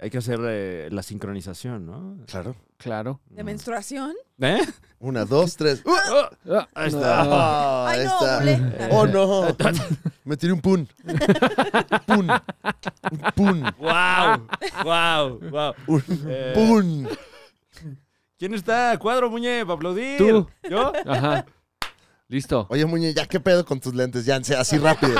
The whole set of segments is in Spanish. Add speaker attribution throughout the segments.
Speaker 1: Hay que hacer eh, la sincronización, ¿no?
Speaker 2: Claro.
Speaker 3: Claro.
Speaker 1: Mm.
Speaker 4: ¿De menstruación?
Speaker 1: ¿Eh?
Speaker 2: Una, dos, tres. ¡Uh!
Speaker 1: Ah,
Speaker 3: Ah,
Speaker 1: Ahí
Speaker 3: no.
Speaker 1: está.
Speaker 2: Ah,
Speaker 4: Ay,
Speaker 2: ahí
Speaker 4: no,
Speaker 2: está.
Speaker 4: boleta.
Speaker 2: ¡Oh, no! Me tiré un pun. Pun. Un pun.
Speaker 1: ¡Wow! ¡Wow! ¡Wow!
Speaker 2: Un
Speaker 1: Eh,
Speaker 2: pun.
Speaker 1: ¿Quién está? a Cuadro, Muñe, para aplaudir.
Speaker 3: Tú.
Speaker 1: ¿Yo?
Speaker 3: Ajá. Listo.
Speaker 2: Oye, Muñe, ¿ya qué pedo con tus lentes? Ya, así rápido.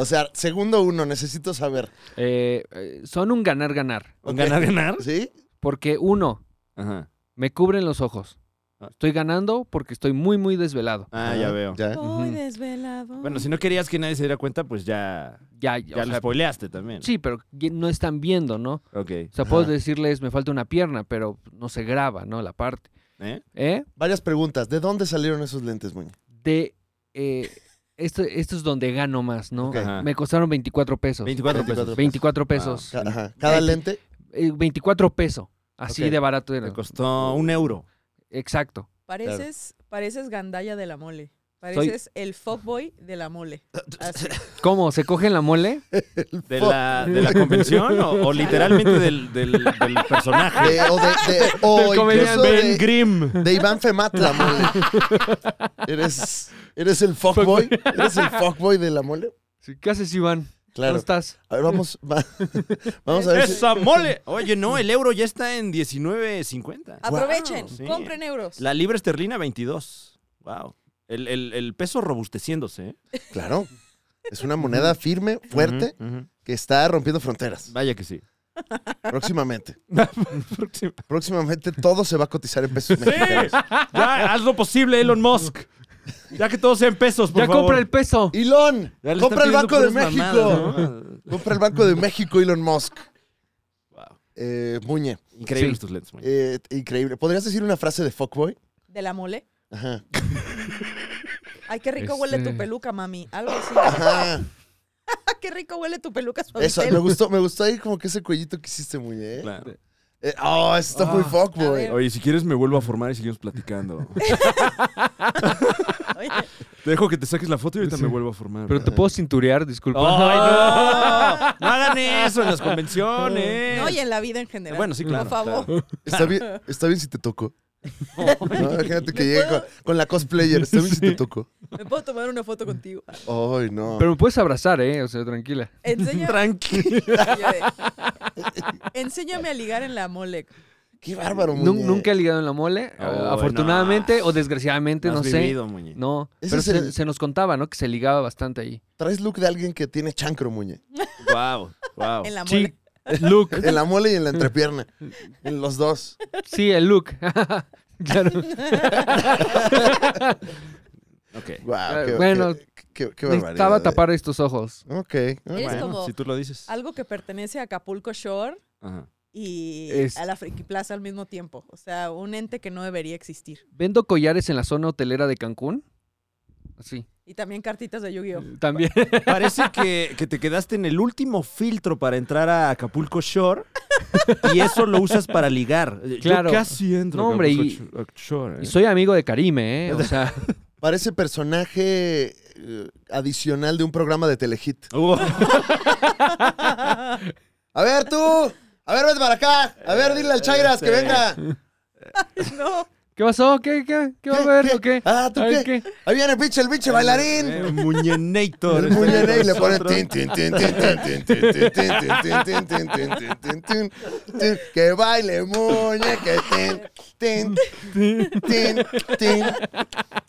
Speaker 2: O sea, segundo uno, necesito saber.
Speaker 3: Eh, eh, son un ganar-ganar.
Speaker 1: ¿Un
Speaker 2: Ok.
Speaker 1: ganar, ganar?
Speaker 2: ¿Sí?
Speaker 3: Porque uno,
Speaker 1: Ajá.
Speaker 3: me cubren los ojos.
Speaker 1: Ah.
Speaker 3: Estoy ganando porque estoy muy, muy desvelado.
Speaker 1: Ah, ya veo.
Speaker 2: Ya.
Speaker 4: Uy,
Speaker 3: Ujú.
Speaker 4: desvelado.
Speaker 1: Bueno, si no querías que nadie se diera cuenta, pues ya,
Speaker 3: Ya, o
Speaker 1: ya lo
Speaker 3: sea,
Speaker 1: spoileaste también.
Speaker 3: Sí, pero que no están viendo, ¿no?
Speaker 1: Ok.
Speaker 3: O sea, puedo
Speaker 2: Ajá.
Speaker 3: decirles, me falta una pierna, pero no se graba, ¿no? La parte.
Speaker 1: ¿Eh?
Speaker 3: ¿Eh?
Speaker 2: Varias preguntas. ¿De dónde salieron esos lentes, Muñe?
Speaker 3: De... eh, esto, esto es donde gano más, ¿no?
Speaker 2: Ok.
Speaker 1: Ajá.
Speaker 3: Me costaron 24 pesos.
Speaker 1: 24 Ah. pesos. Ah,
Speaker 3: 24 pesos.
Speaker 2: Ca- Ajá. Cada
Speaker 3: Veinte.
Speaker 2: lente.
Speaker 3: Eh, 24 pesos. Así
Speaker 2: Ok.
Speaker 3: de barato era.
Speaker 1: Te costó un euro.
Speaker 3: Exacto.
Speaker 4: Pareces, pareces gandalla de la mole. Pareces el fuckboy de la mole. Así.
Speaker 3: ¿Cómo? ¿Se coge la mole?
Speaker 1: ¿De la, de la convención o, o literalmente del, del, del personaje?
Speaker 2: De- o de, de- o
Speaker 3: Del
Speaker 2: incluso
Speaker 3: comediante.
Speaker 2: de,
Speaker 1: Ben Grimm.
Speaker 2: de Iván Femat, la mole. ¿Eres, eres el fuckboy? ¿Eres el fuckboy de la mole?
Speaker 3: Sí, ¿Qué haces, Iván? ¿Dónde
Speaker 2: Claro.
Speaker 3: estás?
Speaker 2: A ver, vamos, va- vamos a ver. si-
Speaker 1: ¡Esa mole! Oye, no, el euro ya está en 19.50.
Speaker 4: Aprovechen,
Speaker 1: Wow, sí.
Speaker 4: compren euros.
Speaker 1: La libra esterlina 22. Wow. El, el- el peso robusteciéndose. ¿eh?
Speaker 2: Claro. Es una moneda firme, fuerte,
Speaker 1: Ujú, ujú.
Speaker 2: que está rompiendo fronteras.
Speaker 1: Vaya que sí.
Speaker 2: Próximamente.
Speaker 1: Próximo.
Speaker 2: Próximamente todo se va a cotizar en pesos
Speaker 1: ¡Sí!
Speaker 2: mexicanos.
Speaker 1: Ya, haz lo posible, Elon Musk. Ya que todo sea en pesos, por
Speaker 3: ya
Speaker 1: favor.
Speaker 3: compra el peso.
Speaker 2: Elon,
Speaker 1: Ya le está
Speaker 2: compra el
Speaker 1: pidiendo
Speaker 2: Banco de
Speaker 1: puras
Speaker 2: México.
Speaker 1: mamadas, ¿no?
Speaker 2: Compra el Banco de México, Elon Musk.
Speaker 1: Wow.
Speaker 2: Eh, Muñe,
Speaker 1: Increíbles
Speaker 3: Sí.
Speaker 1: tus lentes, man.
Speaker 2: eh, increíble. ¿Podrías decir una frase de fuckboy?
Speaker 4: De la mole.
Speaker 2: Ajá.
Speaker 4: Ay, qué rico huele tu
Speaker 3: Este-
Speaker 4: peluca, mami. Algo así.
Speaker 2: Ajá.
Speaker 4: Ah, qué rico huele tu peluca
Speaker 2: Eso,
Speaker 4: suavitel.
Speaker 2: me gustó, me gustó ahí como que ese cuellito que hiciste, Muñe. ¿eh?
Speaker 1: Claro.
Speaker 2: Eh, oh, eso está
Speaker 3: Ah.
Speaker 2: muy
Speaker 4: A
Speaker 2: fuckboy.
Speaker 4: ver.
Speaker 1: Oye, si quieres me vuelvo a formar y seguimos platicando.
Speaker 4: Oye,
Speaker 1: Te dejo que te saques la foto y ahorita
Speaker 3: Sí.
Speaker 1: me vuelvo a formar.
Speaker 3: Pero te puedo cinturear, disculpa.
Speaker 1: ¡Ay, no! No hagan eso en las convenciones. Eh,
Speaker 4: No, y en la vida en general.
Speaker 1: Bueno, sí, claro.
Speaker 4: Por favor.
Speaker 1: claro.
Speaker 2: Está bien, está bien si te toco.
Speaker 1: Ay.
Speaker 2: ¿no? Imagínate que
Speaker 4: ¿Le
Speaker 2: llegue
Speaker 4: puedo?
Speaker 2: con, con la cosplayer. Está bien si te toco.
Speaker 4: Me puedo tomar una foto contigo.
Speaker 2: Ay, no.
Speaker 3: Pero me puedes abrazar, ¿eh? O sea, tranquila.
Speaker 4: Enseña-
Speaker 1: Tranqui.
Speaker 4: Yo de- Enséñame a ligar en la mole.
Speaker 2: Qué bárbaro,
Speaker 3: Nun-
Speaker 2: Muñe.
Speaker 3: Nunca he ligado en la mole.
Speaker 1: Oh,
Speaker 3: a- afortunadamente
Speaker 1: no.
Speaker 3: o desgraciadamente,
Speaker 1: No
Speaker 3: no
Speaker 1: has
Speaker 3: sé.
Speaker 1: vivido, Muñe.
Speaker 3: No,
Speaker 2: Ese
Speaker 3: pero
Speaker 2: es
Speaker 3: se,
Speaker 2: el-
Speaker 3: se nos contaba, ¿no? Que se ligaba bastante ahí.
Speaker 2: Traes look de alguien que tiene chancro, Muñe.
Speaker 1: Wow, wow.
Speaker 4: En la mole.
Speaker 3: Sí, look.
Speaker 2: En la mole y en la entrepierna. En los dos.
Speaker 3: Sí, el look. claro.
Speaker 1: Ok.
Speaker 2: Wow, Ah, qué,
Speaker 3: Bueno,
Speaker 2: qué, qué- qué barbaridad. eh.
Speaker 3: Necesitaba tapar estos ojos.
Speaker 2: Ok. ok.
Speaker 4: Es como-
Speaker 1: si tú lo dices.
Speaker 4: Algo que pertenece a Acapulco Shore
Speaker 1: Ajá.
Speaker 4: y
Speaker 3: Es-
Speaker 4: a la Friki Plaza al mismo tiempo. O sea, un ente que no debería existir.
Speaker 3: Vendo collares en la zona hotelera de Cancún. Sí.
Speaker 4: Y también cartitas de Yu-Gi-Oh!
Speaker 3: También.
Speaker 1: Parece que, que te quedaste en el último filtro para entrar a Acapulco Shore y eso lo usas para ligar.
Speaker 3: Claro.
Speaker 1: Yo casi entro
Speaker 3: No,
Speaker 1: a
Speaker 3: hombre, y-
Speaker 1: Acapulco Sh- Shore.
Speaker 3: Y
Speaker 1: ¿eh?
Speaker 3: soy amigo de Karime, ¿eh? O sea,
Speaker 2: Parece personaje eh, adicional de un programa de Telehit.
Speaker 1: Oh,
Speaker 2: A ver, tú. A ver, vete para acá. A ver, dile al Chairas que
Speaker 1: Este-
Speaker 2: venga.
Speaker 4: No,
Speaker 3: ¿qué pasó? ¿Qué, qué? ¿Qué va a haber? ¿O qué?
Speaker 2: Ah, ¿tú
Speaker 3: Ay,
Speaker 2: qué? Ahí viene el pinche, el pinche bailarín.
Speaker 1: eh, Muñenator. este.
Speaker 2: El muñene y le
Speaker 1: Nosotros.
Speaker 2: ponen tin, tin, tin, tin, tin, tin, tin, tin, tin, tin, tin, tin, tin, tin, tin, tin, tin. que baile muñe que tin tin tin tin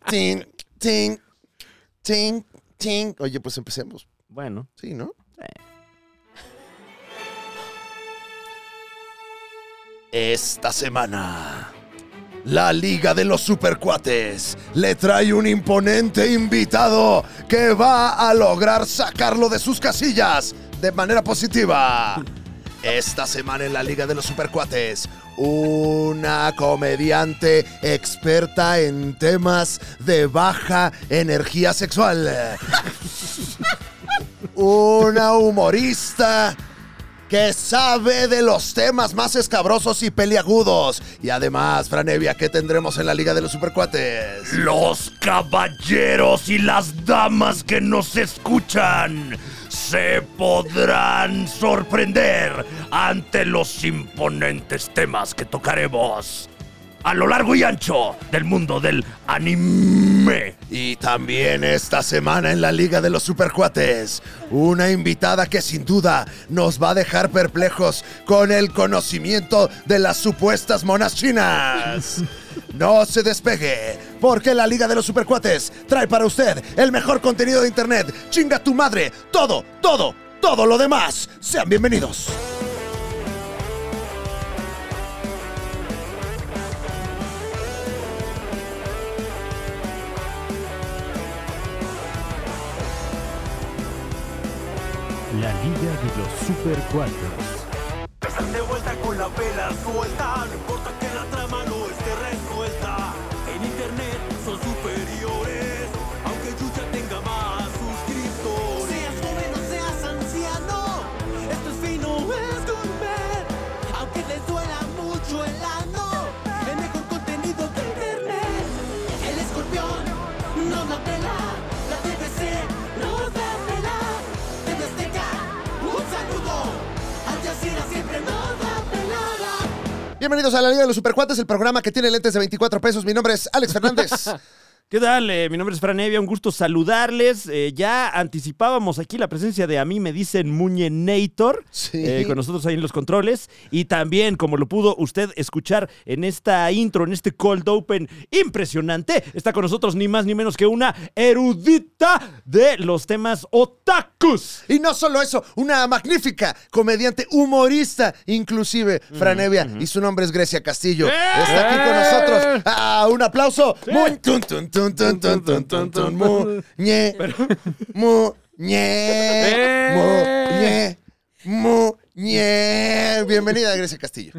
Speaker 2: tin tin tin tin oye pues empecemos
Speaker 1: Bueno,
Speaker 2: sí no esta semana la Liga de los Supercuates le trae un imponente invitado que va a lograr sacarlo de sus casillas de manera positiva. Esta semana en la Liga de los Supercuates, una comediante experta en temas de baja energía sexual. Una humorista que sabe de los temas más escabrosos y peliagudos. Y además, Franevia, ¿qué tendremos en la Liga de los Supercuates?
Speaker 5: Los caballeros y las damas que nos escuchan,
Speaker 2: se podrán sorprender ante los imponentes temas que tocaremos a lo largo y ancho del mundo del anime. Y también esta semana en la Liga de los Supercuates, una invitada que sin duda nos va a dejar perplejos con el conocimiento de las supuestas monas chinas. No se despegue, porque la Liga de los Supercuates trae para usted el mejor contenido de internet. Chinga tu madre, todo, todo, todo lo demás. Sean bienvenidos.
Speaker 5: La Liga de los Super Cuatros.
Speaker 6: Están de vuelta con la vela suelta, no importa que la trama no esté resuelta. En internet son superiores, aunque Yuya tenga más suscriptores. Seas joven o seas anciano, esto es fino, es gourmet. Aunque les duela mucho el ano, el mejor contenido de internet. El escorpión no la pela, la TVC no la pela. TV Azteca, un saludo, Al Jazeera siempre nos la pelada.
Speaker 2: Bienvenidos a la Liga de los Supercuates, el programa que tiene lentes de 24 pesos. Mi nombre es Alex Fernández.
Speaker 1: ¿Qué tal? Eh, mi nombre es Fran Evia, un gusto saludarles. Eh, ya anticipábamos aquí la presencia de a mí me dicen Muñenator
Speaker 2: Sí.
Speaker 1: eh, con nosotros ahí en los controles. Y también, como lo pudo usted escuchar en esta intro, en este cold open impresionante, está con nosotros ni más ni menos que una erudita de los temas otakus.
Speaker 2: y no solo eso, una magnífica comediante, humorista, inclusive, Franevia, y su nombre es Grecia
Speaker 3: ¡Eh!
Speaker 2: Castillo. Está aquí con nosotros. Ah, un aplauso. Mu- tun, tun, tun, tun, tun, tun, tun, tun, mu- ñe, mu- ñe, mu- ñe, mu- ñe. Bienvenida, Grecia Castillo.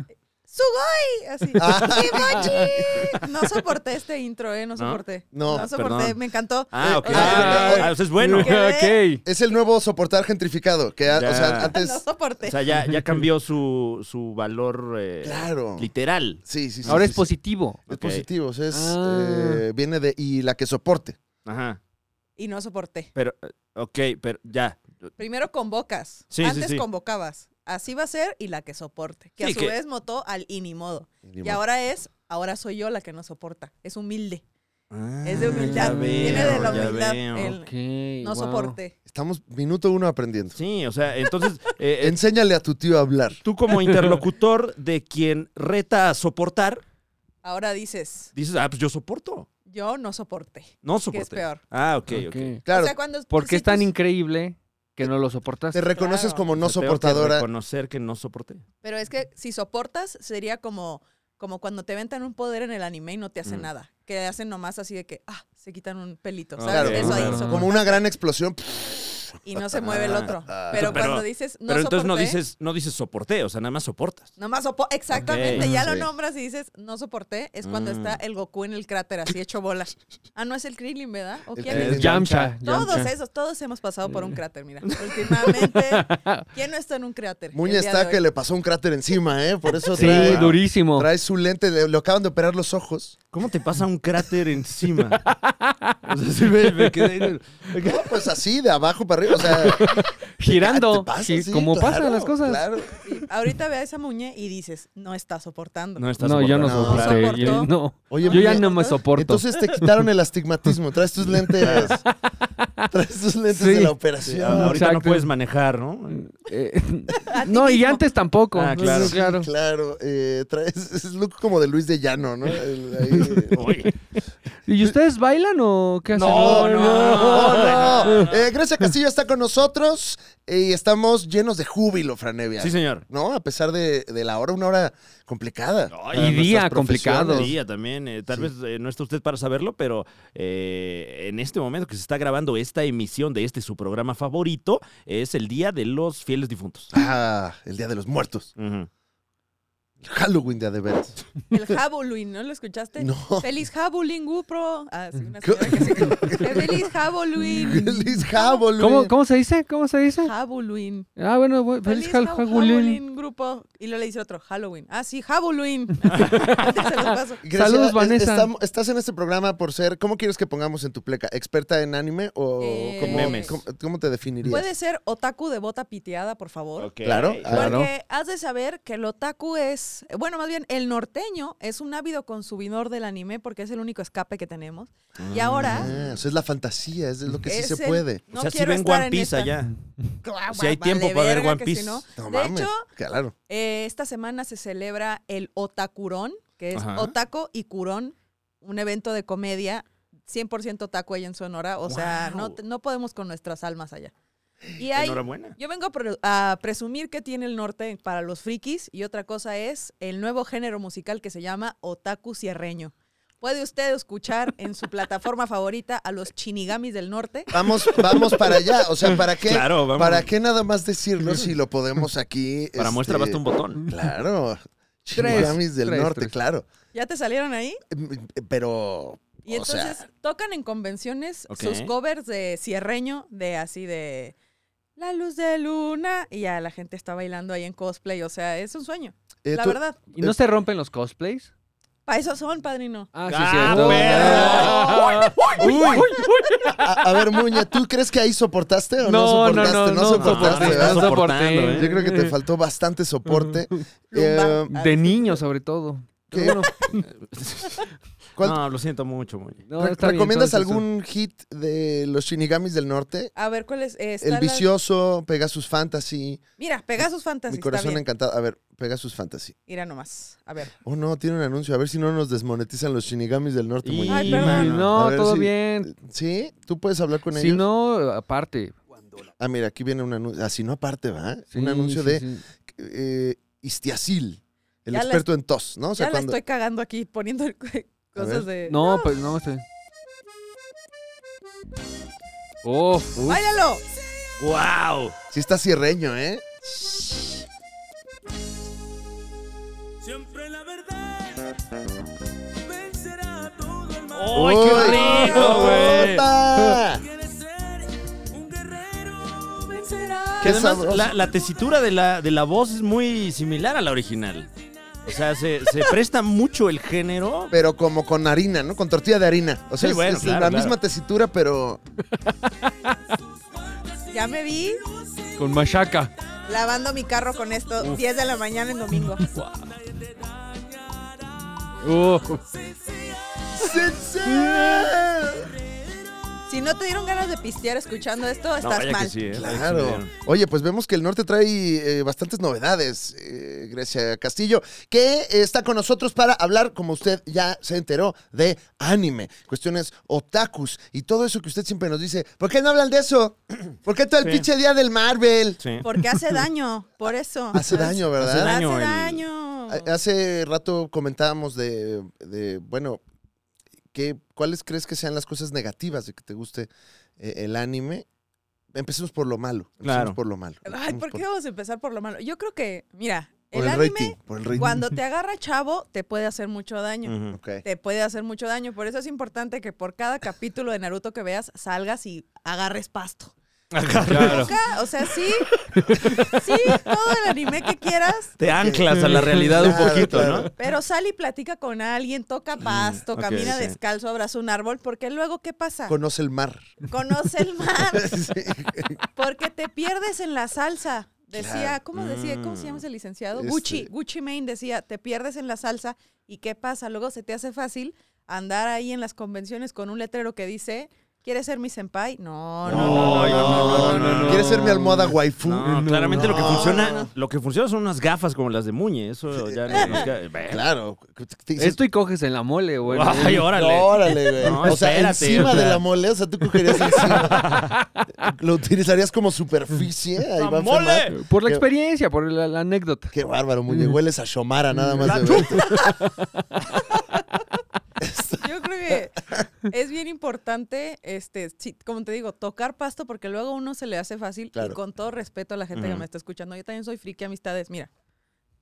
Speaker 4: ¡Sugoi! Así.
Speaker 2: Ah.
Speaker 4: ¡Kibochi! No soporté este intro, ¿eh? No soporté.
Speaker 2: No,
Speaker 4: soporté.
Speaker 1: perdón.
Speaker 4: Me encantó.
Speaker 1: Ah, ok.
Speaker 4: O sea,
Speaker 1: Ah, eso es bueno.
Speaker 3: ok.
Speaker 2: Es el nuevo soportar gentrificado, que a- o
Speaker 1: Ya.
Speaker 2: sea, antes...
Speaker 4: No soporté.
Speaker 1: O sea, ya, ya cambió su, su valor eh,
Speaker 2: Claro.
Speaker 1: literal.
Speaker 2: Sí, sí, sí.
Speaker 3: Ahora
Speaker 2: sí,
Speaker 3: es
Speaker 2: sí.
Speaker 3: positivo.
Speaker 2: Es
Speaker 1: Ok.
Speaker 2: positivo, o sea, es,
Speaker 3: Ah.
Speaker 2: eh, viene de y la que soporte.
Speaker 1: Ajá.
Speaker 4: y no soporté.
Speaker 1: Pero, eh, ok, pero ya.
Speaker 4: Primero convocas.
Speaker 1: Sí, sí,
Speaker 4: Antes
Speaker 1: sí.
Speaker 4: convocabas. Así va a ser y la que soporte. Que
Speaker 1: Sí,
Speaker 4: a su
Speaker 1: que-
Speaker 4: vez votó al inimodo.
Speaker 2: Ni
Speaker 4: Y
Speaker 2: modo.
Speaker 4: ahora es, ahora soy yo la que no soporta. Es humilde. Es de humildad.
Speaker 1: Ah, ya
Speaker 4: Viene de la
Speaker 1: veo, ya
Speaker 4: humildad.
Speaker 1: veo.
Speaker 4: el
Speaker 3: Ok,
Speaker 4: no
Speaker 3: wow.
Speaker 4: soporté.
Speaker 2: Estamos minuto uno aprendiendo.
Speaker 1: Sí, o sea, entonces, eh, eh,
Speaker 2: Enséñale a tu tío a hablar.
Speaker 1: tú como interlocutor de quien reta a soportar,
Speaker 4: Ahora dices,
Speaker 1: dices, ah, pues yo soporto.
Speaker 4: yo no soporté.
Speaker 1: No
Speaker 4: Que
Speaker 1: soporté.
Speaker 4: es peor.
Speaker 1: Ah, ok, ok.
Speaker 3: ok.
Speaker 2: Claro,
Speaker 4: O sea, cuando
Speaker 3: ¿Por qué
Speaker 4: si
Speaker 3: es tan
Speaker 4: tus-
Speaker 3: increíble que no lo soportas?
Speaker 2: te reconoces
Speaker 4: claro.
Speaker 2: como no
Speaker 1: O sea, tengo que
Speaker 2: soportadora.
Speaker 1: Reconocer que no soporté.
Speaker 4: Pero es que si soportas, sería como, como cuando te ventan un poder en el anime y no te hacen
Speaker 1: Mm.
Speaker 4: nada. Que hacen nomás así de que, ah, se quitan un pelito.
Speaker 1: Ah,
Speaker 4: ¿Sabes?
Speaker 2: Claro,
Speaker 4: Eso ahí
Speaker 1: claro.
Speaker 4: soportas.
Speaker 2: como una gran explosión. pff,
Speaker 4: Y no se mueve el otro.
Speaker 2: Ah.
Speaker 4: pero,
Speaker 1: Pero-
Speaker 4: cuando dices, no
Speaker 1: Pero entonces no
Speaker 4: soporté,
Speaker 1: dices, no dices soporté, o sea, nada más soportas.
Speaker 4: Nomás sopo- Exactamente,
Speaker 1: Ok.
Speaker 4: ya lo
Speaker 2: Sí.
Speaker 4: nombras y dices, no soporté. Es cuando está
Speaker 1: Mm.
Speaker 4: el Goku en el cráter, así hecho bolas. Ah, no es el Krillin, ¿verdad? ¿O
Speaker 2: El
Speaker 4: quién
Speaker 2: Krillin.
Speaker 4: es?
Speaker 3: Es Yamcha.
Speaker 4: Todos
Speaker 3: Yamcha.
Speaker 4: esos, todos hemos pasado por un
Speaker 1: Mm.
Speaker 4: cráter, mira. Últimamente, ¿quién no está en un cráter? el
Speaker 2: Muña
Speaker 4: día de
Speaker 2: está
Speaker 4: hoy?
Speaker 2: que le pasó un cráter encima, ¿eh? Por eso
Speaker 3: Sí,
Speaker 2: trae,
Speaker 3: durísimo.
Speaker 2: trae su lente, le, lo acaban de operar los ojos.
Speaker 1: ¿Cómo te pasa un cráter encima? O sea, sí me, me quedé.
Speaker 2: No, pues así, de abajo para arriba. O sea,
Speaker 3: Girando.
Speaker 2: ¿te pasa?
Speaker 3: sí,
Speaker 2: Sí,
Speaker 3: como
Speaker 2: claro,
Speaker 3: pasan las cosas.
Speaker 2: Claro.
Speaker 4: Sí, Ahorita ve a esa Muñe y dices, no está soportando.
Speaker 1: No, estás
Speaker 3: No, yo no
Speaker 2: No,
Speaker 3: soporté.
Speaker 4: soportó.
Speaker 3: yo no.
Speaker 2: Oye,
Speaker 3: yo ya
Speaker 2: Muñe,
Speaker 3: no me soporto.
Speaker 2: Entonces te quitaron el astigmatismo. Traes tus lentes. Traes tus lentes
Speaker 3: Sí. ah,
Speaker 2: de la
Speaker 1: Sí,
Speaker 2: operación.
Speaker 1: ahorita no
Speaker 3: Exacto.
Speaker 1: puedes manejar, ¿no?
Speaker 3: Eh, no, y
Speaker 4: mismo.
Speaker 3: antes tampoco.
Speaker 1: Ah, claro.
Speaker 3: Sí, claro.
Speaker 2: Sí, claro. eh, traes es look como de Luis de Llano, ¿no? El- ahí- eh,
Speaker 1: Oye,
Speaker 3: ¿Y ustedes bailan o qué hacen?
Speaker 1: No,
Speaker 2: No,
Speaker 1: no.
Speaker 2: no. Eh, Grecia Castillo está con nosotros eh, y estamos llenos de júbilo, Franevia.
Speaker 1: sí, señor.
Speaker 2: ¿No? A pesar de, de la hora, una hora complicada.
Speaker 1: Ay,
Speaker 2: Para
Speaker 3: y día
Speaker 2: nuestras
Speaker 3: complicado.
Speaker 2: profesiones.
Speaker 1: día también. eh, tal vez eh, no está usted para saberlo, pero eh, en este momento que se está grabando esta emisión de este su programa favorito, es el Día de los Fieles Difuntos.
Speaker 2: Ah, el Día de los Muertos.
Speaker 1: Ujú.
Speaker 2: Halloween de Adevert.
Speaker 4: El Jabolín, ¿no lo escuchaste?
Speaker 2: No.
Speaker 4: Feliz Jabolín, Gupro. Ah, sí, una señora que se quejó. Feliz Jabolín.
Speaker 2: Feliz Halloween.
Speaker 3: ¿Cómo, ¿Cómo se dice? ¿Cómo se dice?
Speaker 4: Jabolín.
Speaker 3: Ah, bueno, bu- feliz Hal-
Speaker 4: Jab-
Speaker 3: Halloween.
Speaker 4: grupo. Y luego le dice otro, Halloween. Ah, sí, Jabolín. Ahorita se los paso.
Speaker 2: Graciela,
Speaker 3: Saludos,
Speaker 2: es-
Speaker 3: Vanessa.
Speaker 2: estam- estás en este programa por ser. ¿Cómo quieres que pongamos en tu pleca? ¿Experta en anime o
Speaker 4: Eh,
Speaker 2: cómo,
Speaker 1: Memes.
Speaker 2: cómo- cómo te definirías?
Speaker 4: ¿Puede ser otaku de bota piteada, por favor?
Speaker 1: Ok.
Speaker 2: Claro, Ah.
Speaker 4: Porque
Speaker 2: claro.
Speaker 4: has de saber que el otaku es, bueno, más bien el norteño es un ávido consumidor del anime porque es el único escape que tenemos. Y ahora
Speaker 2: Ah, o sea, es la fantasía, es lo que sí
Speaker 4: es
Speaker 2: se
Speaker 4: el-
Speaker 2: puede.
Speaker 4: no
Speaker 1: o sea, si
Speaker 4: quiero
Speaker 1: ven
Speaker 4: estar
Speaker 1: One
Speaker 4: en
Speaker 1: Piece
Speaker 4: esta.
Speaker 1: allá.
Speaker 4: Claro,
Speaker 1: Si hay
Speaker 4: vale
Speaker 1: tiempo para ver
Speaker 4: verga
Speaker 1: One
Speaker 4: que si
Speaker 1: Piece.
Speaker 4: no.
Speaker 2: No
Speaker 4: de
Speaker 2: mames,
Speaker 4: hecho,
Speaker 2: claro.
Speaker 4: eh, esta semana se celebra el Otakurón, que es
Speaker 1: Ajá.
Speaker 4: Otaco y Curón, un evento de comedia 100% otaku allá en Sonora. O sea, no,
Speaker 1: Wow.
Speaker 4: te- no podemos con nuestras almas allá. Y hay,
Speaker 1: Enhorabuena.
Speaker 4: yo vengo a pre- a presumir que tiene el norte para los frikis y otra cosa es el nuevo género musical que se llama otaku sierreño. Puede usted escuchar en su plataforma favorita a los chinigamis del norte.
Speaker 2: Vamos, vamos para allá. O sea, ¿para qué?
Speaker 1: Claro, vamos.
Speaker 2: ¿Para qué nada más decirlo si lo podemos aquí?
Speaker 1: Para
Speaker 2: este,
Speaker 1: muestra basta un botón.
Speaker 2: Claro.
Speaker 3: Tres,
Speaker 2: Chinigamis del
Speaker 3: tres,
Speaker 2: norte,
Speaker 3: tres.
Speaker 2: claro.
Speaker 4: ¿Ya te salieron ahí?
Speaker 2: Mm, Pero.
Speaker 4: Y
Speaker 2: o sea,
Speaker 4: entonces tocan en convenciones
Speaker 1: Ok.
Speaker 4: sus covers de sierreño, de así de la luz de luna y ya la gente está bailando ahí en cosplay. O sea, es un sueño,
Speaker 2: eh,
Speaker 4: la
Speaker 2: tú-
Speaker 4: verdad.
Speaker 3: ¿Y no se rompen los cosplays?
Speaker 4: Para eso son, padrino.
Speaker 3: Ah, sí,
Speaker 1: Ah,
Speaker 3: cierto.
Speaker 1: perro. Uy, uy,
Speaker 2: A, a ver, Muña, ¿tú crees que ahí soportaste o no,
Speaker 3: No, no,
Speaker 2: soportaste?
Speaker 3: no, no,
Speaker 2: soportaste.
Speaker 1: no,
Speaker 2: ¿verdad?
Speaker 1: no soportando, ¿eh?
Speaker 3: soporté.
Speaker 2: Yo creo que te faltó bastante soporte.
Speaker 4: Lumba.
Speaker 2: Eh,
Speaker 3: De niño, sobre todo.
Speaker 2: ¿Qué?
Speaker 3: Bueno,
Speaker 2: ¿Cuál-
Speaker 1: No, lo siento mucho, muy.
Speaker 3: no,
Speaker 2: re-
Speaker 3: está bien,
Speaker 2: ¿Recomiendas
Speaker 3: entonces,
Speaker 2: algún hit de los Shinigamis del Norte?
Speaker 4: A ver, ¿cuál es? Eh, está
Speaker 2: El
Speaker 4: la-
Speaker 2: Vicioso, Pegasus Fantasy,
Speaker 4: Mira, Pegasus Fantasy.
Speaker 2: Mi
Speaker 4: Está
Speaker 2: Corazón
Speaker 4: bien.
Speaker 2: Encantado. A ver, Pegasus Fantasy.
Speaker 4: Mira nomás. A ver.
Speaker 2: Oh, no, tiene un anuncio. A ver si no nos desmonetizan los Shinigamis del Norte,
Speaker 1: Y-
Speaker 2: Muña.
Speaker 4: Ay,
Speaker 3: sí,
Speaker 4: perdón.
Speaker 2: A
Speaker 3: No,
Speaker 2: ver
Speaker 3: todo
Speaker 2: si-
Speaker 3: bien.
Speaker 2: ¿Sí? ¿Tú puedes hablar con
Speaker 3: Si
Speaker 2: ellos?
Speaker 3: no, aparte.
Speaker 2: Ah, mira, aquí viene un anuncio. Así no aparte, ¿va?
Speaker 3: Sí,
Speaker 2: un anuncio
Speaker 3: sí,
Speaker 2: de
Speaker 3: sí.
Speaker 2: eh, Istiazil, el
Speaker 4: Ya la
Speaker 2: experto en tos, ¿no? O sea,
Speaker 4: ya la
Speaker 2: cuando-
Speaker 4: estoy cagando aquí poniendo el-
Speaker 2: ver.
Speaker 4: cosas de.
Speaker 3: No, pues no, este. Oh, uf.
Speaker 4: ¡Báilalo!
Speaker 1: ¡Wow!
Speaker 2: Sí está cierreño, ¿eh?
Speaker 6: Siempre la verdad vencerá a todo el mal.
Speaker 1: ¡Ay, qué rico, güey!
Speaker 2: ¡Ota!
Speaker 6: Quieres ser un guerrero, vencerá.
Speaker 1: Que
Speaker 2: Qué
Speaker 1: además
Speaker 2: sabroso.
Speaker 1: la, la tesitura de la, de la voz es muy similar a la original. O sea, se, se presta mucho el género.
Speaker 2: Pero como con harina, ¿no? Con tortilla de harina. O sea,
Speaker 1: Sí,
Speaker 2: es,
Speaker 1: bueno,
Speaker 2: es
Speaker 1: claro,
Speaker 2: la
Speaker 1: claro.
Speaker 2: misma tesitura, pero
Speaker 4: Ya me vi
Speaker 3: con machaca.
Speaker 4: lavando mi carro con esto 10 de la mañana en domingo.
Speaker 3: Oh,
Speaker 4: Si no te dieron ganas de pistear escuchando esto,
Speaker 1: No,
Speaker 4: estás
Speaker 1: vaya
Speaker 4: mal.
Speaker 1: que sí, ¿eh? Vaya que sí me
Speaker 2: claro.
Speaker 1: dieron.
Speaker 2: Oye, pues vemos que el norte trae eh, bastantes novedades, eh, Grecia Castillo, que eh, está con nosotros para hablar, como usted ya se enteró, de anime, cuestiones otakus y todo eso que usted siempre nos dice, ¿por qué no hablan de eso? ¿Por qué todo el
Speaker 1: Sí.
Speaker 2: pinche día del Marvel?
Speaker 1: Sí.
Speaker 4: Porque hace daño, por eso.
Speaker 2: Hace daño, ¿verdad?
Speaker 1: Hace
Speaker 4: Hace
Speaker 1: daño
Speaker 4: daño.
Speaker 1: el-
Speaker 2: A- Hace rato comentábamos de, de, bueno, ¿qué, ¿cuáles crees que sean las cosas negativas de que te guste eh, el anime? Empecemos por lo malo. empecemos
Speaker 1: Claro.
Speaker 2: Por lo malo.
Speaker 4: Ay,
Speaker 2: empecemos
Speaker 4: ¿por qué vamos a empezar por lo malo? Yo creo que, mira,
Speaker 2: Por
Speaker 4: el,
Speaker 2: el,
Speaker 4: anime,
Speaker 2: rating. Por el rating.
Speaker 4: cuando te agarra chavo, te puede hacer mucho daño.
Speaker 1: Ujú.
Speaker 2: Ok.
Speaker 4: Te puede hacer mucho daño. Por eso es importante que por cada capítulo de Naruto que veas, salgas y agarres pasto.
Speaker 1: Claro.
Speaker 4: Nunca, o sea, sí, sí, todo el anime que quieras,
Speaker 1: Te anclas a la realidad un
Speaker 2: Claro,
Speaker 1: poquito,
Speaker 2: claro.
Speaker 1: ¿no?
Speaker 4: pero sal y platica con alguien, toca pasto,
Speaker 1: ok,
Speaker 4: camina
Speaker 1: sí.
Speaker 4: descalzo, abraza un árbol, porque luego, ¿qué pasa?
Speaker 2: Conoce el mar.
Speaker 4: Conoce el mar,
Speaker 2: Sí.
Speaker 4: porque te pierdes en la salsa. Decía,
Speaker 2: Claro.
Speaker 4: ¿cómo decía? ¿Cómo se llama ese licenciado?
Speaker 2: Este-
Speaker 4: Gucci, Gucci Main decía, te pierdes en la salsa, ¿y qué pasa? Luego se te hace fácil andar ahí en las convenciones con un letrero que dice, ¿quieres ser mi senpai? No, no, no, no,
Speaker 1: Ay,
Speaker 4: no, no, no,
Speaker 1: no, no.
Speaker 2: ¿Quieres ser mi almohada waifu?
Speaker 1: No, claramente lo que
Speaker 2: No.
Speaker 1: funciona, lo que funciona son unas gafas como las de Muñe, eso ya no nos queda- Bueno.
Speaker 2: Claro. Te dices,
Speaker 3: esto y coges en la mole, güey.
Speaker 1: Ay, órale.
Speaker 2: Órale, güey.
Speaker 1: No,
Speaker 2: o sea,
Speaker 1: espérate,
Speaker 2: encima
Speaker 1: o sea.
Speaker 2: de la mole, o sea, tú cogerías encima. ¿Lo utilizarías como superficie? Ahí
Speaker 1: ¡La
Speaker 2: va a
Speaker 1: mole!
Speaker 2: enfermar.
Speaker 3: Por la
Speaker 2: Qué-
Speaker 3: experiencia, por la, la anécdota.
Speaker 2: Qué bárbaro, Muñe. Hueles a Shomara nada más
Speaker 1: Mm. La
Speaker 2: de verte.
Speaker 4: Yo creo que es bien importante, este, sí, como te digo, tocar pasto porque luego a uno se le hace fácil. Y
Speaker 2: Claro.
Speaker 4: con todo respeto a la gente que
Speaker 1: Ujú.
Speaker 4: me está escuchando, yo también soy friki amistades. Mira,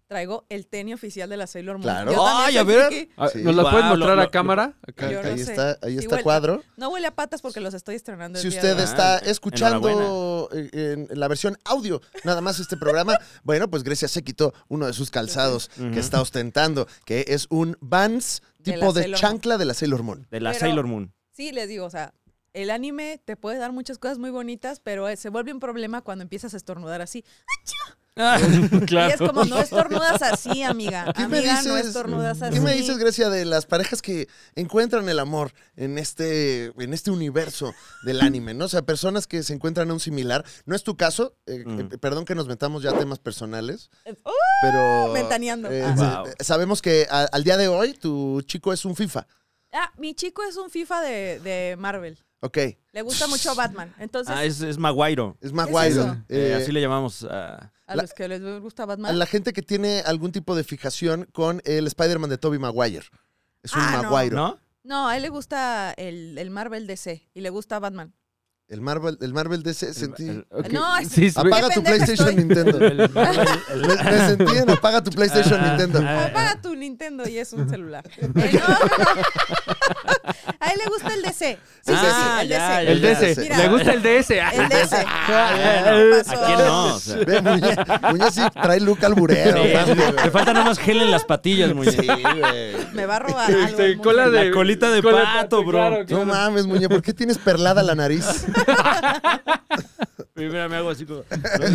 Speaker 4: traigo el tenis oficial de la Sailor Moon.
Speaker 2: Claro.
Speaker 4: Yo también
Speaker 1: Ay,
Speaker 4: soy
Speaker 1: a ver.
Speaker 4: friki.
Speaker 3: Ah,
Speaker 2: Sí.
Speaker 3: ¿Nos la pueden
Speaker 1: Wow, lo-
Speaker 3: mostrar
Speaker 1: lo-
Speaker 3: a cámara? Acá.
Speaker 4: Yo no
Speaker 2: ahí
Speaker 4: sé.
Speaker 2: está, ahí
Speaker 4: Sí
Speaker 2: está
Speaker 4: huele-
Speaker 2: cuadro.
Speaker 4: No huele a patas porque los estoy estrenando. el
Speaker 2: Si
Speaker 4: día
Speaker 2: usted
Speaker 4: de hoy.
Speaker 2: está
Speaker 1: Ah,
Speaker 2: escuchando eh, en, la versión audio, nada más este programa, bueno, pues Grecia se quitó uno de sus calzados que está ostentando, que es un Vans
Speaker 4: De la
Speaker 2: tipo de,
Speaker 4: Sailor
Speaker 2: chancla de la Sailor Moon.
Speaker 1: De la
Speaker 4: Pero-
Speaker 1: Sailor Moon.
Speaker 4: Sí, les digo, o sea, el anime te puede dar muchas cosas muy bonitas, pero eh, se vuelve un problema cuando empiezas a estornudar así.
Speaker 1: Ah,
Speaker 4: Y es como, no estornudas así, amiga.
Speaker 2: ¿Qué me
Speaker 4: amiga, Ah, no
Speaker 2: dices?
Speaker 4: estornudas así.
Speaker 2: ¿Qué me dices, Grecia, de las parejas que encuentran el amor en este, en este universo del anime? ¿no? O sea, personas que se encuentran a un similar. No es tu caso, eh, eh, perdón que nos metamos ya a temas personales,
Speaker 4: ¡Uh!
Speaker 2: pero...
Speaker 4: Ventaneando.
Speaker 2: eh,
Speaker 4: Ah.
Speaker 2: sa-
Speaker 1: Wow.
Speaker 2: Sabemos que a- al día de hoy tu chico es un FIFA,
Speaker 4: Ah, mi chico es un FIFA de, de Marvel.
Speaker 2: ¿ok?
Speaker 4: Le gusta mucho Batman. Entonces,
Speaker 1: Ah, es, es Maguire.
Speaker 2: Es Maguire.
Speaker 4: eso.
Speaker 1: Eh,
Speaker 2: Eh,
Speaker 1: así le llamamos. ah,
Speaker 4: a
Speaker 2: la-
Speaker 4: los que les gusta
Speaker 2: a
Speaker 4: Batman.
Speaker 2: la gente que tiene algún tipo de fijación con el Spider-Man de Tobey Maguire. Es un
Speaker 4: Ah, no.
Speaker 2: Maguire.
Speaker 1: ¿No?
Speaker 4: No, a él le gusta el, el Marvel DC y le gusta Batman.
Speaker 2: El Marvel, el Marvel DC. sentí-
Speaker 1: el-
Speaker 3: Ok.
Speaker 4: No, es-
Speaker 3: Sí, sí,
Speaker 2: Apaga tu
Speaker 4: pendeja
Speaker 2: PlayStation
Speaker 4: estoy.
Speaker 2: Nintendo.
Speaker 3: el- el-
Speaker 2: Me, me sentí en apaga tu PlayStation
Speaker 1: Ah,
Speaker 2: Nintendo.
Speaker 1: ah,
Speaker 4: Apaga tu Nintendo y es un celular. Eh, no. A él le gusta el DC. Sí, sí, sí,
Speaker 1: Ah,
Speaker 4: el
Speaker 1: ya,
Speaker 4: DC.
Speaker 1: ya,
Speaker 3: El
Speaker 2: ya.
Speaker 3: DC.
Speaker 4: Mira.
Speaker 3: Le gusta el DS.
Speaker 4: El DC.
Speaker 1: bueno,
Speaker 4: ¿qué
Speaker 1: Ah, Eh, ¿A quién no? O sea,
Speaker 2: Ve, Muñe, Muñe sí trae look alburero.
Speaker 1: sí,
Speaker 2: mami,
Speaker 1: es-
Speaker 2: güey.
Speaker 1: te falta nada más gel en las patillas, muy
Speaker 2: Sí, güey.
Speaker 4: Me va a robar algo.
Speaker 3: Este,
Speaker 4: el mundo.
Speaker 3: cola de,
Speaker 1: La colita de
Speaker 3: cola
Speaker 1: pato, bro.
Speaker 3: claro,
Speaker 2: No
Speaker 3: claro.
Speaker 2: mames, Muñe, ¿por qué tienes perlada la nariz?
Speaker 1: Primero me hago así como.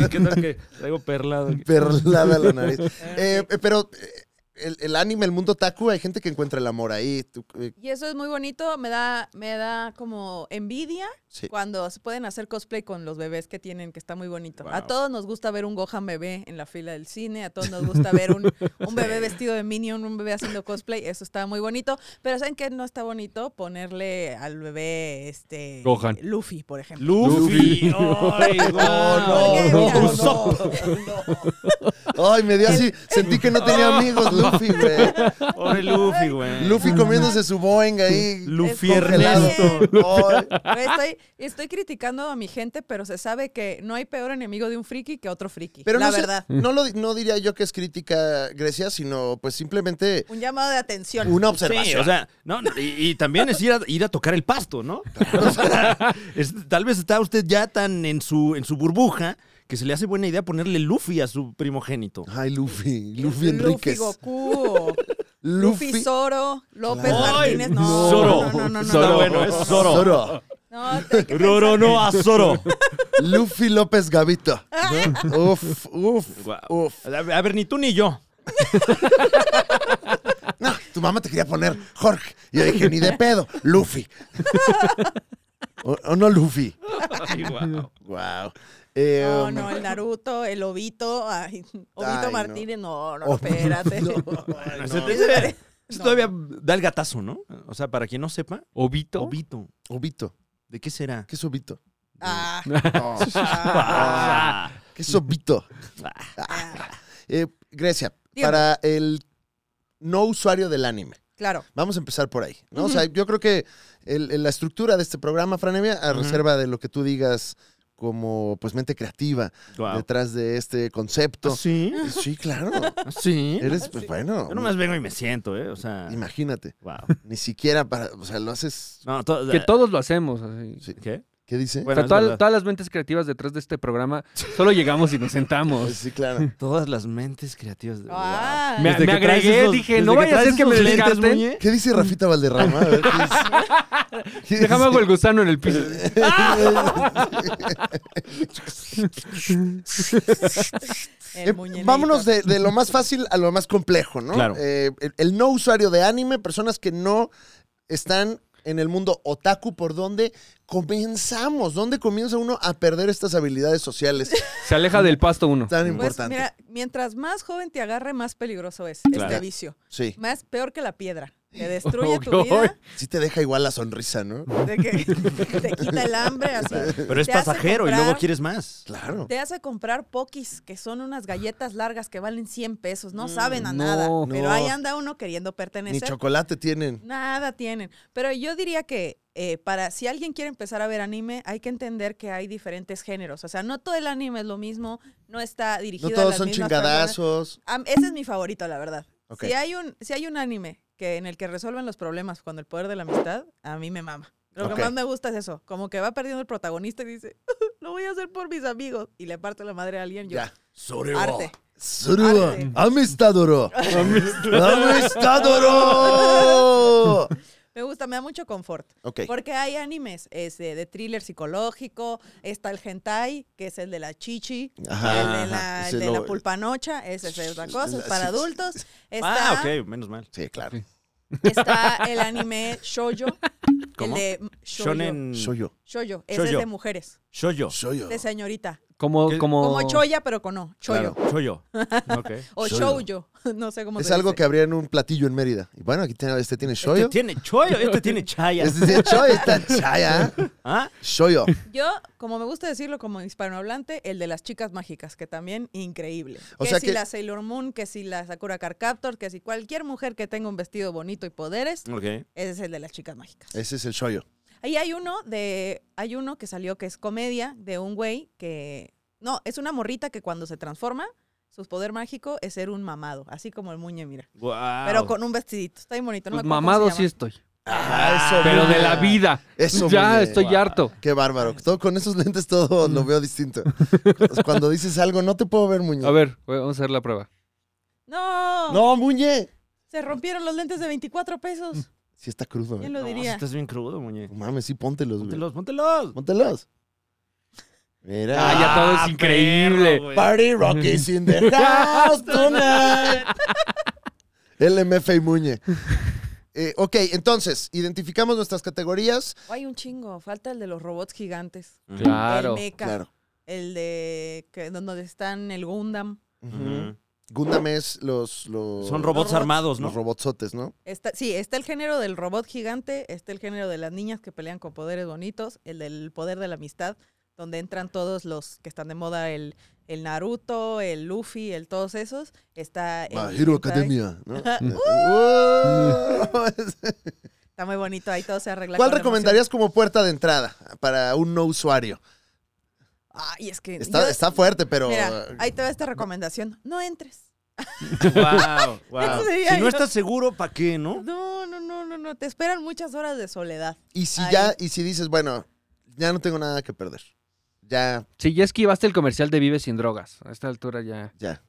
Speaker 1: ¿Qué tal que traigo perlado?
Speaker 2: Perlada la nariz. Eh, eh, pero eh, el, el anime, el mundo taku, hay gente que encuentra el amor ahí. Tú, eh,
Speaker 4: Y eso es muy bonito, me da, me da como envidia
Speaker 2: sí.
Speaker 4: cuando se pueden hacer cosplay con los bebés que tienen, que está muy bonito. A
Speaker 1: Wow.
Speaker 4: todos nos gusta ver un Gohan bebé en la fila del cine, a todos nos gusta ver un, un bebé vestido de Minion, un bebé haciendo cosplay, eso está muy bonito. Pero ¿saben qué no está bonito? Ponerle al bebé este
Speaker 3: Gohan.
Speaker 4: Luffy, por ejemplo.
Speaker 1: Luffy. Ay,
Speaker 4: Porque,
Speaker 1: no,
Speaker 4: mira,
Speaker 1: no,
Speaker 4: no,
Speaker 1: Usopp.
Speaker 2: Ay, me dio así. Sentí que no tenía amigos, Luffy, güey.
Speaker 1: Pobre Luffy, güey.
Speaker 2: Luffy comiéndose su Boeing ahí.
Speaker 1: Luffy
Speaker 4: Es
Speaker 2: congelado.
Speaker 1: Ernesto.
Speaker 2: Ay,
Speaker 4: Estoy, estoy criticando a mi gente, pero se sabe que no hay peor enemigo de un friki que otro friki.
Speaker 2: Pero
Speaker 4: la
Speaker 2: no, sé-
Speaker 4: verdad.
Speaker 2: no, lo, di- no diría yo que es crítica, Grecia, sino pues simplemente
Speaker 4: Un llamado de atención.
Speaker 2: una
Speaker 1: Sí,
Speaker 2: observación.
Speaker 1: o sea, no, no, y, y también es ir a, ir a tocar el pasto, ¿no? O sea, es- tal vez está usted ya tan en su, en su burbuja que se le hace buena idea ponerle Luffy a su primogénito.
Speaker 2: Ay, Luffy, Luffy Enríquez.
Speaker 4: Luffy Goku. o Luffy, Zoro. López
Speaker 2: Claro.
Speaker 4: Martínez. No,
Speaker 1: Zoro.
Speaker 4: no, no, no, no,
Speaker 1: Zoro,
Speaker 4: no.
Speaker 1: bueno, es Zoro.
Speaker 2: Zoro.
Speaker 4: No, hay que
Speaker 2: Em.
Speaker 4: pensar-
Speaker 1: Roro no a Zoro.
Speaker 2: Luffy López Gavito. ¿no? Uf, uf,
Speaker 1: Guau.
Speaker 2: uf.
Speaker 1: A ver, a ver, ni tú ni yo.
Speaker 2: No, tu mamá te quería poner Jorge. Yo dije, ni de pedo, Luffy. o, o no Luffy. Eh, um,
Speaker 1: Ay, guau.
Speaker 2: Wow.
Speaker 4: No, no, el Naruto, el Obito. ay,
Speaker 2: Ay,
Speaker 4: Obito
Speaker 2: no.
Speaker 4: Martínez. No, no,
Speaker 2: Oh,
Speaker 4: espérate.
Speaker 2: no.
Speaker 1: Ese-
Speaker 4: no.
Speaker 1: ese- ese
Speaker 4: No.
Speaker 1: todavía da el gatazo, ¿no? O sea, para quien no sepa,
Speaker 3: ¿Obito?
Speaker 1: Obito,
Speaker 2: Obito.
Speaker 1: ¿de qué será?
Speaker 2: ¿Qué es Obito?
Speaker 4: Ah,
Speaker 2: Ah. ¿Qué es Obito?
Speaker 4: ah.
Speaker 2: Eh, Grecia,
Speaker 4: Dígame.
Speaker 2: para el no usuario del anime.
Speaker 4: Claro.
Speaker 2: Vamos a empezar por ahí. ¿no? O sea, yo creo que el- el- la estructura de este programa, Franevia, a reserva de lo que tú digas como pues mente creativa
Speaker 1: Guau.
Speaker 2: detrás de este concepto.
Speaker 1: Ah, ¿Sí?
Speaker 2: Sí, claro.
Speaker 1: ¿Sí?
Speaker 2: Eres, pues bueno,
Speaker 1: Yo nomás vengo y me siento, ¿eh? O sea,
Speaker 2: imagínate.
Speaker 1: wow.
Speaker 2: Ni siquiera para, o sea, lo haces.
Speaker 1: No, to-
Speaker 3: Que todos lo hacemos. así.
Speaker 2: Sí.
Speaker 1: ¿Qué?
Speaker 2: ¿Qué dice?
Speaker 1: Bueno,
Speaker 3: o sea,
Speaker 1: es
Speaker 3: todas-
Speaker 1: verdad.
Speaker 3: todas las mentes creativas detrás de este programa, solo llegamos y nos
Speaker 2: Pues
Speaker 3: sentamos.
Speaker 2: sí, claro.
Speaker 1: Todas las mentes creativas. de-
Speaker 4: Ah.
Speaker 1: Wow.
Speaker 3: Me-
Speaker 1: Desde que traes
Speaker 3: agregué, dije,
Speaker 1: desde
Speaker 3: no vaya a
Speaker 1: traes
Speaker 3: ser que
Speaker 1: esos
Speaker 3: me
Speaker 1: lentes,
Speaker 3: descarten.
Speaker 1: Muñe.
Speaker 2: ¿Qué dice Rafita Valderrama? A ver, ¿qué dice? ¿Qué
Speaker 3: Déjame
Speaker 2: dice?
Speaker 3: hago el gusano en el piso.
Speaker 4: Ah, El
Speaker 2: Eh,
Speaker 4: muñequito.
Speaker 2: vámonos de, de lo más fácil a lo más complejo, ¿no?
Speaker 1: Claro.
Speaker 2: Eh, el, el no usuario de anime, personas que no están en el mundo otaku, ¿por dónde comenzamos? ¿Dónde comienza uno a perder estas habilidades sociales
Speaker 3: Se aleja del pasto uno.
Speaker 2: tan
Speaker 4: Pues
Speaker 2: importantes?
Speaker 4: mira, mientras más joven te agarre, más peligroso es
Speaker 1: Claro.
Speaker 4: este vicio.
Speaker 2: sí.
Speaker 4: Más peor que la piedra. Te destruye tu
Speaker 3: Uy.
Speaker 4: vida.
Speaker 2: Sí te deja igual la sonrisa, ¿no?
Speaker 4: De que te quita el hambre. así.
Speaker 1: Pero es
Speaker 4: Te hace
Speaker 1: pasajero y luego
Speaker 4: comprar-
Speaker 1: quieres más.
Speaker 2: Claro.
Speaker 4: Te hace comprar poquis, que son unas galletas largas que valen 100 pesos. No saben a
Speaker 3: no,
Speaker 4: nada. Pero
Speaker 2: Mm, no.
Speaker 4: ahí anda uno queriendo
Speaker 2: Ni
Speaker 4: pertenecer.
Speaker 2: chocolate tienen.
Speaker 4: Nada tienen. Pero yo diría que eh, para si alguien quiere empezar a ver anime, hay que entender que hay diferentes géneros. O sea, no todo el anime es lo mismo, no está dirigido
Speaker 2: No
Speaker 4: a
Speaker 2: todos
Speaker 4: las
Speaker 2: son
Speaker 4: mismas
Speaker 2: chingadazos.
Speaker 4: personas. Am- ese es mi favorito, la verdad.
Speaker 2: Ok.
Speaker 4: Si, hay un, si hay un anime que, en el que resuelven los problemas con el poder de la amistad, a mí me mama. Lo
Speaker 2: Ok.
Speaker 4: que más me gusta es eso, como que va perdiendo el protagonista y dice, lo voy a hacer por mis amigos. Y le parte la madre a alguien. Yo,
Speaker 2: Ya.
Speaker 4: arte.
Speaker 2: Suruba.
Speaker 4: Arte.
Speaker 2: Amistadoro. Amistadoro.
Speaker 4: Me gusta, me da mucho confort.
Speaker 2: Ok.
Speaker 4: Porque hay animes este, de thriller psicológico, está el hentai, que es el de la chichi,
Speaker 2: Ajá,
Speaker 4: el de la,
Speaker 2: ajá.
Speaker 4: el
Speaker 2: Ese
Speaker 4: de la
Speaker 2: lo-
Speaker 4: pulpanocha, esa es otra cosa, es para
Speaker 2: Sí.
Speaker 4: adultos. Está,
Speaker 1: Ah, ok, menos mal.
Speaker 2: Sí, claro.
Speaker 4: está el anime shoujo,
Speaker 1: ¿Cómo?
Speaker 4: el de shoujo,
Speaker 1: Shonen.
Speaker 2: Soy yo.
Speaker 4: shoujo, ese es
Speaker 1: Shoujo.
Speaker 4: de mujeres,
Speaker 1: Shoyo.
Speaker 2: Soy yo.
Speaker 4: de señorita,
Speaker 3: Como,
Speaker 1: ¿Qué?
Speaker 3: como...
Speaker 4: como choya pero con no, shoujo,
Speaker 1: Claro, Shoyo. Ok.
Speaker 4: o shoujo, no sé cómo
Speaker 2: Es
Speaker 4: se
Speaker 2: algo que
Speaker 4: dice.
Speaker 2: habría en un platillo en Mérida. Y bueno, aquí tiene, este tiene
Speaker 1: Este
Speaker 2: shoyo.
Speaker 1: tiene Choyo, este tiene Chaya.
Speaker 2: Este tiene shoyo, está chaya.
Speaker 1: ¿Ah?
Speaker 2: Shoyo.
Speaker 4: Yo, como me gusta decirlo como hispanohablante, el de las chicas mágicas, que también increíble.
Speaker 2: O
Speaker 4: que
Speaker 2: sea
Speaker 4: si
Speaker 2: que-
Speaker 4: la Sailor Moon, que si la Sakura Card Captor, que si cualquier mujer que tenga un vestido bonito y poderes,
Speaker 1: Ok.
Speaker 4: ese es el de las chicas mágicas.
Speaker 2: Ese es el shoyo.
Speaker 4: Ahí hay uno de hay uno que salió que es comedia de un güey que no, es una morrita que cuando se transforma, su poder mágico es ser un mamado, así como el Muñe, mira,
Speaker 1: Wow.
Speaker 4: pero con un vestidito. Está bien bonito, no
Speaker 3: Pues
Speaker 4: me acuerdo
Speaker 3: mamado
Speaker 4: cómo se
Speaker 3: sí
Speaker 4: llama.
Speaker 3: estoy.
Speaker 2: Ah, eso.
Speaker 3: Pero
Speaker 2: mira.
Speaker 3: de la vida.
Speaker 2: Eso,
Speaker 3: ya
Speaker 2: mire.
Speaker 3: estoy harto.
Speaker 2: Qué bárbaro. Todo, con esos lentes todo lo veo distinto. Cuando dices algo, no te puedo ver, Muñe.
Speaker 3: A ver, vamos a hacer la prueba.
Speaker 4: No,
Speaker 2: No, Muñe.
Speaker 4: se rompieron los lentes de 24 pesos.
Speaker 2: Sí está crudo.
Speaker 4: ¿Quién
Speaker 2: ¿eh?
Speaker 4: lo
Speaker 1: No,
Speaker 4: diría?
Speaker 1: estás bien crudo, muñe.
Speaker 2: No Mames, sí, póntelos, güey.
Speaker 1: Póntelos, póntelos.
Speaker 2: Póntelos. Mira.
Speaker 3: Ah, ya todo es increíble.
Speaker 2: Party Rock is in the house tonight. LMF y Muñe. Eh, ok, entonces, identificamos nuestras categorías.
Speaker 4: Hay un chingo, falta el de los robots gigantes.
Speaker 3: Claro.
Speaker 4: El mecha.
Speaker 2: Claro.
Speaker 4: El de que, donde están el Gundam.
Speaker 1: Ujú.
Speaker 2: Gundam es los, los,
Speaker 1: Son robots
Speaker 4: robots.
Speaker 1: armados,
Speaker 2: los
Speaker 1: ¿no?
Speaker 2: robotsotes, ¿no?
Speaker 4: Está, sí, está el género del robot gigante, está el género de las niñas que pelean con poderes bonitos, el del poder de la amistad, donde entran todos los que están de moda, el, el Naruto, el Luffy, el todos esos. Está el
Speaker 2: My Hero
Speaker 4: hentai.
Speaker 2: Academia, ¿no? Uh.
Speaker 4: Está muy bonito, ahí todo se arregla.
Speaker 2: ¿Cuál
Speaker 4: con
Speaker 2: recomendarías como puerta de entrada para un no usuario?
Speaker 4: emoción. Ay, es que...
Speaker 2: Está,
Speaker 4: yo-
Speaker 2: está fuerte, pero... eh,
Speaker 4: Mira, ahí te va esta recomendación. No entres.
Speaker 1: Wow, wow.
Speaker 4: Eso sería
Speaker 1: Si no
Speaker 4: yo.
Speaker 1: estás seguro, ¿para qué, no?
Speaker 4: No, no, no, no, no. Te esperan muchas horas de soledad.
Speaker 2: Y si
Speaker 4: Ay.
Speaker 2: ya, y si dices, bueno, ya no tengo nada que perder. Ya,
Speaker 3: Sí, ya esquivaste el comercial de Vive sin drogas. A esta altura ya.
Speaker 2: ya.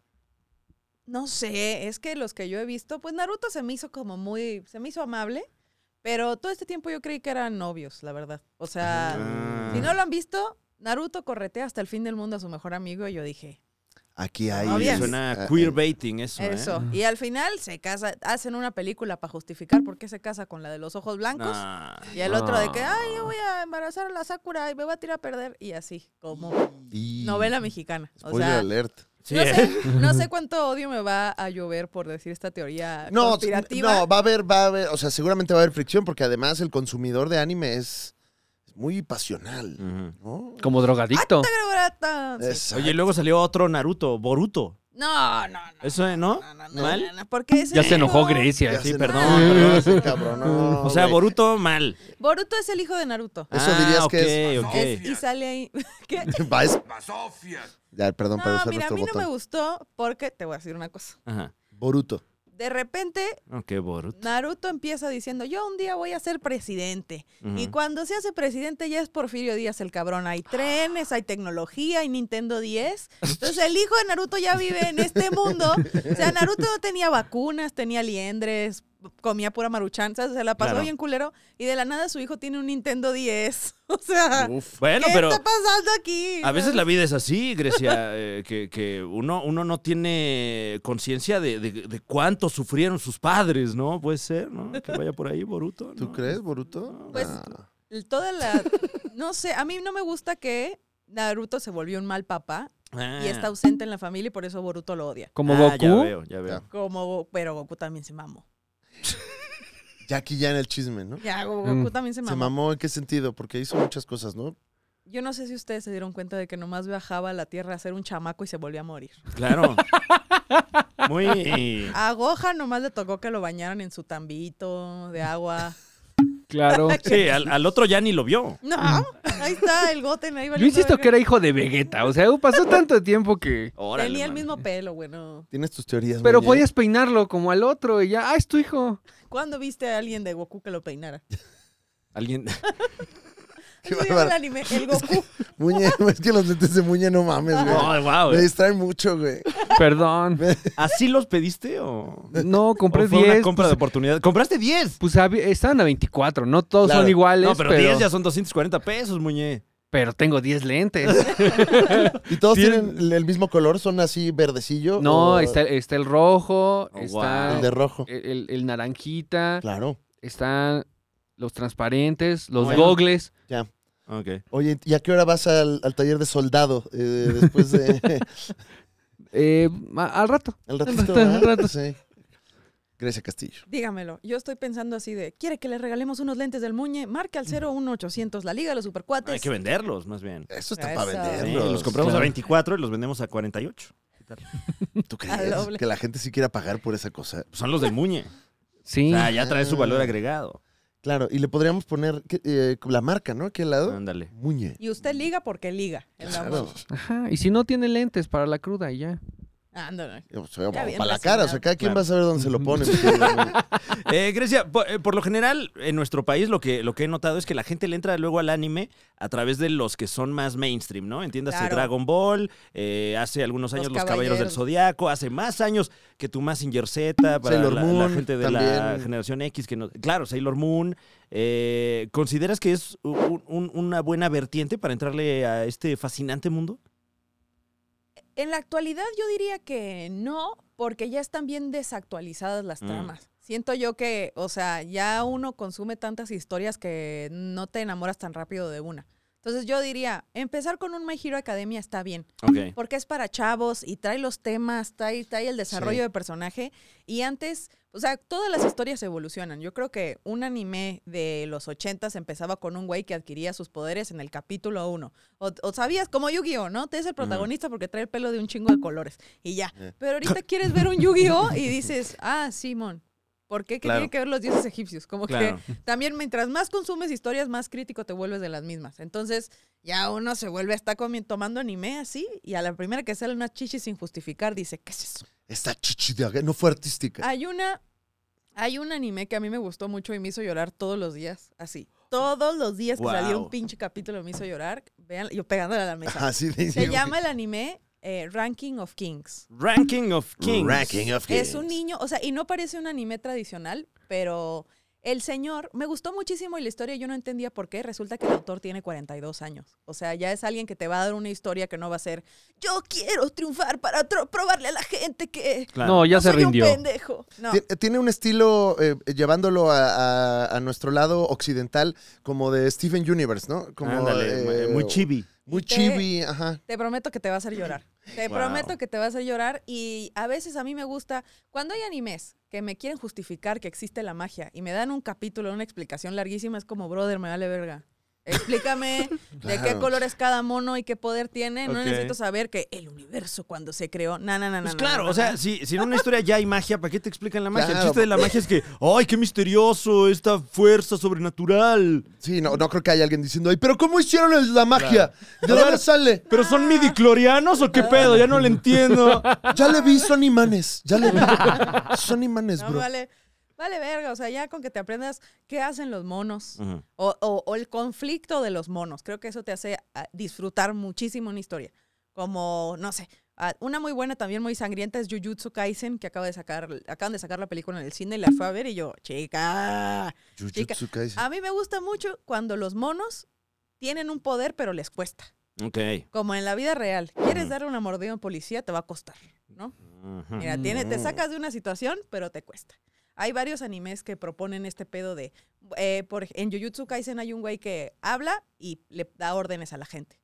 Speaker 4: No sé, es que los que yo he visto, pues Naruto se me hizo como muy, se me hizo amable, pero todo este tiempo yo creí que eran novios, la verdad. O sea,
Speaker 1: Ah.
Speaker 4: si no lo han visto, Naruto corretea hasta el fin del mundo a su mejor amigo y yo dije,
Speaker 2: Aquí hay...
Speaker 4: No, bien.
Speaker 2: Ah,
Speaker 1: Suena
Speaker 2: eh,
Speaker 1: queerbaiting eso, ¿eh?
Speaker 4: eso. Y al final se casa, hacen una película para justificar por qué se casa con la de los ojos blancos.
Speaker 1: Nah.
Speaker 4: Y el otro de que,
Speaker 3: Ah.
Speaker 4: ay, yo voy a embarazar a la Sakura y me voy a tirar a perder. Y así, como
Speaker 2: y-
Speaker 4: novela mexicana. O
Speaker 2: Spoiler
Speaker 4: sea,
Speaker 2: alert.
Speaker 1: Sí,
Speaker 4: no,
Speaker 1: ¿eh?
Speaker 4: sé, no sé cuánto odio me va a llover por decir esta teoría
Speaker 2: No,
Speaker 4: conspirativa.
Speaker 2: no, va a haber, va a haber, o sea, seguramente va a haber fricción porque además el consumidor de anime es, es muy pasional,
Speaker 1: Ujú.
Speaker 2: ¿no?
Speaker 3: Como drogadicto.
Speaker 4: Ah,
Speaker 2: Exacto.
Speaker 1: Oye, luego salió otro Naruto, Boruto.
Speaker 4: No, no, no.
Speaker 1: ¿Eso, eh, no?
Speaker 4: No, no, no,
Speaker 1: ¿Mal?
Speaker 4: no, no, porque ese
Speaker 3: Ya se
Speaker 4: hijo-
Speaker 3: enojó
Speaker 2: Ya
Speaker 3: Grecia.
Speaker 2: se
Speaker 1: sí,
Speaker 2: enojó.
Speaker 1: perdón,
Speaker 2: Ah,
Speaker 1: perdón.
Speaker 2: sí, cabrón, no,
Speaker 1: o sea,
Speaker 2: güey.
Speaker 1: Boruto mal.
Speaker 4: Boruto es el hijo de Naruto.
Speaker 2: Eso
Speaker 1: Ah,
Speaker 2: dirías
Speaker 1: ok,
Speaker 2: que
Speaker 1: ok.
Speaker 4: Es- y sale ahí. ¿Qué?
Speaker 2: Va, es-
Speaker 6: Sofía.
Speaker 2: Ya, perdón, pero
Speaker 4: No,
Speaker 2: usar
Speaker 4: mira, a
Speaker 2: nuestro
Speaker 4: mí no me
Speaker 2: botón.
Speaker 4: gustó porque te voy a decir una cosa.
Speaker 1: Ajá.
Speaker 2: Boruto.
Speaker 4: De repente,
Speaker 1: Ok, Boruto.
Speaker 4: Naruto empieza diciendo, yo un día voy a ser presidente. Y
Speaker 1: Ujú.
Speaker 4: cuando se hace presidente ya es Porfirio Díaz el cabrón. Hay trenes, hay tecnología, hay Nintendo 10. Entonces el hijo de Naruto ya vive en este mundo. O sea, Naruto no tenía vacunas, tenía liendres, comía pura maruchan, ¿sabes? se la pasó
Speaker 1: Claro.
Speaker 4: bien culero. Y de la nada su hijo tiene un Nintendo 10. O
Speaker 2: Ah,
Speaker 4: sea,
Speaker 1: Bueno,
Speaker 4: ¿qué
Speaker 1: pero
Speaker 4: está pasando aquí?
Speaker 1: a veces la vida es así, Grecia, eh, que, que uno, uno no tiene conciencia de, de- de cuánto sufrieron sus padres, ¿no? Puede ser, ¿no? Que vaya por ahí, Boruto. ¿no?
Speaker 2: ¿Tú crees, Boruto?
Speaker 4: Pues-
Speaker 2: Nah.
Speaker 4: Toda la... No sé, a mí no me gusta que Naruto se volvió un mal papá
Speaker 1: Ah.
Speaker 4: y está ausente en la familia y por eso Boruto lo odia.
Speaker 3: Como
Speaker 1: Ah, Ya
Speaker 3: Goku.
Speaker 1: veo, ya veo.
Speaker 2: Ya.
Speaker 4: Como, pero Goku también se mamó.
Speaker 2: Ya aquí ya en el chisme, ¿no?
Speaker 4: Ya, Go- Goku
Speaker 3: Mm.
Speaker 4: también se
Speaker 2: Se
Speaker 4: mamó.
Speaker 2: mamó en qué sentido, porque hizo muchas cosas, ¿no?
Speaker 4: Yo no sé si ustedes se dieron cuenta de que nomás bajaba a la tierra a ser un chamaco y se volvió a morir.
Speaker 1: Claro. Muy.
Speaker 4: A Gohan nomás le tocó que lo bañaran en su tambito de agua.
Speaker 3: Claro.
Speaker 1: Sí, al, al otro ya ni lo vio.
Speaker 4: No, ahí está el Goten ahí
Speaker 3: Yo
Speaker 4: valiendo
Speaker 3: insisto
Speaker 4: verga.
Speaker 3: que era hijo de Vegeta. O sea, pasó tanto tiempo que.
Speaker 4: Tenía el mismo pelo, bueno.
Speaker 2: Tienes tus teorías.
Speaker 3: Pero
Speaker 2: Muñe.
Speaker 3: podías peinarlo como al otro y ya, ah, es tu hijo.
Speaker 4: ¿Cuándo viste a alguien de Goku que lo peinara?
Speaker 1: Alguien.
Speaker 2: Qué
Speaker 4: Así se llama el
Speaker 2: bárbaro.
Speaker 4: anime, el Goku.
Speaker 2: Muñe, es que los lentes de Muñe no mames, güey.
Speaker 1: Oh, wow.
Speaker 2: Me distraen mucho, güey.
Speaker 3: Perdón.
Speaker 1: ¿Así los pediste o.?
Speaker 3: No, compré
Speaker 1: o fue una
Speaker 3: 10.
Speaker 1: compra de
Speaker 3: pues,
Speaker 1: oportunidad. ¡Compraste 10!
Speaker 3: pues, había- estaban a 24, no todos
Speaker 2: Claro.
Speaker 3: son iguales,
Speaker 1: No,
Speaker 3: pero,
Speaker 1: pero 10 ya son 240 pesos, muñe.
Speaker 3: pero tengo 10 lentes.
Speaker 2: ¿Y todos
Speaker 3: Tienen-
Speaker 2: tienen el- el mismo color? ¿Son así verdecillo?
Speaker 3: No,
Speaker 2: o
Speaker 3: está, está el rojo,
Speaker 1: Oh,
Speaker 3: está
Speaker 2: El de rojo.
Speaker 3: el, el- el naranjita,
Speaker 2: Claro.
Speaker 3: están los transparentes, los
Speaker 1: Bueno.
Speaker 3: gogles.
Speaker 1: Ok.
Speaker 2: Oye, ¿y a qué hora vas al, al taller de soldado? Eh, después de.
Speaker 3: Eh, a- al rato.
Speaker 2: al ratito.
Speaker 3: Al
Speaker 2: ¿verdad?
Speaker 3: rato.
Speaker 2: Sí. Grecia Castillo.
Speaker 4: Dígamelo, yo estoy pensando así de, ¿quiere que le regalemos unos lentes del Muñe? Marca al 01800, la Liga de los Supercuates.
Speaker 1: Mm. Hay que venderlos, más bien.
Speaker 2: Eso está
Speaker 4: Eso.
Speaker 2: para
Speaker 1: Sí,
Speaker 2: venderlos.
Speaker 1: los compramos a
Speaker 2: Claro.
Speaker 1: 24 y los vendemos a 48.
Speaker 2: ¿Tú
Speaker 4: Al
Speaker 2: crees
Speaker 4: doble.
Speaker 2: que la gente sí quiera pagar por esa cosa?
Speaker 1: Son los del muñe. O
Speaker 3: Sí.
Speaker 1: sea, ya trae su valor agregado.
Speaker 2: Claro, y le podríamos poner ¿qué- eh, la marca, ¿no? ¿Qué lado?
Speaker 1: Ándale.
Speaker 2: Muñe.
Speaker 4: Y usted liga porque liga. en la
Speaker 2: Claro.
Speaker 4: Muñe.
Speaker 3: Ajá, Y si no tiene lentes para la cruda y ya.
Speaker 4: Ándale.
Speaker 2: O sea, o
Speaker 4: Ya bien
Speaker 2: para la cara, o sea,
Speaker 4: racionado.
Speaker 2: cada quien
Speaker 1: Claro.
Speaker 2: va a saber dónde se lo pone. pues, mi querido Muñe.
Speaker 1: Eh, Grecia, po- eh, por, lo general, en nuestro país lo que, lo que he notado es que la gente le entra luego al anime a través de los que son más mainstream, ¿no? Entiéndase
Speaker 4: Claro.
Speaker 1: Dragon Ball, eh, hace algunos años los, Caballeros del
Speaker 4: Caballeros.
Speaker 1: Zodiaco, hace más años que tu Massinger Z, para
Speaker 2: Sailor
Speaker 1: la,
Speaker 2: Moon
Speaker 1: la gente de la
Speaker 2: también.
Speaker 1: generación X. que no, Claro, Sailor Moon. eh, ¿Consideras que es u- un- un- una buena vertiente para entrarle a este fascinante mundo?
Speaker 4: En la actualidad yo diría que no, porque ya están bien desactualizadas las
Speaker 1: Mm.
Speaker 4: tramas. Siento yo que, o sea, ya uno consume tantas historias que no te enamoras tan rápido de una. Entonces yo diría, empezar con un My Hero Academia está bien.
Speaker 1: Ok.
Speaker 4: porque es para chavos y trae los temas, trae, trae el desarrollo
Speaker 2: Sí.
Speaker 4: de personaje. Y antes, o sea, todas las historias evolucionan. Yo creo que un anime de los 80 empezaba con un güey que adquiría sus poderes en el capítulo 1. O, o sabías, como Yu-Gi-Oh, ¿no? Te es el protagonista porque trae el pelo de un chingo de colores. Y ya.
Speaker 2: Eh.
Speaker 4: Pero ahorita quieres ver un Yu-Gi-Oh y dices, ah, Simón. ¿Por qué? ¿Qué
Speaker 2: Claro.
Speaker 4: tiene que ver los dioses egipcios? Como
Speaker 1: Claro.
Speaker 4: que también mientras más consumes historias, más crítico te vuelves de las mismas. Entonces, ya uno se vuelve, está comi- tomando anime así, y a la primera que sale una chichi sin justificar, dice, ¿qué es eso?
Speaker 2: Esta chichita que no fue artística.
Speaker 4: Hay una, hay un anime que a mí me gustó mucho y me hizo llorar todos los días, así. Todos los días que salía
Speaker 1: Guau.
Speaker 4: un pinche capítulo me hizo llorar, vean, yo pegándole a la mesa.
Speaker 2: Así de
Speaker 4: se llama el anime eh, Ranking of Kings.
Speaker 1: Ranking of Kings.
Speaker 2: Ranking of
Speaker 4: Es un niño, o sea, y no parece un anime tradicional, pero el señor, me gustó muchísimo y la historia, yo no entendía por qué, resulta que el autor tiene 42 años. O sea, ya es alguien que te va a dar una historia que no va a ser, yo quiero triunfar para tro- probarle a la gente que
Speaker 1: Claro.
Speaker 3: No, ya
Speaker 4: no
Speaker 3: se
Speaker 4: soy
Speaker 3: rindió.
Speaker 4: un pendejo. No,
Speaker 2: Ti- eh, Tiene un estilo, eh, llevándolo a, a- a nuestro lado occidental, como de Steven Universe, ¿no? Como,
Speaker 1: Ándale,
Speaker 2: eh,
Speaker 1: muy chibi.
Speaker 2: Muy
Speaker 4: Te-
Speaker 2: chibi, ajá.
Speaker 4: te prometo que te va a hacer llorar. Te
Speaker 1: Wow.
Speaker 4: prometo que te va a hacer llorar y a veces a mí me gusta, cuando hay animes que me quieren justificar que existe la magia y me dan un capítulo, una explicación larguísima, es como, brother, me vale verga. Explícame de qué
Speaker 2: Claro.
Speaker 4: color es cada mono y qué poder tiene. No
Speaker 1: Ok.
Speaker 4: necesito saber que el universo cuando se creó. Na, na, na, na,
Speaker 1: Pues
Speaker 4: na,
Speaker 1: claro,
Speaker 4: na,
Speaker 1: o sea,
Speaker 4: na.
Speaker 1: si, si en una historia ya hay magia, ¿para qué te explican la magia? El
Speaker 2: Claro.
Speaker 1: chiste de la magia es que, ¡ay, qué misterioso! Esta fuerza sobrenatural.
Speaker 2: Sí, no, no creo que haya alguien diciendo, "Ay, pero ¿cómo hicieron el- la magia?
Speaker 1: Claro.
Speaker 2: ¿De dónde sale?
Speaker 1: ¿Pero son midiclorianos o qué pedo? Ya no le entiendo.
Speaker 2: Ya le vi, son imanes, ya le vi. Son imanes,
Speaker 4: No,
Speaker 2: bro.
Speaker 4: vale, vale verga. O sea, ya con que te aprendas qué hacen los monos. O, o- o el conflicto de los monos. Creo que eso te hace ah, disfrutar muchísimo una historia. Como, no sé, ah, una muy buena también, muy sangrienta, es Jujutsu Kaisen, que acaba de sacar, acaban de sacar la película en el cine y la fue a ver y yo, chica. ah,
Speaker 2: Jujutsu Kaisen.
Speaker 4: A mí me gusta mucho cuando los monos tienen un poder, pero les cuesta.
Speaker 1: Ok.
Speaker 4: Como en la vida real. Quieres
Speaker 1: Ujú.
Speaker 4: darle una mordida a un policía, te va a costar, ¿no? Mira, tiene, te
Speaker 2: Mm.
Speaker 4: sacas de una situación, pero te cuesta. Hay varios animes que proponen este pedo de... eh, por, ej- en Jujutsu Kaisen hay un güey que habla y le da órdenes a la gente.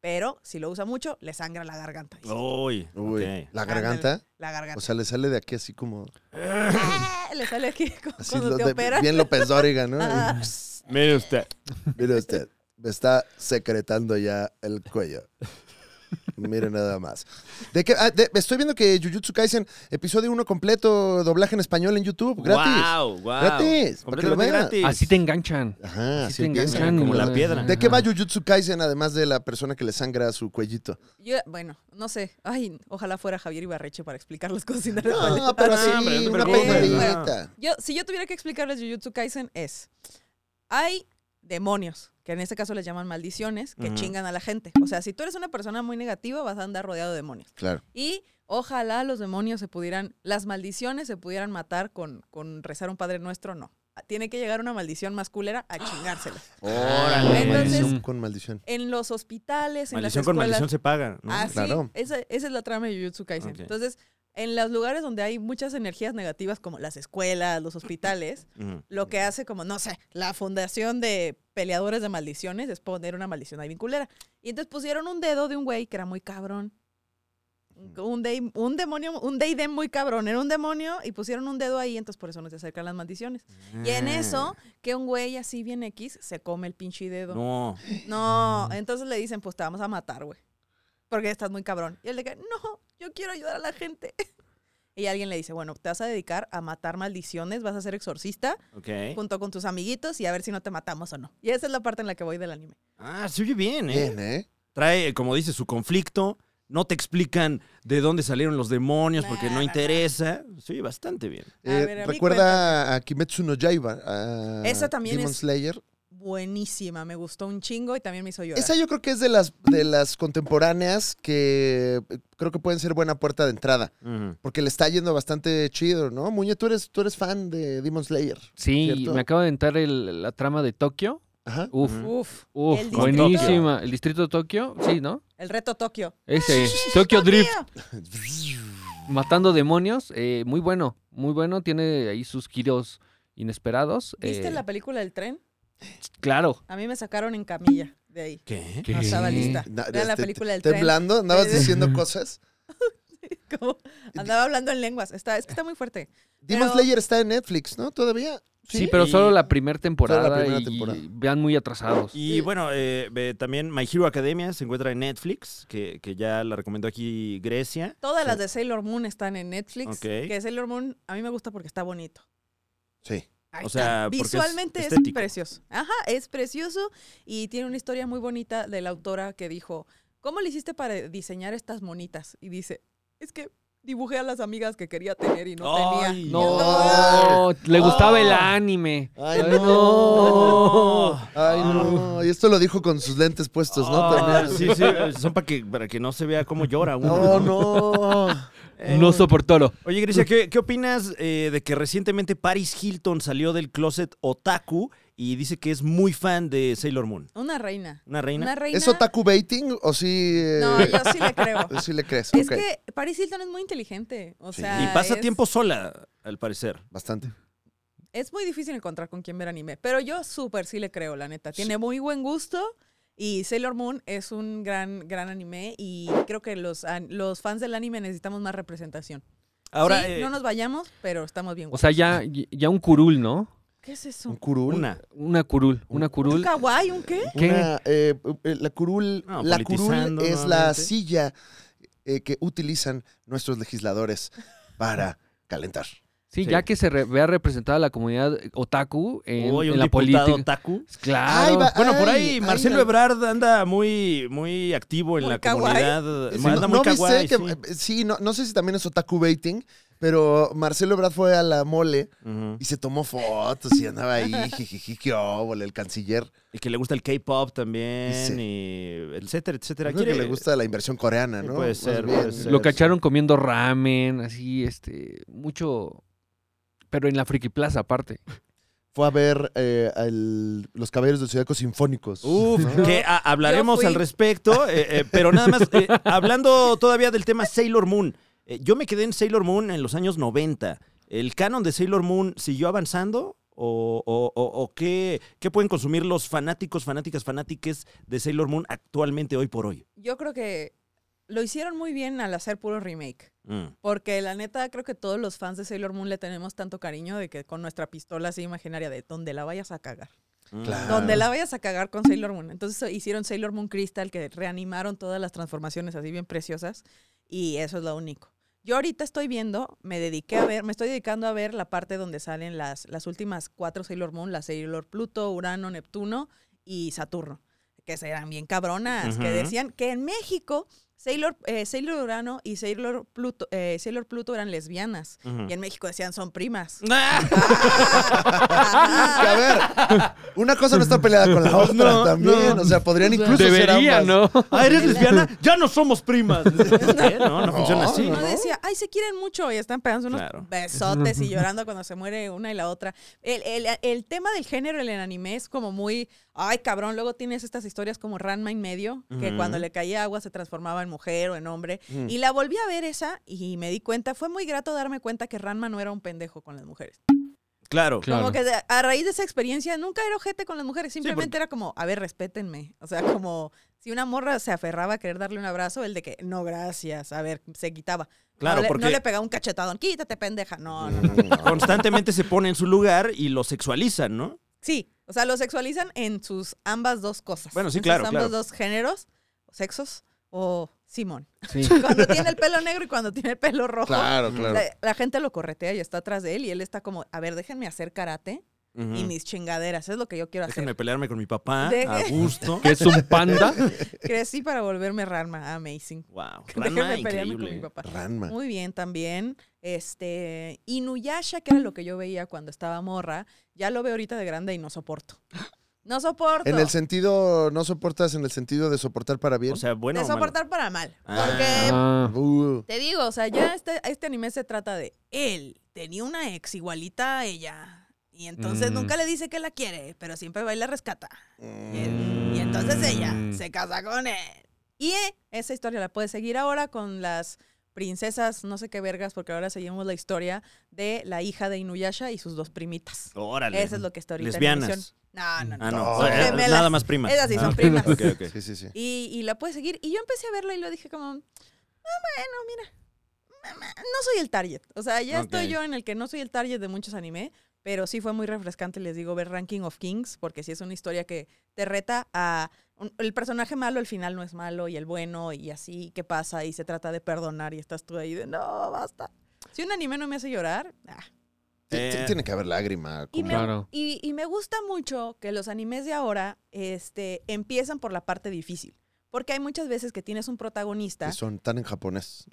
Speaker 4: Pero si lo usa mucho, le sangra la garganta.
Speaker 2: Oh.
Speaker 4: dice.
Speaker 1: Uy.
Speaker 2: Uy,
Speaker 1: ok.
Speaker 2: la garganta,
Speaker 4: La garganta.
Speaker 2: o sea, le sale de aquí así como...
Speaker 4: ¡Ah! le le sale aquí cu-
Speaker 2: Así
Speaker 4: cuando
Speaker 2: lo
Speaker 4: te
Speaker 2: de-
Speaker 4: operan.
Speaker 2: bien López Dóriga, ¿no?
Speaker 4: Ah.
Speaker 1: Mire usted.
Speaker 2: Mire usted, me está secretando ya el cuello. Mire nada más. ¿De qué? Ah, de- estoy viendo que Jujutsu Kaisen, episodio 1 completo, doblaje en español en YouTube, gratis.
Speaker 1: Wow, wow.
Speaker 2: Gratis, para que lo
Speaker 1: Completamente
Speaker 2: vean.
Speaker 1: gratis.
Speaker 3: Así te enganchan.
Speaker 2: Ajá,
Speaker 3: Así
Speaker 2: así
Speaker 3: te
Speaker 2: empieza.
Speaker 3: enganchan.
Speaker 1: como
Speaker 3: y
Speaker 1: la
Speaker 3: lo-
Speaker 1: piedra.
Speaker 2: ¿De qué va
Speaker 3: Ajá.
Speaker 2: Jujutsu Kaisen, además de la persona que le sangra su cuellito?
Speaker 4: Yo, bueno, no sé. Ay, ojalá fuera Javier Ibarreche para explicar las cosas. y no les vale.
Speaker 2: No, pero
Speaker 1: no,
Speaker 2: sí,
Speaker 1: hombre, no te
Speaker 2: una
Speaker 1: preocupes,
Speaker 2: peinadita.
Speaker 4: Yo, si yo tuviera que explicarles Jujutsu Kaisen es, hay demonios, que en este caso les llaman maldiciones, que
Speaker 1: Ujú.
Speaker 4: chingan a la gente. O sea, si tú eres una persona muy negativa, vas a andar rodeado de demonios.
Speaker 2: Claro.
Speaker 4: Y ojalá los demonios se pudieran, las maldiciones se pudieran matar con, con rezar un Padre Nuestro, no. Tiene que llegar una maldición más culera a chingársela.
Speaker 1: Órale.
Speaker 4: Entonces,
Speaker 2: Maldición con maldición.
Speaker 4: En los hospitales, en
Speaker 1: Maldición
Speaker 4: las
Speaker 1: con
Speaker 4: escuelas,
Speaker 1: maldición se paga. ¿no?
Speaker 4: Ah, sí.
Speaker 2: Claro.
Speaker 4: Esa, esa es la trama de Jujutsu Kaisen.
Speaker 1: Ok.
Speaker 4: Entonces, en los lugares donde hay muchas energías negativas, como las escuelas, los hospitales,
Speaker 1: Ujú.
Speaker 4: lo que hace como, no sé, la fundación de peleadores de maldiciones es poner una maldición ahí vinculera. Y entonces pusieron un dedo de un güey que era muy cabrón. Un- Un, dey- un demonio, un deidem muy cabrón, era un demonio y pusieron un dedo ahí, entonces por eso no se acercan las maldiciones. Y en
Speaker 1: Eh.
Speaker 4: eso,
Speaker 1: Ah.
Speaker 4: que un güey así bien X se come el pinche dedo.
Speaker 1: No.
Speaker 4: No, entonces le dicen, pues te vamos a matar, güey. Porque estás muy cabrón. Y él le dice, no, yo quiero ayudar a la gente. Y alguien le dice, bueno, te vas a dedicar a matar maldiciones, vas a ser exorcista
Speaker 1: Ok.
Speaker 4: junto con tus amiguitos y a ver si no te matamos o no. Y esa es la parte en la que voy del anime.
Speaker 1: Ah, se oye bien, ¿eh?
Speaker 2: Bien, ¿eh?
Speaker 1: Trae, como dice, su conflicto. No te explican de dónde salieron los demonios porque
Speaker 4: Nah,
Speaker 1: no
Speaker 4: nah, nah.
Speaker 1: interesa. Se oye bastante bien.
Speaker 4: A
Speaker 2: Eh,
Speaker 4: ver, a mí
Speaker 2: recuerda a Kimetsu no Yaiba, a
Speaker 4: Esa también
Speaker 2: Demon
Speaker 4: es-
Speaker 2: Slayer.
Speaker 4: Buenísima, me gustó un chingo y también me hizo llorar.
Speaker 2: Esa yo creo que es de las, de las contemporáneas que eh, creo que pueden ser buena puerta de entrada,
Speaker 1: Ujú.
Speaker 2: porque le está yendo bastante chido, ¿no? Muñe, tú eres, tú eres fan de Demon Slayer.
Speaker 3: Sí,
Speaker 2: ¿Cierto?
Speaker 3: me acabo de entrar el- la trama de Tokio.
Speaker 2: Ajá.
Speaker 3: Uf,
Speaker 1: Ujú.
Speaker 4: Uf,
Speaker 3: uf,
Speaker 4: El distrito.
Speaker 3: buenísima. El distrito de Tokio, sí, ¿no?
Speaker 4: el reto Tokio.
Speaker 3: Ese, Tokio Drift,
Speaker 4: Tokio.
Speaker 3: matando demonios. eh, muy bueno, muy bueno. Tiene ahí sus giros inesperados.
Speaker 4: ¿Viste
Speaker 3: eh,
Speaker 4: la película del tren?
Speaker 3: Claro.
Speaker 4: A mí me sacaron en camilla de ahí.
Speaker 1: ¿Qué?
Speaker 4: No estaba
Speaker 3: ¿Qué?
Speaker 4: lista.
Speaker 2: Na-
Speaker 4: Vean la
Speaker 2: te-
Speaker 4: película del tren.
Speaker 2: Temblando, andabas
Speaker 4: Sí, sí.
Speaker 2: diciendo cosas.
Speaker 4: Como andaba hablando en lenguas. Está, es que está muy fuerte.
Speaker 2: Demon
Speaker 4: Pero-
Speaker 2: Slayer está en Netflix, ¿no? Todavía.
Speaker 3: Sí, pero solo la primera temporada.
Speaker 2: primera
Speaker 3: y
Speaker 2: temporada.
Speaker 3: vean muy atrasados.
Speaker 1: Y bueno, eh, ve- también My Hero Academia se encuentra en Netflix, que, que ya la recomendó aquí Grecia.
Speaker 4: Todas las de Sailor Moon están en Netflix.
Speaker 1: Ok.
Speaker 4: Que Sailor Moon a mí me gusta porque está bonito.
Speaker 2: Sí.
Speaker 4: Ahí
Speaker 1: O
Speaker 4: está.
Speaker 1: sea, porque es
Speaker 4: visualmente es,
Speaker 1: estético.
Speaker 4: precioso. Ajá, es precioso y tiene una historia muy bonita de la autora que dijo, ¿cómo le hiciste para diseñar estas monitas? Y dice, es que dibujé a las amigas que quería tener y no
Speaker 1: ¡Ay!
Speaker 4: tenía.
Speaker 2: No.
Speaker 3: No, le gustaba el
Speaker 1: Oh.
Speaker 3: anime.
Speaker 2: Ay,
Speaker 3: Ay,
Speaker 2: no.
Speaker 3: no.
Speaker 2: Ay, no. Y esto lo dijo con sus lentes puestos, ¿no?
Speaker 1: Ah,
Speaker 2: También.
Speaker 1: sí, sí, son para que, para que no se vea cómo llora uno.
Speaker 2: No, no.
Speaker 1: Eh,
Speaker 3: No soportó.
Speaker 1: Oye, Grecia, ¿qué, qué opinas eh, de que recientemente Paris Hilton salió del closet otaku y dice que es muy fan de Sailor Moon?
Speaker 4: Una reina.
Speaker 1: ¿Una reina?
Speaker 4: Una reina.
Speaker 2: ¿Es otaku baiting o sí? eh,
Speaker 4: No, yo sí le creo.
Speaker 2: sí le crees.
Speaker 4: Es
Speaker 2: ok.
Speaker 4: que Paris Hilton es muy inteligente. O
Speaker 2: Sí.
Speaker 4: sea,
Speaker 1: Y pasa
Speaker 4: es-
Speaker 1: tiempo sola, al parecer.
Speaker 2: Bastante.
Speaker 4: Es muy difícil encontrar con quién ver anime, pero yo súper sí le creo, la neta. Tiene muy buen gusto y Sailor Moon es un gran, gran anime y creo que los, an- los fans del anime necesitamos más representación.
Speaker 1: Ahora,
Speaker 4: Sí,
Speaker 1: eh,
Speaker 4: no nos vayamos, pero estamos bien.
Speaker 3: O sea, ya, ya un curul, ¿no?
Speaker 4: ¿Qué es
Speaker 2: Un
Speaker 4: eso?
Speaker 2: curul.
Speaker 1: una.
Speaker 3: Una curul, una
Speaker 4: ¿Un
Speaker 3: curul.
Speaker 4: kawaii? ¿Un qué?
Speaker 3: ¿Qué?
Speaker 2: Una, eh, eh, la curul,
Speaker 1: No,
Speaker 2: la curul
Speaker 1: politizando
Speaker 2: es la
Speaker 1: nuevamente.
Speaker 2: silla eh, que utilizan nuestros legisladores para calentar.
Speaker 3: Sí,
Speaker 1: Sí.
Speaker 3: ya que se re- vea representada la comunidad otaku en,
Speaker 1: Uy,
Speaker 3: en
Speaker 1: un
Speaker 3: la
Speaker 1: diputado
Speaker 3: política.
Speaker 1: otaku.
Speaker 3: Claro.
Speaker 2: Ay, va-
Speaker 1: Bueno, por
Speaker 2: Ay,
Speaker 1: ahí
Speaker 2: ay,
Speaker 1: Marcelo
Speaker 2: ay.
Speaker 1: Ebrard anda muy, muy activo en
Speaker 4: Muy
Speaker 1: la
Speaker 4: kawaii.
Speaker 1: comunidad.
Speaker 2: Sí,
Speaker 1: anda muy
Speaker 2: viste
Speaker 1: kawaii,
Speaker 2: que-
Speaker 1: sí.
Speaker 2: eh, sí, no, no sé si también es otaku baiting, pero Marcelo Ebrard fue a la mole
Speaker 1: Ujú.
Speaker 2: y se tomó fotos y andaba ahí, jijiji, qué óvole, el canciller.
Speaker 1: Y que le gusta el K-pop también,
Speaker 2: Sí.
Speaker 1: y etcétera, etcétera.
Speaker 2: Creo que
Speaker 1: Quiere-
Speaker 2: le gusta la inversión coreana,
Speaker 1: Sí,
Speaker 2: ¿no?
Speaker 1: Eh, puede
Speaker 2: Más
Speaker 1: ser,
Speaker 2: bien.
Speaker 1: puede ser.
Speaker 3: Lo cacharon comiendo ramen, así, este, mucho... Pero en la friki plaza, aparte.
Speaker 2: Fue a ver eh, al- los caballeros del Zodíaco Sinfónicos.
Speaker 1: Uf,
Speaker 2: ¿no?
Speaker 1: que a- hablaremos
Speaker 4: Yo fui.
Speaker 1: al respecto, eh, eh, pero nada más, eh, hablando todavía del tema Sailor Moon, eh, yo me quedé en Sailor Moon en los años 90. ¿El canon de Sailor Moon siguió avanzando? ¿O, o- o- o qué, qué pueden consumir los fanáticos, fanáticas, fanátiques de Sailor Moon actualmente, hoy por hoy?
Speaker 4: Yo creo que lo hicieron muy bien al hacer puro remake.
Speaker 1: Mm.
Speaker 4: Porque la neta, creo que todos los fans de Sailor Moon le tenemos tanto cariño de que con nuestra pistola así imaginaria de donde la vayas a cagar.
Speaker 2: Claro.
Speaker 4: Donde la vayas a cagar con Sailor Moon. Entonces eh, hicieron Sailor Moon Crystal, que reanimaron todas las transformaciones así bien preciosas. Y eso es lo único. Yo ahorita estoy viendo, me dediqué a ver, me estoy dedicando a ver la parte donde salen las, las últimas cuatro Sailor Moon, la Sailor Pluto, Urano, Neptuno y Saturno, que eran bien cabronas, que
Speaker 1: Ujú.
Speaker 4: decían que en México Sailor, eh, Sailor Urano y Sailor Pluto, eh, Sailor Pluto eran lesbianas.
Speaker 1: Ujú.
Speaker 4: Y en México decían son primas.
Speaker 2: Que, a ver, una cosa no está peleada con la otra
Speaker 1: No,
Speaker 2: también.
Speaker 1: no.
Speaker 2: O sea,
Speaker 4: Pues,
Speaker 2: podrían incluso ser
Speaker 3: Debería,
Speaker 2: ambas.
Speaker 3: ¿no?
Speaker 1: Ah, ¿eres lesbiana? Ya no somos primas. ¿Eh? No, no funciona así.
Speaker 4: No decía, ay, se quieren mucho y están pegándose unos
Speaker 1: Claro.
Speaker 4: besotes y llorando cuando se muere una y la otra. El, el- el tema del género en el anime es como muy, ay, cabrón, luego tienes estas historias como Ranma en medio, que
Speaker 1: Ujú.
Speaker 4: cuando le caía agua se transformaba en mujer o en hombre.
Speaker 2: Ujú.
Speaker 4: Y la volví a ver esa y me di cuenta, fue muy grato darme cuenta que Ranma no era un pendejo con las mujeres.
Speaker 1: Claro.
Speaker 3: Claro.
Speaker 4: Como que de- a raíz de esa experiencia nunca era ojete con las mujeres, simplemente
Speaker 1: porque-
Speaker 4: era como, a ver, respétenme. O sea, como si una morra se aferraba a querer darle un abrazo, el de que, no, gracias, a ver, se quitaba.
Speaker 1: Claro,
Speaker 4: no, le,
Speaker 1: porque-
Speaker 4: no le pegaba un cachetadón, quítate, pendeja. No, no, no.
Speaker 1: Constantemente se pone en su lugar y lo sexualizan, ¿no?
Speaker 4: Sí, o sea, lo sexualizan en sus ambas dos cosas.
Speaker 1: Bueno, sí,
Speaker 4: En
Speaker 1: claro,
Speaker 4: Sus ambos
Speaker 1: claro.
Speaker 4: dos géneros, sexos o Simón.
Speaker 3: Sí.
Speaker 4: Cuando tiene el pelo negro y cuando tiene el pelo rojo.
Speaker 2: Claro, claro.
Speaker 4: La, la gente lo corretea y está atrás de él y él está como, a ver, déjenme hacer karate
Speaker 1: Ujú.
Speaker 4: y mis chingaderas, es lo que yo quiero hacer.
Speaker 1: Mm. Déjenme pelearme con mi papá
Speaker 4: De-
Speaker 1: a gusto.
Speaker 3: Que es un panda.
Speaker 4: Crecí para volverme Ranma, amazing.
Speaker 1: Wow. Ranma,
Speaker 4: Déjame pelearme con mi
Speaker 1: increíble.
Speaker 4: papá.
Speaker 2: Ranma.
Speaker 4: Muy bien también. Este, Inuyasha, que era lo que yo veía cuando estaba morra, ya lo veo ahorita de grande y no soporto. No soporto.
Speaker 2: En el sentido, no soportas en el sentido de soportar para bien.
Speaker 1: O sea, bueno.
Speaker 4: de
Speaker 1: o malo.
Speaker 4: soportar para mal.
Speaker 1: Ah.
Speaker 4: Porque
Speaker 3: Ah,
Speaker 2: Uh,
Speaker 4: te digo, o sea, ya este, este anime se trata de él tenía una ex igualita a ella. Y entonces
Speaker 3: Mm.
Speaker 4: nunca le dice que la quiere, pero siempre va y la rescata. Y,
Speaker 2: mm,
Speaker 4: él- y entonces ella
Speaker 3: Mm.
Speaker 4: se casa con él. Y eh, esa historia la puedes seguir ahora con las princesas, no sé qué vergas, porque ahora seguimos la historia de la hija de Inuyasha y sus dos primitas.
Speaker 1: Órale.
Speaker 4: Eso es lo que está ahorita
Speaker 1: Lesbianas.
Speaker 4: en emisión. No, no, no.
Speaker 1: Ah, no.
Speaker 2: No,
Speaker 1: o sea,
Speaker 4: gemelas.
Speaker 1: nada más primas.
Speaker 4: Esas sí son
Speaker 1: Ah,
Speaker 4: primas.
Speaker 1: ok, ok.
Speaker 2: sí, sí, sí.
Speaker 4: Y, y la puedes seguir. Y yo empecé a verla y lo dije como, ah, bueno, mira, mamá, no soy el target. O sea, ya
Speaker 1: Ok.
Speaker 4: estoy yo en el que no soy el target de muchos anime, pero sí fue muy refrescante, les digo, ver Ranking of Kings, porque sí es una historia que te reta a... un- el personaje malo al final no es malo y el bueno y así, ¿qué pasa? Y se trata de perdonar y estás tú ahí de, no, basta. Si un anime no me hace llorar, ah,
Speaker 2: Ti-
Speaker 1: Eh.
Speaker 2: ti- Tiene que haber lágrima.
Speaker 4: y
Speaker 2: como-
Speaker 4: me,
Speaker 3: Claro.
Speaker 4: y, y me gusta mucho que los animes de ahora este, empiezan por la parte difícil. Porque hay muchas veces que tienes un protagonista
Speaker 2: que son tan en japonés.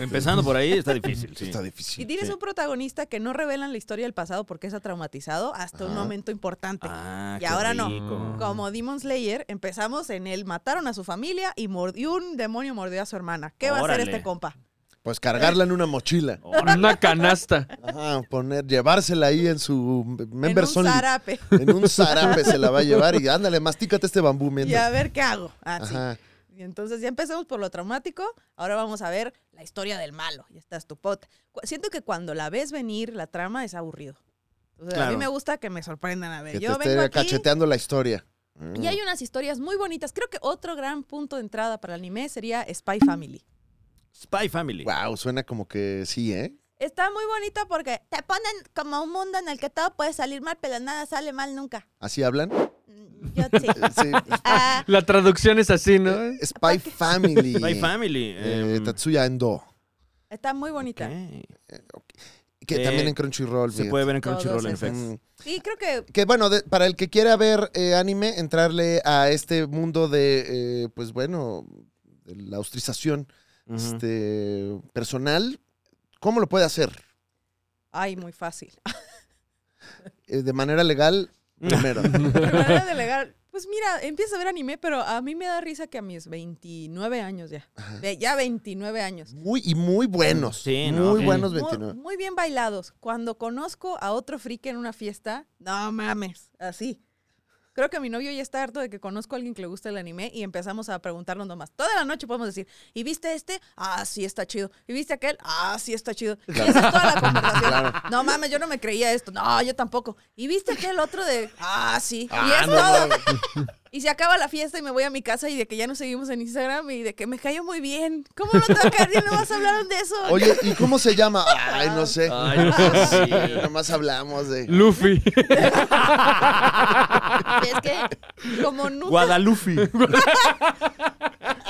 Speaker 1: Empezando por ahí está difícil.
Speaker 2: Eso
Speaker 1: sí.
Speaker 2: está
Speaker 4: y
Speaker 2: difícil.
Speaker 4: tienes
Speaker 1: sí.
Speaker 4: un protagonista que no revelan la historia del pasado porque está traumatizado hasta un
Speaker 2: Ajá.
Speaker 4: momento importante.
Speaker 1: Ah,
Speaker 4: Y
Speaker 1: qué
Speaker 4: ahora no.
Speaker 1: rico.
Speaker 4: Como Demon Slayer, empezamos en el mataron a su familia y, mord- y un demonio mordió a su hermana. ¿Qué va a hacer
Speaker 1: Órale.
Speaker 4: este compa?
Speaker 2: Pues cargarla en una mochila.
Speaker 1: Órale.
Speaker 3: Una canasta.
Speaker 2: Ajá, poner, llevársela ahí en su member
Speaker 4: en un
Speaker 2: only.
Speaker 4: zarape.
Speaker 2: En un zarape se la va a llevar y ándale, mastícate este bambú
Speaker 4: y
Speaker 2: mientras.
Speaker 4: a ver qué hago. Ah, Así.
Speaker 2: Ajá.
Speaker 4: Y entonces ya empezamos por lo traumático, ahora vamos a ver la historia del malo. Y estás tu pot. Cu- Siento que cuando la ves venir, la trama es aburrido. O sea, A mí
Speaker 1: Claro.
Speaker 4: me gusta que me sorprendan. A ver,
Speaker 2: Que te
Speaker 4: yo vengo
Speaker 2: esté
Speaker 4: aquí
Speaker 2: cacheteando la historia.
Speaker 4: y hay unas historias muy bonitas. Creo que otro gran punto de entrada para el anime sería Spy Family.
Speaker 1: Spy Family.
Speaker 2: Wow, Mm. suena como que sí, ¿eh?
Speaker 4: Está muy bonita porque te ponen como un mundo en el que todo puede salir mal, pero nada sale mal nunca.
Speaker 2: ¿Así hablan? Eh,
Speaker 4: Mm, Yo sí.
Speaker 2: Sí.
Speaker 4: Ah,
Speaker 3: La traducción es así, ¿no?
Speaker 2: Spy Family.
Speaker 1: Spy Family.
Speaker 2: Eh,
Speaker 1: em,
Speaker 2: Tatsuya Endo.
Speaker 4: está muy bonita.
Speaker 1: ok.
Speaker 2: Que
Speaker 1: Eh,
Speaker 2: también en Crunchyroll.
Speaker 1: Se
Speaker 2: fíjate.
Speaker 1: puede ver en
Speaker 4: Todos
Speaker 1: Crunchyroll en
Speaker 4: esos.
Speaker 1: efecto.
Speaker 2: Mm.
Speaker 4: Sí, creo que
Speaker 2: Que bueno, de- para el que quiera ver eh, anime, entrarle a este mundo de, eh, pues bueno, de la austrización
Speaker 1: Ujú.
Speaker 2: este, personal, ¿cómo lo puede hacer?
Speaker 4: ay, muy fácil.
Speaker 2: Eh, de manera legal, primero.
Speaker 4: Pero manera de legal, Pues mira, empieza a ver anime, pero a mí me da risa que a mis 29 años ya. ve- Ya 29 años.
Speaker 2: muy, y muy buenos.
Speaker 1: Sí, ¿no?
Speaker 2: muy
Speaker 1: Sí.
Speaker 2: buenos
Speaker 4: Muy,
Speaker 2: 29.
Speaker 4: muy bien bailados. Cuando conozco a otro friki en una fiesta, no mames, así. Creo que mi novio ya está harto de que conozco a alguien que le gusta el anime y empezamos a preguntarnos nomás. Toda la noche podemos decir, ¿y viste este? Ah, sí, está chido. ¿Y viste aquel? Ah, sí, está chido. Y esa es toda la conversación. No mames, yo no Ah, me creía esto. No, yo tampoco. ¿Y viste aquel otro de? Ah, sí. y es todo. Y se acaba la fiesta y me voy a mi casa y de que ya nos seguimos en Instagram y de que me cayó muy bien. ¿Cómo no te va a caer bien? Nomás hablaron de eso.
Speaker 2: Oye, ¿y cómo se llama? Ay, no sé.
Speaker 3: Ay,
Speaker 4: Ah,
Speaker 3: no, sí.
Speaker 2: Nomás hablamos de.
Speaker 3: Luffy.
Speaker 4: Es que como nunca...
Speaker 1: Guadalufi.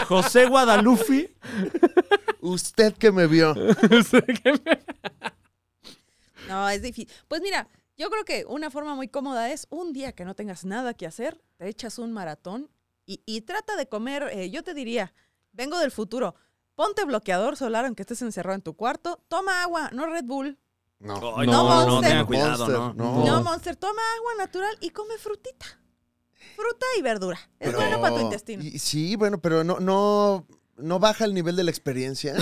Speaker 1: José Guadalufi.
Speaker 2: Usted que me vio.
Speaker 4: No, es difícil. Pues mira, yo creo que una forma muy cómoda es un día que no tengas nada que hacer, te echas un maratón y, y trata de comer, eh, yo te diría, vengo del futuro, ponte bloqueador solar aunque estés encerrado en tu cuarto, toma agua, no Red Bull,
Speaker 2: No.
Speaker 1: Ay,
Speaker 4: No,
Speaker 1: no, no,
Speaker 4: Monster.
Speaker 1: tengan cuidado,
Speaker 2: Monster,
Speaker 1: ¿no?
Speaker 2: no.
Speaker 4: no Monster, toma agua natural y come frutita. Fruta y verdura. Es
Speaker 2: Pero-
Speaker 4: bueno para tu intestino.
Speaker 2: Y- sí, bueno, pero no, no, no baja el nivel de la experiencia.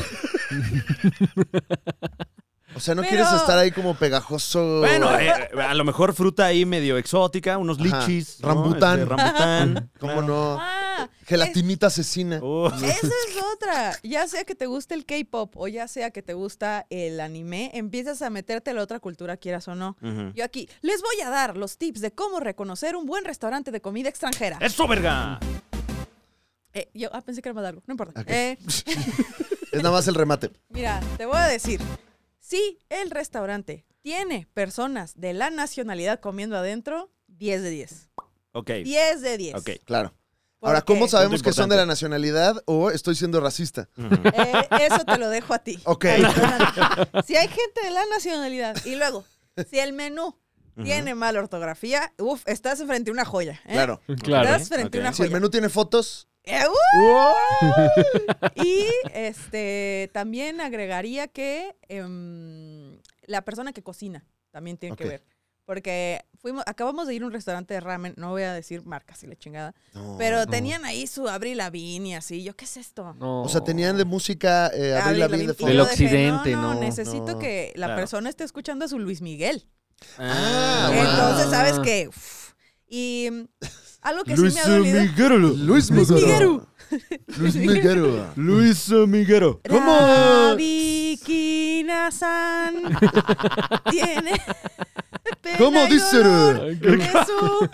Speaker 2: o sea, no
Speaker 4: Pero-
Speaker 2: quieres estar ahí como pegajoso.
Speaker 1: Bueno, eh, a lo mejor fruta ahí medio exótica, unos
Speaker 2: Ajá.
Speaker 1: lichis. ¿no?
Speaker 2: Rambután.
Speaker 1: Este, rambután.
Speaker 2: ¿Cómo
Speaker 1: claro.
Speaker 2: no?
Speaker 4: Ah,
Speaker 2: Gelatinita asesina.
Speaker 1: Oh.
Speaker 4: Esa es otra. Ya sea que te guste el K-pop o ya sea que te gusta el anime, empiezas a meterte a la otra cultura, quieras o no.
Speaker 1: Ujú.
Speaker 4: Yo aquí les voy a dar los tips de cómo reconocer un buen restaurante de comida extranjera.
Speaker 1: ¡Eso, verga!
Speaker 4: Eh, yo ah, pensé que era más largo, no importa.
Speaker 2: Ok.
Speaker 4: Eh,
Speaker 2: Es nada más el remate.
Speaker 4: mira, te voy a decir, si el restaurante tiene personas de la nacionalidad comiendo adentro, 10 de 10.
Speaker 1: Ok.
Speaker 4: 10 de 10.
Speaker 1: Ok.
Speaker 2: Claro.
Speaker 4: ¿Por
Speaker 2: Ahora, ¿cómo
Speaker 4: qué?
Speaker 2: sabemos que son
Speaker 1: importante.
Speaker 2: de la nacionalidad o estoy siendo racista?
Speaker 1: Ujú.
Speaker 4: Eh, eso te lo dejo a ti.
Speaker 2: Ok.
Speaker 4: Ahí, Fernando. si hay gente de la nacionalidad y luego, si el menú tiene mala ortografía, uf, estás enfrente a una joya. ¿eh?
Speaker 2: Claro.
Speaker 3: claro.
Speaker 4: Estás
Speaker 1: Ok.
Speaker 4: frente a una
Speaker 2: Si el
Speaker 4: joya.
Speaker 2: menú tiene fotos,
Speaker 4: Eh, ¡uh! Y este también agregaría que em, la persona que cocina también tiene
Speaker 2: Ok.
Speaker 4: que ver. Porque fuimos, acabamos de ir a un restaurante de ramen, no voy a decir marcas y la chingada,
Speaker 2: No.
Speaker 4: pero tenían ahí su Abril Lavigne y así, yo, ¿qué es esto?
Speaker 3: No.
Speaker 2: o sea, tenían de música eh, Avril
Speaker 4: Avril
Speaker 2: Lavigne de
Speaker 4: Lavigne.
Speaker 2: fondo.
Speaker 4: Y yo
Speaker 3: Del
Speaker 4: dije,
Speaker 3: occidente, no,
Speaker 4: necesito
Speaker 2: no.
Speaker 4: que la
Speaker 1: Claro.
Speaker 4: persona esté escuchando a su Luis Miguel.
Speaker 2: Ah,
Speaker 1: bueno.
Speaker 4: Entonces,
Speaker 3: wow.
Speaker 4: ¿sabes qué? Uf. Y mm, algo que sí me ha dolido.
Speaker 1: Miguel.
Speaker 2: Luis
Speaker 4: Luis
Speaker 2: Miguel.
Speaker 4: Miguel.
Speaker 2: Luis Miguel.
Speaker 1: Luis Miguel.
Speaker 4: Ah, Rabiquina San tiene pena
Speaker 2: ¿Cómo
Speaker 4: y
Speaker 2: dice?
Speaker 4: dolor de su-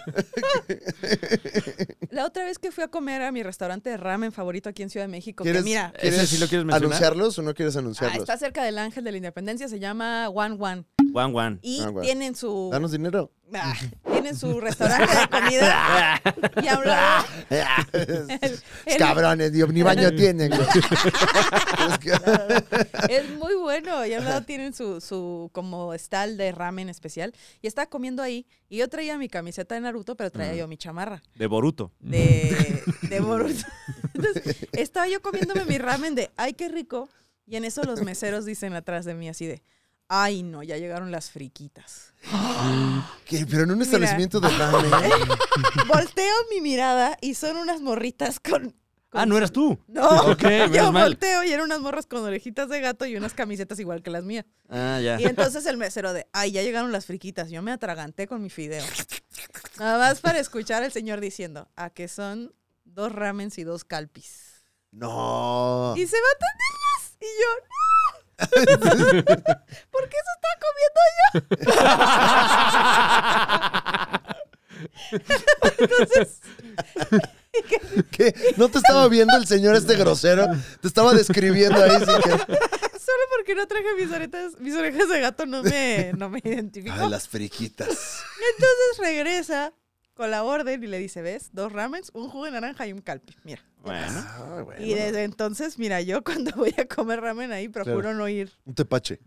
Speaker 4: La otra vez que fui a comer a mi restaurante de ramen favorito aquí en Ciudad de México, que
Speaker 2: ¿Quieres,
Speaker 4: mira,
Speaker 1: ¿Ese sí lo quieres mencionar?
Speaker 2: ¿Anunciarlos o no quieres
Speaker 4: ah,
Speaker 2: anunciarlos?
Speaker 4: está cerca del Ángel de la Independencia, se llama One One
Speaker 1: Juan, Juan.
Speaker 4: y
Speaker 2: Ah, bueno.
Speaker 4: tienen su
Speaker 2: Danos dinero.
Speaker 4: Ah, tienen su restaurante de comida y a un lado
Speaker 2: Ah, Es Cabrones, Dios, ni baño tienen. güey. Es que-
Speaker 4: es muy bueno y a un lado tienen su, su como estal de ramen especial y estaba comiendo ahí y yo traía mi camiseta de Naruto pero traía yo mi chamarra
Speaker 1: De Boruto.
Speaker 4: de, de Boruto entonces estaba yo comiéndome mi ramen de ay qué rico y en eso los meseros dicen atrás de mí así de ay no ya llegaron las friquitas
Speaker 2: ¿Qué? Pero en un establecimiento de ramen.
Speaker 4: volteo mi mirada y son unas morritas con. con-
Speaker 1: Ah, no eras tú.
Speaker 4: No,
Speaker 1: Ok, menos
Speaker 4: yo
Speaker 1: mal.
Speaker 4: volteo y eran unas morras con orejitas de gato y unas camisetas igual que las mías.
Speaker 1: Ah, ya.
Speaker 4: Y entonces el mesero de, ay, ya llegaron las friquitas. Yo me atraganté con mi fideo. Nada más para escuchar al señor diciendo, a que son dos ramens y dos calpis.
Speaker 2: No.
Speaker 4: Y se va a tenerlas. Y yo, no. ¿Por qué eso estaba comiendo yo? Entonces,
Speaker 2: ¿Qué? ¿No te estaba viendo el señor este grosero? Te estaba describiendo ahí. Sin que...
Speaker 4: Solo porque no traje mis orejas, mis orejas de gato no me, no me identificó.
Speaker 2: Ay, Ah, las friquitas.
Speaker 4: Entonces regresa con la orden y le dice, ¿ves? Dos ramens, un jugo de naranja y un calpi. Mira.
Speaker 1: Bueno.
Speaker 2: Ay, Ah, bueno.
Speaker 4: Y desde entonces, mira, yo cuando voy a comer ramen ahí procuro
Speaker 2: Claro.
Speaker 4: no ir.
Speaker 2: Un tepache.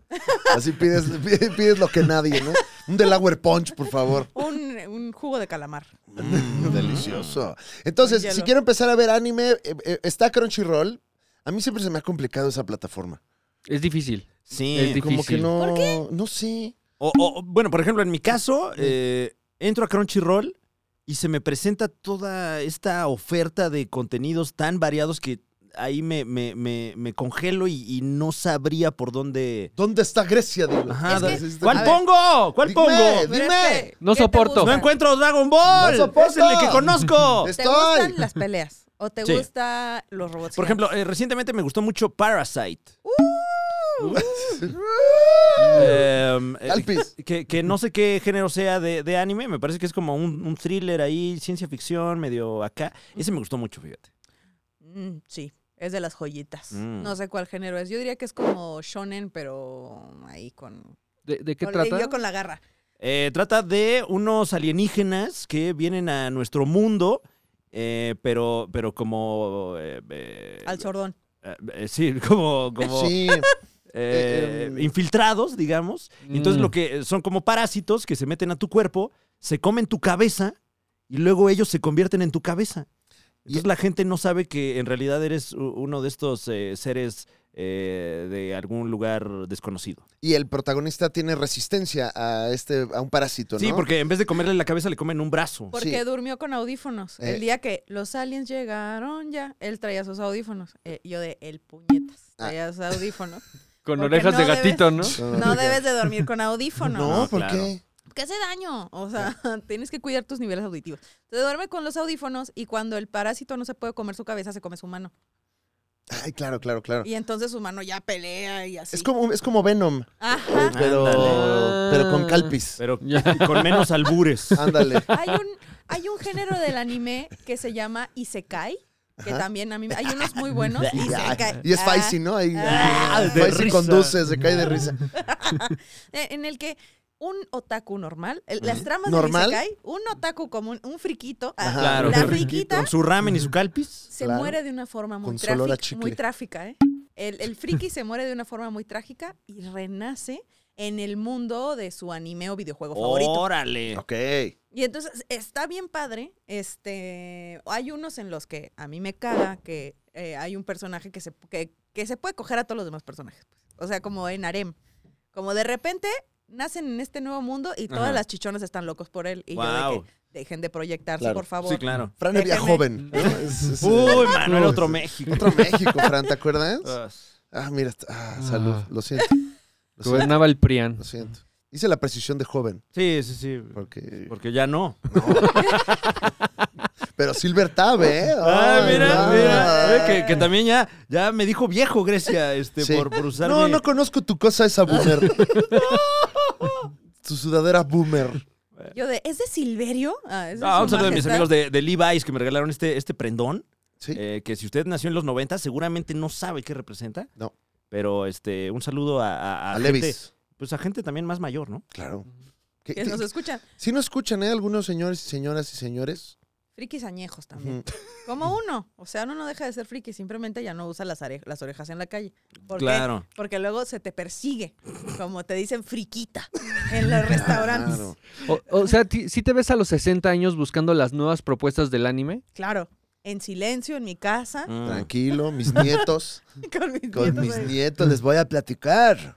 Speaker 2: Así pides, pides, pides lo que nadie, ¿no? Un Delaware Punch, por favor.
Speaker 4: Un, un jugo de calamar.
Speaker 2: Mm, delicioso. Entonces,
Speaker 4: Con hielo.
Speaker 2: si quiero empezar a ver anime, eh, eh, está Crunchyroll. A mí siempre se me ha complicado esa plataforma.
Speaker 3: Es difícil.
Speaker 1: Sí.
Speaker 3: Es
Speaker 2: Como que
Speaker 3: Difícil.
Speaker 2: no. No sé.
Speaker 1: O- o- bueno, por ejemplo, en mi caso, eh, entro a Crunchyroll y se me presenta toda esta oferta de contenidos tan variados que ahí me, me- me- me congelo y, y no sabría por dónde.
Speaker 2: ¿Dónde está Grecia? Digo?
Speaker 1: Ajá,
Speaker 2: Es que-
Speaker 1: de- ¿Cuál
Speaker 2: A ver,
Speaker 1: pongo? ¿Cuál
Speaker 2: dime,
Speaker 1: pongo?
Speaker 4: Pero
Speaker 2: Dime.
Speaker 4: es que,
Speaker 3: No
Speaker 4: ¿qué te
Speaker 3: soporto.
Speaker 1: No
Speaker 4: gusta?
Speaker 1: encuentro Dragon Ball.
Speaker 2: No soporto.
Speaker 1: es el que conozco.
Speaker 2: Es-
Speaker 4: ¿Te
Speaker 2: Estoy.
Speaker 4: gustan las peleas? ¿O te
Speaker 1: Sí.
Speaker 4: gustan los robots?
Speaker 1: Por ejemplo, eh, recientemente me gustó mucho Parasite. Em, eh,
Speaker 2: Alpis.
Speaker 1: que, que no sé qué género sea de, de anime, me parece que es como un, un thriller ahí, ciencia ficción, medio acá. Ese me gustó mucho, fíjate.
Speaker 4: Mm, sí, es de las joyitas.
Speaker 1: Mm.
Speaker 4: No sé cuál género es. Yo diría que es como shonen, pero ahí con...
Speaker 3: ¿De, de qué
Speaker 4: con-
Speaker 3: trata?
Speaker 4: Yo con la garra.
Speaker 1: Eh, trata de unos alienígenas que vienen a nuestro mundo, eh, pero, pero como... eh, eh,
Speaker 4: Al sordón.
Speaker 1: eh, eh, sí, como... como
Speaker 2: Sí.
Speaker 1: eh,
Speaker 2: em.
Speaker 1: infiltrados, digamos. Y Entonces
Speaker 3: Mm.
Speaker 1: lo que son como parásitos que se meten a tu cuerpo, se comen tu cabeza y luego ellos se convierten en tu cabeza. Entonces la gente no sabe que en realidad eres u- uno de estos eh, seres eh, de algún lugar desconocido.
Speaker 2: Y el protagonista tiene resistencia a este, a un parásito, ¿no?
Speaker 1: Sí, porque en vez de comerle la cabeza le comen un brazo.
Speaker 4: Porque
Speaker 2: Sí.
Speaker 4: durmió con audífonos.
Speaker 2: Eh.
Speaker 4: El día que los aliens llegaron ya, él traía sus audífonos. Eh, yo de el puñetas,
Speaker 2: Ah.
Speaker 4: traía sus audífonos.
Speaker 3: Con
Speaker 4: Porque
Speaker 3: orejas de
Speaker 4: no debes-
Speaker 3: gatito,
Speaker 4: No debes de dormir con audífonos.
Speaker 2: No,
Speaker 1: No,
Speaker 2: ¿por
Speaker 1: claro.
Speaker 2: qué?
Speaker 4: que hace daño. O sea, tienes que cuidar tus niveles auditivos. Te duerme con los audífonos y cuando el parásito no se puede comer su cabeza, se come su mano.
Speaker 2: Ay, claro, claro, claro.
Speaker 4: Y entonces su mano ya pelea y así.
Speaker 2: Ah. Es como, es como Venom,
Speaker 4: Ajá.
Speaker 2: pero,
Speaker 3: Ándale.
Speaker 2: pero con calpis.
Speaker 1: Pero
Speaker 3: ¿no?
Speaker 1: con menos albures.
Speaker 2: Ándale.
Speaker 4: Hay un, hay un género del anime que se llama Isekai, que
Speaker 2: Ajá.
Speaker 4: también a mí hay unos muy buenos. Isekai.
Speaker 2: Y es
Speaker 4: Ah.
Speaker 2: Faisy, ¿no? Ahí,
Speaker 4: Ah,
Speaker 1: de
Speaker 2: Faisy
Speaker 1: risa.
Speaker 2: conduce, se cae de risa.
Speaker 4: Eh, en el que un otaku normal, el- las tramas
Speaker 2: ¿Normal?
Speaker 4: de Isekai, un otaku común, un friquito, ah,
Speaker 2: Ajá.
Speaker 1: Claro.
Speaker 4: la
Speaker 1: con-
Speaker 4: friquita
Speaker 1: Con su ramen y su calpis.
Speaker 4: se
Speaker 2: Claro.
Speaker 4: muere de una forma muy,
Speaker 2: Con su olor a
Speaker 4: tráfic-
Speaker 2: chicle.
Speaker 4: muy trágica. ¿eh? El, el friki se muere de una forma muy trágica y renace en el mundo de su anime o videojuego
Speaker 1: Oh.
Speaker 4: favorito.
Speaker 1: Órale.
Speaker 2: Ok.
Speaker 4: Y entonces está bien padre. Este, hay unos en los que a mí me caga que eh, hay un personaje que se, que, que se puede coger a todos los demás personajes. pues. O sea, como en harem. Como de repente nacen en este nuevo mundo y todas
Speaker 1: Ajá.
Speaker 4: las chichonas están locos por él. Y yo de
Speaker 1: Wow.
Speaker 4: que dejen de proyectarse,
Speaker 2: Claro.
Speaker 4: por favor.
Speaker 1: Sí, claro.
Speaker 2: Fran era
Speaker 4: Déjenme.
Speaker 2: joven. ¿no? Es- es-
Speaker 1: Uy, Manuel, otro México.
Speaker 2: Otro México, Fran, ¿te acuerdas? Ah, mira, está- ah, salud,
Speaker 3: Ah.
Speaker 2: lo siento. Lo siento,
Speaker 3: Gobernaba el Prian.
Speaker 2: lo siento. Hice la precisión de joven,
Speaker 1: Sí, sí, sí.
Speaker 2: porque...
Speaker 1: Porque ya no.
Speaker 2: Pero Silver Tab, ¿eh?
Speaker 1: Ah,
Speaker 2: Ay,
Speaker 1: mira,
Speaker 2: no.
Speaker 1: mira. eh, que, que también ya, ya me dijo viejo Grecia este,
Speaker 2: Sí.
Speaker 1: por, por usar
Speaker 2: No,
Speaker 1: mi-
Speaker 2: no conozco tu cosa esa boomer. tu sudadera boomer.
Speaker 4: Yo de, ¿es de Silverio? Ah, es de
Speaker 1: Ah,
Speaker 4: su
Speaker 1: un saludo a mis
Speaker 4: majestad.
Speaker 1: amigos de, de Levi's que me regalaron este, este prendón.
Speaker 2: Sí.
Speaker 1: eh, que si usted nació en los 90, seguramente no sabe qué representa.
Speaker 2: No.
Speaker 1: Pero este, un saludo a, a, a
Speaker 2: a
Speaker 1: gente-
Speaker 2: Levis.
Speaker 1: Pues a gente también más mayor, ¿no?
Speaker 2: Claro. Que-
Speaker 4: Que nos
Speaker 2: que-
Speaker 4: escuchan.
Speaker 2: Sí no escuchan, ¿eh? Algunos señores y señoras y señores.
Speaker 4: Frikis añejos también.
Speaker 1: Mm.
Speaker 2: Ujú.
Speaker 4: Como uno. O sea, uno no deja de ser friki, simplemente ya no usa las, are- las orejas en la calle. ¿Por qué?
Speaker 1: Claro.
Speaker 4: Porque luego se te persigue, como te dicen friquita en los restaurantes.
Speaker 2: Claro.
Speaker 3: O, o sea, ti- ¿sí te ves a los 60 años buscando las nuevas propuestas del anime?
Speaker 4: Claro. En silencio, en mi casa,
Speaker 1: Mm.
Speaker 2: Tranquilo, mis nietos.
Speaker 4: con mis
Speaker 2: Con
Speaker 4: nietos
Speaker 2: mis
Speaker 4: ahí.
Speaker 2: nietos les voy a platicar.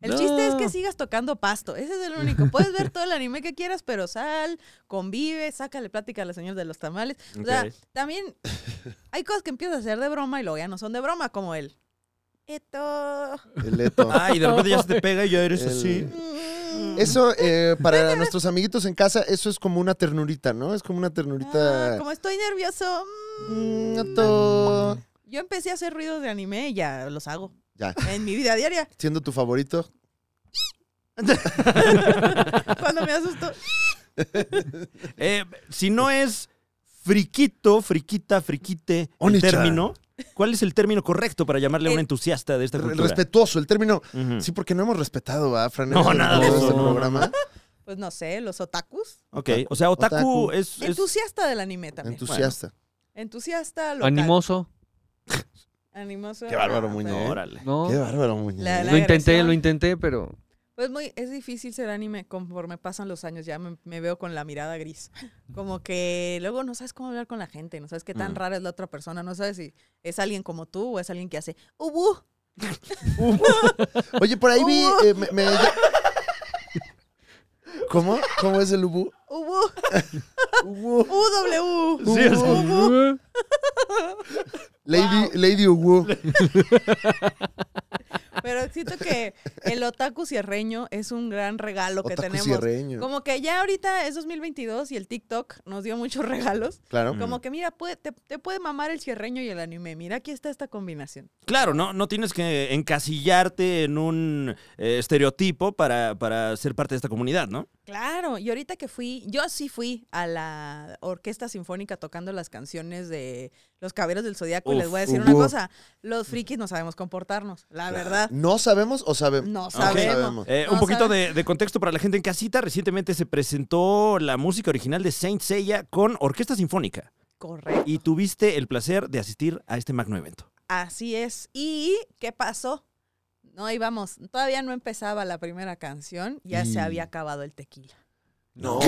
Speaker 4: El chiste es
Speaker 1: No.
Speaker 4: que sigas tocando pasto. Ese es el único. Puedes ver todo el anime que quieras, pero sal, convive, sácale plática a la señora de los tamales. O sea,
Speaker 1: Ok.
Speaker 4: también hay cosas que empiezas a hacer de broma y luego ya no son de broma, como él. Esto.
Speaker 2: El Eto.
Speaker 1: Ah, y de repente ya se te pega y ya eres
Speaker 2: El-
Speaker 1: así.
Speaker 4: mm.
Speaker 2: Eso, eh, para nuestros amiguitos en casa, eso es como una ternurita, ¿no? Es como una
Speaker 4: Ah,
Speaker 2: ternurita.
Speaker 4: como estoy nervioso. mm.
Speaker 2: Mm, Eto.
Speaker 4: Yo empecé a hacer ruidos de anime y ya los hago.
Speaker 2: Ya.
Speaker 4: En mi vida diaria.
Speaker 2: Siendo tu favorito.
Speaker 4: Cuando me asusto.
Speaker 1: Eh, si no es friquito, friquita, friquite, el
Speaker 2: Oni-chan.
Speaker 1: término, ¿cuál es el término correcto para llamarle a un
Speaker 4: Eh,
Speaker 1: entusiasta de esta
Speaker 2: Re-
Speaker 1: cultura?
Speaker 2: Respetuoso, el término.
Speaker 1: Ujú.
Speaker 2: Sí, porque no hemos respetado a Fran.
Speaker 1: No,
Speaker 2: Evia
Speaker 1: nada
Speaker 2: todo
Speaker 1: de
Speaker 2: este
Speaker 1: eso, no, no.
Speaker 2: programa.
Speaker 4: Pues no sé, los otakus.
Speaker 1: Ok, o sea, otaku,
Speaker 2: Otaku.
Speaker 1: es... es-
Speaker 4: Entusiasta del anime también.
Speaker 2: Entusiasta.
Speaker 4: Bueno, entusiasta, local.
Speaker 3: Animoso,
Speaker 4: Animoso.
Speaker 2: Qué bárbaro,
Speaker 4: ah,
Speaker 2: Muñoz.
Speaker 4: pero-
Speaker 1: Órale.
Speaker 3: ¿no?
Speaker 2: Qué bárbaro, Muñe.
Speaker 4: La- la-
Speaker 3: Lo intenté,
Speaker 4: agresión.
Speaker 3: lo intenté, pero...
Speaker 4: Pues muy, es difícil ser anime conforme pasan los años. Ya me, me veo con la mirada gris. Como que luego no sabes cómo hablar con la gente, no sabes qué tan
Speaker 1: Mm.
Speaker 4: rara es la otra persona, no sabes si es alguien como tú o es alguien que hace ubu.
Speaker 2: Oye, por ahí vi.
Speaker 1: Oh.
Speaker 2: eh, me- me- ya- ¿Cómo? ¿Cómo es el ubu?
Speaker 4: Ubu,
Speaker 2: Ubu.
Speaker 4: UW.
Speaker 1: Sí, o sea,
Speaker 2: Lady, Lady Ubu.
Speaker 4: Pero siento que El otaku cierreño es un gran regalo que
Speaker 2: Otaku
Speaker 4: tenemos.
Speaker 2: cierreño.
Speaker 4: Como que ya ahorita es 2022 y el TikTok nos dio muchos regalos.
Speaker 2: Claro.
Speaker 1: Mm.
Speaker 4: Como que mira, puede- te, te puede mamar el cierreño y el anime. Mira, aquí está esta combinación.
Speaker 1: Claro, no, no tienes que encasillarte en un eh, estereotipo para, para ser parte de esta comunidad, ¿no?
Speaker 4: Claro, y ahorita que fui, yo sí fui a la orquesta sinfónica tocando las canciones de Los Caballeros del Zodíaco y les
Speaker 1: Uf,
Speaker 4: voy a decir
Speaker 2: uh,
Speaker 4: una
Speaker 2: uh.
Speaker 4: cosa, los frikis no sabemos comportarnos, la verdad.
Speaker 2: ¿No sabemos o sabemos?
Speaker 4: No
Speaker 2: sabemos.
Speaker 4: sabemos.
Speaker 1: Eh,
Speaker 4: No
Speaker 1: un poquito
Speaker 4: sabemos.
Speaker 1: de, de contexto para la gente en casita. Recientemente se presentó la música original de Saint Seiya con Orquesta Sinfónica
Speaker 4: Correcto.
Speaker 1: y tuviste el placer de asistir a este magno evento.
Speaker 4: Así es. ¿Y qué pasó? No íbamos, todavía no empezaba la primera canción, ya se había acabado el tequila.
Speaker 2: No.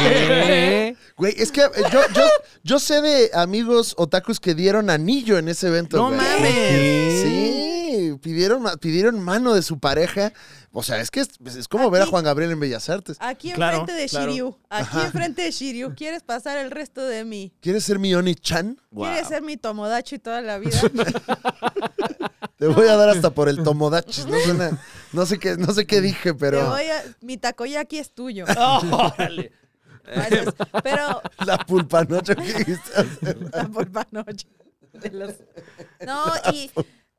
Speaker 3: ¿Qué?
Speaker 2: Güey, es que eh, yo, yo, yo sé de amigos otakus que dieron anillo en ese evento.
Speaker 1: ¡No
Speaker 2: güey.
Speaker 1: mames!
Speaker 2: Sí, pidieron, ma- pidieron mano de su pareja. O sea, es que es, es como ver a
Speaker 4: Aquí-
Speaker 2: Juan Gabriel en Bellas Artes.
Speaker 4: Aquí
Speaker 1: Claro,
Speaker 4: enfrente de
Speaker 1: claro.
Speaker 4: Shiryu, aquí enfrente de Shiryu, ¿quieres pasar el resto de mí?
Speaker 2: ¿Quieres ser mi Oni-chan?
Speaker 4: ¿Quieres ser mi tomodachi toda la vida?
Speaker 2: Te voy a dar hasta por el tomodachis. No, suena- no sé, qué, no sé qué dije,
Speaker 4: Te
Speaker 2: pero
Speaker 4: voy a- mi takoyaki es tuyo.
Speaker 1: ¡Órale!
Speaker 4: Entonces, pero
Speaker 2: la pulpa noche que dijiste.
Speaker 4: la pulpa noche de los- No, y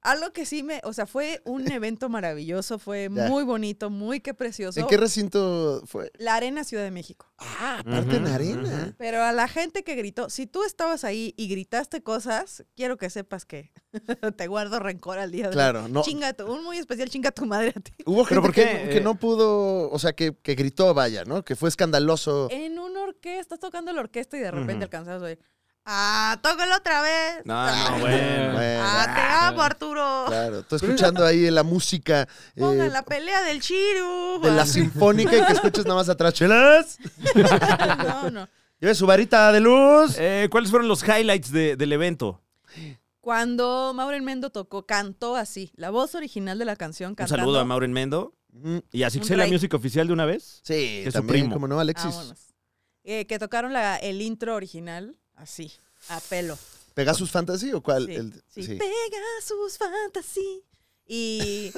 Speaker 4: algo que sí me, o sea, fue un evento maravilloso, fue
Speaker 2: Ya.
Speaker 4: muy bonito, muy que precioso.
Speaker 2: ¿En qué recinto fue?
Speaker 4: La Arena Ciudad de México.
Speaker 2: Ah, aparte en arena.
Speaker 4: Pero a la gente que gritó, si tú estabas ahí y gritaste cosas, quiero que sepas que te guardo rencor al día de hoy.
Speaker 2: Claro, no.
Speaker 4: Chinga tu- un muy especial chinga tu madre a ti.
Speaker 2: Hubo gente
Speaker 1: ¿Pero por
Speaker 2: que,
Speaker 1: qué?
Speaker 2: que no pudo, o sea, que, que gritó, vaya, ¿no? Que fue escandaloso.
Speaker 4: En una orquesta, estás tocando la orquesta y de
Speaker 1: Ujú.
Speaker 4: repente alcanzas a oír, ah, tócalo otra vez.
Speaker 1: No, no,
Speaker 2: Bueno,
Speaker 1: bueno.
Speaker 4: Ah, te amo, Arturo.
Speaker 2: claro, tú escuchando ahí la música eh,
Speaker 4: Pongan la pelea del Chiru.
Speaker 2: de la sinfónica y que escuches nada más atrás. ¡Chelas!
Speaker 4: no, no.
Speaker 2: Lleve su varita de luz.
Speaker 1: Eh, ¿Cuáles fueron los highlights de- del evento?
Speaker 4: Cuando Maureen Mendo tocó, cantó así. La voz original de la canción
Speaker 1: Un
Speaker 4: cantando.
Speaker 1: saludo a Maureen Mendo
Speaker 2: Mm,
Speaker 1: y a Sixel, la
Speaker 4: rey.
Speaker 1: música oficial de una vez.
Speaker 2: Sí,
Speaker 1: Que es su
Speaker 2: también,
Speaker 1: primo.
Speaker 2: como no, Alexis.
Speaker 4: Vámonos. Eh, que tocaron la- el intro original así, a pelo.
Speaker 2: ¿Pegasus Fantasy o cuál?
Speaker 4: Sí,
Speaker 2: El-
Speaker 4: sí.
Speaker 2: sí.
Speaker 4: Pegasus Fantasy. Y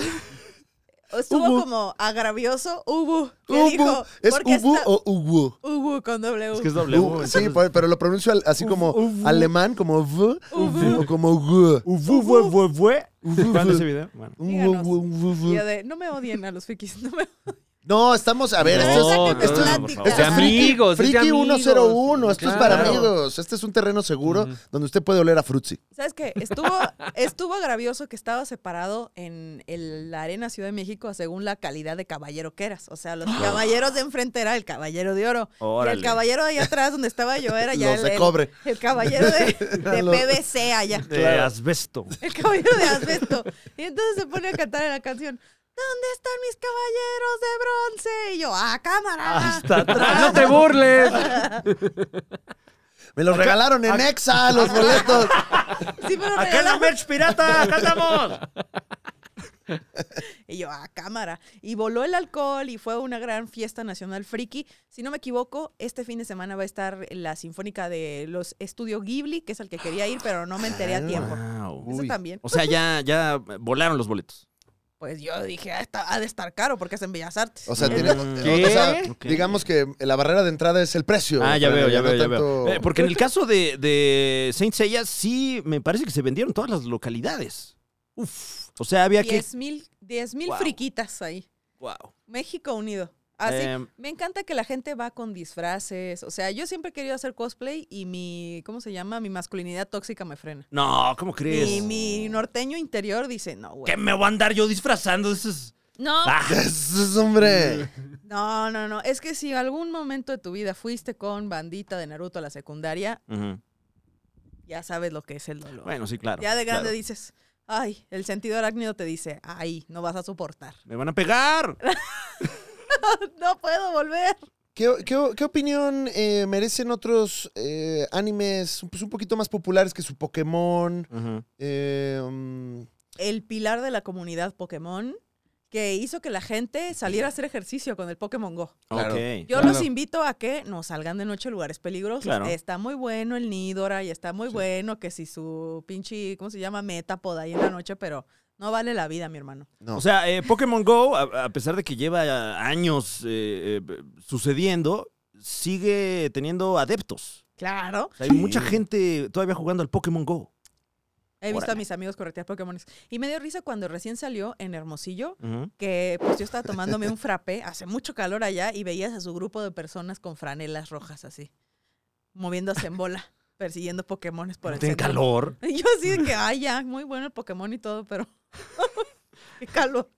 Speaker 4: estuvo como agravioso Ubu. que
Speaker 2: Ubu.
Speaker 4: dijo,
Speaker 2: ¿Es
Speaker 4: porque
Speaker 2: Ubu
Speaker 4: está-
Speaker 2: o Ubu?
Speaker 4: Ubu con W.
Speaker 1: Es que es W.
Speaker 2: Ubu, Uh, sí,
Speaker 1: entonces-
Speaker 2: por- pero lo pronuncio al- así como
Speaker 1: Ubu.
Speaker 2: alemán, como V,
Speaker 4: Ubu.
Speaker 2: o como G.
Speaker 1: Ubu, bue, bue, bue.
Speaker 2: Ubu.
Speaker 1: ¿Cuál es ese video? Bueno.
Speaker 2: Ubu,
Speaker 4: Díganos.
Speaker 2: ubu, ubu, ubu.
Speaker 4: Y yo de, no me odien a los frikis. No me
Speaker 2: No, estamos, a ver,
Speaker 4: No,
Speaker 2: esto es,
Speaker 4: no,
Speaker 2: esto es-
Speaker 4: no,
Speaker 1: por
Speaker 2: esto
Speaker 1: favor.
Speaker 2: es
Speaker 1: De
Speaker 2: friki-
Speaker 3: amigos, es de
Speaker 2: Friki
Speaker 3: amigos.
Speaker 2: 101, esto es para
Speaker 1: Claro.
Speaker 2: amigos, este es un terreno seguro donde usted puede oler a Frutzi.
Speaker 4: ¿Sabes qué? Estuvo, estuvo agravioso que estaba separado en el- la Arena Ciudad de México según la calidad de caballero que eras. O sea, los caballeros de enfrente era el caballero de oro. Y
Speaker 1: Ah. Órale.
Speaker 4: el caballero de allá atrás, donde estaba yo, era ya
Speaker 2: Los
Speaker 4: el,
Speaker 2: de
Speaker 4: el-
Speaker 2: cobre.
Speaker 4: el caballero de, de
Speaker 2: Los-
Speaker 4: PVC allá.
Speaker 1: De asbesto.
Speaker 4: El caballero de asbesto. Y entonces se pone a cantar en la canción. ¿Dónde están mis caballeros de bronce? Y yo, ¡ah, cámara!
Speaker 1: Hasta atrás.
Speaker 3: ¡No te burles!
Speaker 2: Me los regalaron en Exa los boletos.
Speaker 4: Sí, pero
Speaker 1: ¡Acá en la
Speaker 4: regalaron.
Speaker 1: merch pirata! ¡Acá estamos!
Speaker 4: Y yo, ah, cámara. Y voló el alcohol y fue una gran fiesta nacional friki. Si no me equivoco, este fin de semana va a estar la Sinfónica de los Estudio Ghibli, que es al que quería ir, pero no me enteré
Speaker 1: Ah,
Speaker 4: a tiempo.
Speaker 1: Wow.
Speaker 4: Eso también.
Speaker 1: O sea, ya, ya volaron los boletos.
Speaker 4: Pues yo dije, ah, está- ha de estar caro porque es en Bellas Artes.
Speaker 2: O sea,
Speaker 1: Mm.
Speaker 2: tiene-
Speaker 3: ¿Qué?
Speaker 2: o sea,
Speaker 1: Ok.
Speaker 2: digamos que la barrera de entrada es el precio.
Speaker 1: Ah, ya
Speaker 2: Fran,
Speaker 1: veo, ya
Speaker 2: no
Speaker 1: veo, ya
Speaker 2: tanto-
Speaker 1: veo. Eh, porque en el caso de, de Saint Seiya, sí me parece que se vendieron todas las localidades. Uf. O sea, había que.
Speaker 4: 10 mil, diez mil
Speaker 1: Wow.
Speaker 4: friquitas ahí.
Speaker 1: Wow.
Speaker 4: México unido. Así,
Speaker 1: Em.
Speaker 4: me encanta que la gente va con disfraces. O sea, yo siempre he querido hacer cosplay y mi, ¿cómo se llama? Mi masculinidad tóxica me frena.
Speaker 1: No, ¿cómo crees?
Speaker 4: Y mi norteño interior dice, no, güey.
Speaker 1: ¿Qué me voy a andar yo disfrazando de esos?
Speaker 4: No,
Speaker 1: Ah,
Speaker 2: Eso es, hombre.
Speaker 4: No, no, no. Es que si algún momento de tu vida fuiste con bandita de Naruto a la secundaria,
Speaker 1: ujú.
Speaker 4: ya sabes lo que es el dolor.
Speaker 1: Bueno, sí, claro.
Speaker 4: ya de grande
Speaker 1: claro.
Speaker 4: dices, ay, el sentido arácnido te dice, ay, no vas a soportar.
Speaker 1: ¡Me van a pegar!
Speaker 4: no puedo volver.
Speaker 2: ¿Qué, qué, qué opinión eh, merecen otros eh, animes pues, un poquito más populares que su Pokémon?
Speaker 1: Ujú.
Speaker 2: Eh, mm,
Speaker 4: El pilar de la comunidad Pokémon que hizo que la gente saliera a hacer ejercicio con el Pokémon Go.
Speaker 2: Claro.
Speaker 1: Ok.
Speaker 4: Yo
Speaker 3: Claro.
Speaker 4: los invito a que no salgan de noche a lugares peligrosos.
Speaker 1: Claro.
Speaker 4: Está muy bueno el Nidora y está muy bueno que si su pinche, ¿cómo se llama? Meta poda ahí en la noche, pero No vale la vida, mi hermano.
Speaker 2: No.
Speaker 1: O sea, eh, Pokémon Go, a, a pesar de que lleva eh, años eh, eh, sucediendo, sigue teniendo adeptos.
Speaker 4: Claro.
Speaker 1: O sea, hay mucha gente todavía jugando al Pokémon Go.
Speaker 4: He visto a
Speaker 1: Órale.
Speaker 4: mis amigos corretear Pokémon. Y me dio risa cuando recién salió en Hermosillo,
Speaker 1: Ujú.
Speaker 4: que pues yo estaba tomándome un frappé, hace mucho calor allá, y veías a su grupo de personas con franelas rojas así, moviéndose en bola, persiguiendo Pokémones por el
Speaker 1: Tienen
Speaker 4: centro.
Speaker 1: calor.
Speaker 4: Y yo así de que, ay, ya, muy bueno el Pokémon y todo, pero qué calor.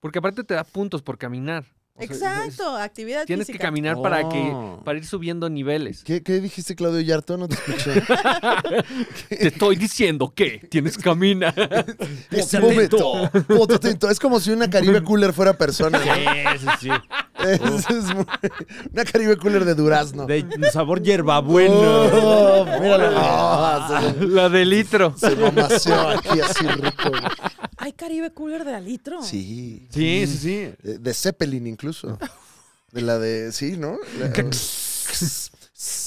Speaker 3: Porque aparte te da puntos por caminar. O sea, es-
Speaker 4: Exacto, actividad
Speaker 3: Tienes que
Speaker 4: física.
Speaker 3: caminar para
Speaker 1: Oh.
Speaker 3: que para ir subiendo niveles.
Speaker 2: ¿Qué, qué dijiste, Claudio Yarto? No te escuché.
Speaker 3: Te estoy diciendo que tienes que caminar.
Speaker 2: Es
Speaker 1: Ponte
Speaker 2: momento. Ponte atento. Es como si una Caribe Cooler fuera persona. ¿no?
Speaker 1: Sí, sí, sí.
Speaker 2: Es- es muy- una Caribe Cooler de durazno.
Speaker 1: De sabor hierbabuena.
Speaker 2: Oh, mírala. Ah, se-
Speaker 3: La de litro.
Speaker 2: Se mamació aquí así rico. güey.
Speaker 4: Hay Caribe Cooler de alitro.
Speaker 2: Sí.
Speaker 1: Sí, sí, sí.
Speaker 2: De, de Zeppelin incluso. De la de. Sí, ¿no? La- um,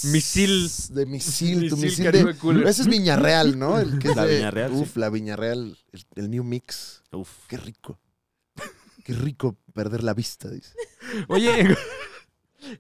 Speaker 3: Misil.
Speaker 2: De misil, tu
Speaker 3: Misil
Speaker 2: misil
Speaker 3: Caribe
Speaker 2: de-
Speaker 3: Cooler.
Speaker 2: Ese es Viñarreal, ¿no? El que es
Speaker 1: La
Speaker 2: de-
Speaker 1: Viñarreal,
Speaker 2: Uf,
Speaker 1: sí.
Speaker 2: la Viñarreal, el, el New Mix.
Speaker 1: Uf.
Speaker 2: Qué rico. Qué rico perder la vista, dice.
Speaker 1: Oye, en,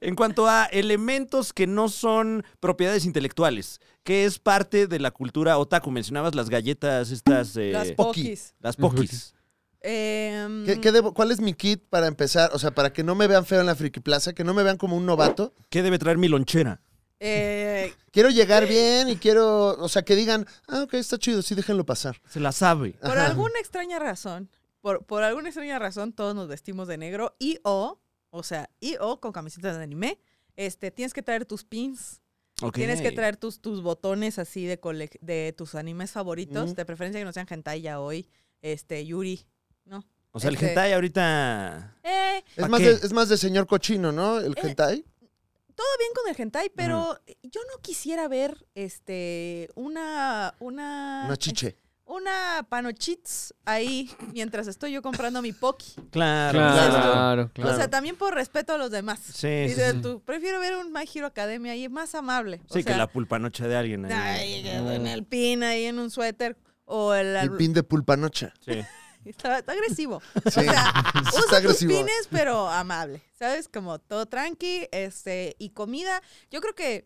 Speaker 1: en cuanto a elementos que no son propiedades intelectuales, que es parte de la cultura otaku, mencionabas las galletas, estas... eh,
Speaker 4: Las
Speaker 2: Pocky.
Speaker 4: Pokis.
Speaker 1: las pokis.
Speaker 4: Em,
Speaker 2: ¿Qué- qué debo- ¿Cuál es mi kit para empezar? O sea, para que no me vean feo en la friki plaza, que no me vean como un novato.
Speaker 1: ¿Qué debe traer mi lonchera?
Speaker 4: eh,
Speaker 2: Quiero llegar bien y quiero, o sea, que digan, ah, ok, está chido, sí, déjenlo pasar.
Speaker 1: Se la sabe.
Speaker 4: por
Speaker 2: Ajá.
Speaker 4: alguna extraña razón, por, por alguna extraña razón, todos nos vestimos de negro y o, o sea, y o con camisetas de anime. Este, tienes que traer tus pins,
Speaker 1: Ok.
Speaker 4: tienes que traer tus, tus botones así de, cole- de tus animes favoritos,
Speaker 2: Ujú.
Speaker 4: de preferencia que no sean hentai ya hoy, este, Yuri, ¿no?
Speaker 1: O sea, el
Speaker 4: este-
Speaker 1: hentai ahorita...
Speaker 4: Eh,
Speaker 2: Es
Speaker 1: ¿Pa
Speaker 2: más,
Speaker 1: qué?
Speaker 2: de, es más de señor cochino, ¿no? El hentai.
Speaker 4: bien con el hentai, pero yo no quisiera ver este una una
Speaker 2: Una chiche.
Speaker 4: una panochits ahí mientras estoy yo comprando mi poki.
Speaker 1: Claro.
Speaker 3: Claro,
Speaker 4: O
Speaker 3: claro.
Speaker 4: sea, también por respeto a los demás.
Speaker 1: Sí, sí,
Speaker 4: Dices
Speaker 1: sí.
Speaker 4: tú, prefiero ver un My Hero Academia y es más amable. O
Speaker 1: Sí,
Speaker 4: sea,
Speaker 1: que la pulpanocha de alguien. ahí.
Speaker 4: ay, que en el pin ahí en un suéter o el,
Speaker 2: El pin de pulpanocha.
Speaker 1: Sí.
Speaker 4: está, está agresivo.
Speaker 2: Sí,
Speaker 4: O sea,
Speaker 2: está
Speaker 4: usa
Speaker 2: agresivo.
Speaker 4: tus pines, pero amable. ¿Sabes? Como todo tranqui, este, y comida. Yo creo que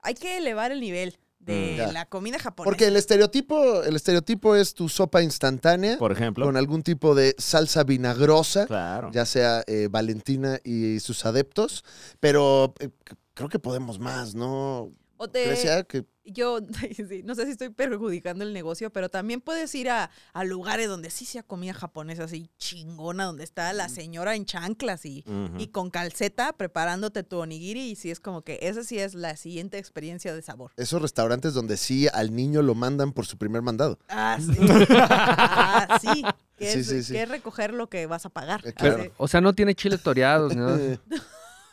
Speaker 4: hay que elevar el nivel
Speaker 2: Mm.
Speaker 4: de
Speaker 2: Ya.
Speaker 4: la comida japonesa.
Speaker 2: Porque el estereotipo, el estereotipo es tu sopa instantánea
Speaker 1: Por ejemplo.
Speaker 2: con algún tipo de salsa vinagrosa,
Speaker 1: Claro.
Speaker 2: ya sea eh, Valentina y sus adeptos, pero eh, c- creo que podemos más, ¿no?
Speaker 4: O te-
Speaker 2: Grecia, que
Speaker 4: yo sí, no sé si estoy perjudicando el negocio, pero también puedes ir a, a lugares donde sí sea comida japonesa así chingona, donde está
Speaker 1: Mm.
Speaker 4: la señora en chanclas y,
Speaker 1: Ujú.
Speaker 4: y con calceta preparándote tu onigiri y sí es como que esa sí es la siguiente experiencia de sabor.
Speaker 2: esos restaurantes donde sí al niño lo mandan por su primer mandado.
Speaker 4: Ah, sí. ah, sí. Que
Speaker 2: Sí,
Speaker 4: es,
Speaker 2: sí, sí.
Speaker 4: que es recoger lo que vas a pagar.
Speaker 2: Eh, claro.
Speaker 4: Así.
Speaker 3: O sea, no tiene chiles toreados, ¿no?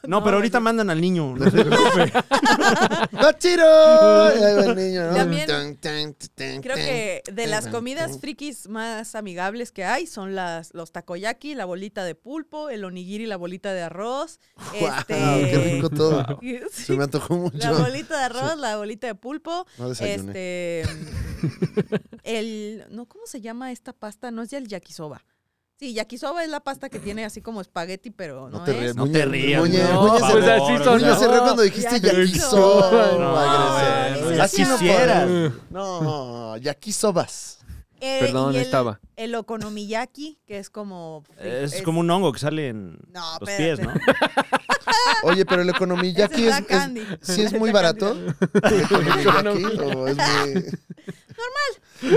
Speaker 1: No,
Speaker 4: No,
Speaker 1: pero ahorita
Speaker 4: no.
Speaker 1: mandan al niño. no se preocupe.
Speaker 2: ¡No tiro! ¡Ah, Y ahí va el niño, ¿no?
Speaker 4: También
Speaker 2: Tan, tan, tan,
Speaker 4: Creo
Speaker 2: tan.
Speaker 4: que de las
Speaker 2: tan,
Speaker 4: comidas
Speaker 2: tan.
Speaker 4: frikis más amigables que hay son las los takoyaki, la bolita de pulpo, el onigiri, la bolita de arroz.
Speaker 2: ¡Guau!
Speaker 4: este,
Speaker 2: ¡Qué rico todo!
Speaker 4: Sí,
Speaker 2: Se me antojó
Speaker 4: La
Speaker 2: mucho.
Speaker 4: bolita de arroz, la bolita de pulpo.
Speaker 2: No desayuné.
Speaker 4: Este. El. No, ¿cómo se llama esta pasta? No es ya el yakisoba. Sí, yakisoba es la pasta que tiene así como espagueti, pero no,
Speaker 2: No te
Speaker 4: es.
Speaker 2: rías,
Speaker 1: No
Speaker 2: Muñe-
Speaker 1: te rías.
Speaker 2: Muñe-
Speaker 1: no,
Speaker 2: Muñe
Speaker 1: por
Speaker 2: se re-
Speaker 1: favor.
Speaker 3: Pues así son
Speaker 2: Muñe se rió cuando dijiste
Speaker 4: Yakisoba.
Speaker 2: yakisoba.
Speaker 1: No,
Speaker 2: Grecia.
Speaker 1: güey, ya
Speaker 2: Así no
Speaker 1: quisieras.
Speaker 2: podemos. No, yakisobas.
Speaker 4: Eh,
Speaker 3: Perdón,
Speaker 4: y el,
Speaker 3: estaba.
Speaker 4: El okonomiyaki, que es como.
Speaker 1: Es, como un hongo que sale en
Speaker 4: No,
Speaker 1: los
Speaker 4: espérate.
Speaker 1: pies, ¿no?
Speaker 2: Oye, pero el economiyaki
Speaker 4: Ese
Speaker 2: es,
Speaker 4: está candy.
Speaker 2: es, sí es
Speaker 4: Está
Speaker 2: muy
Speaker 4: candy.
Speaker 2: barato. El economiyaki o es muy...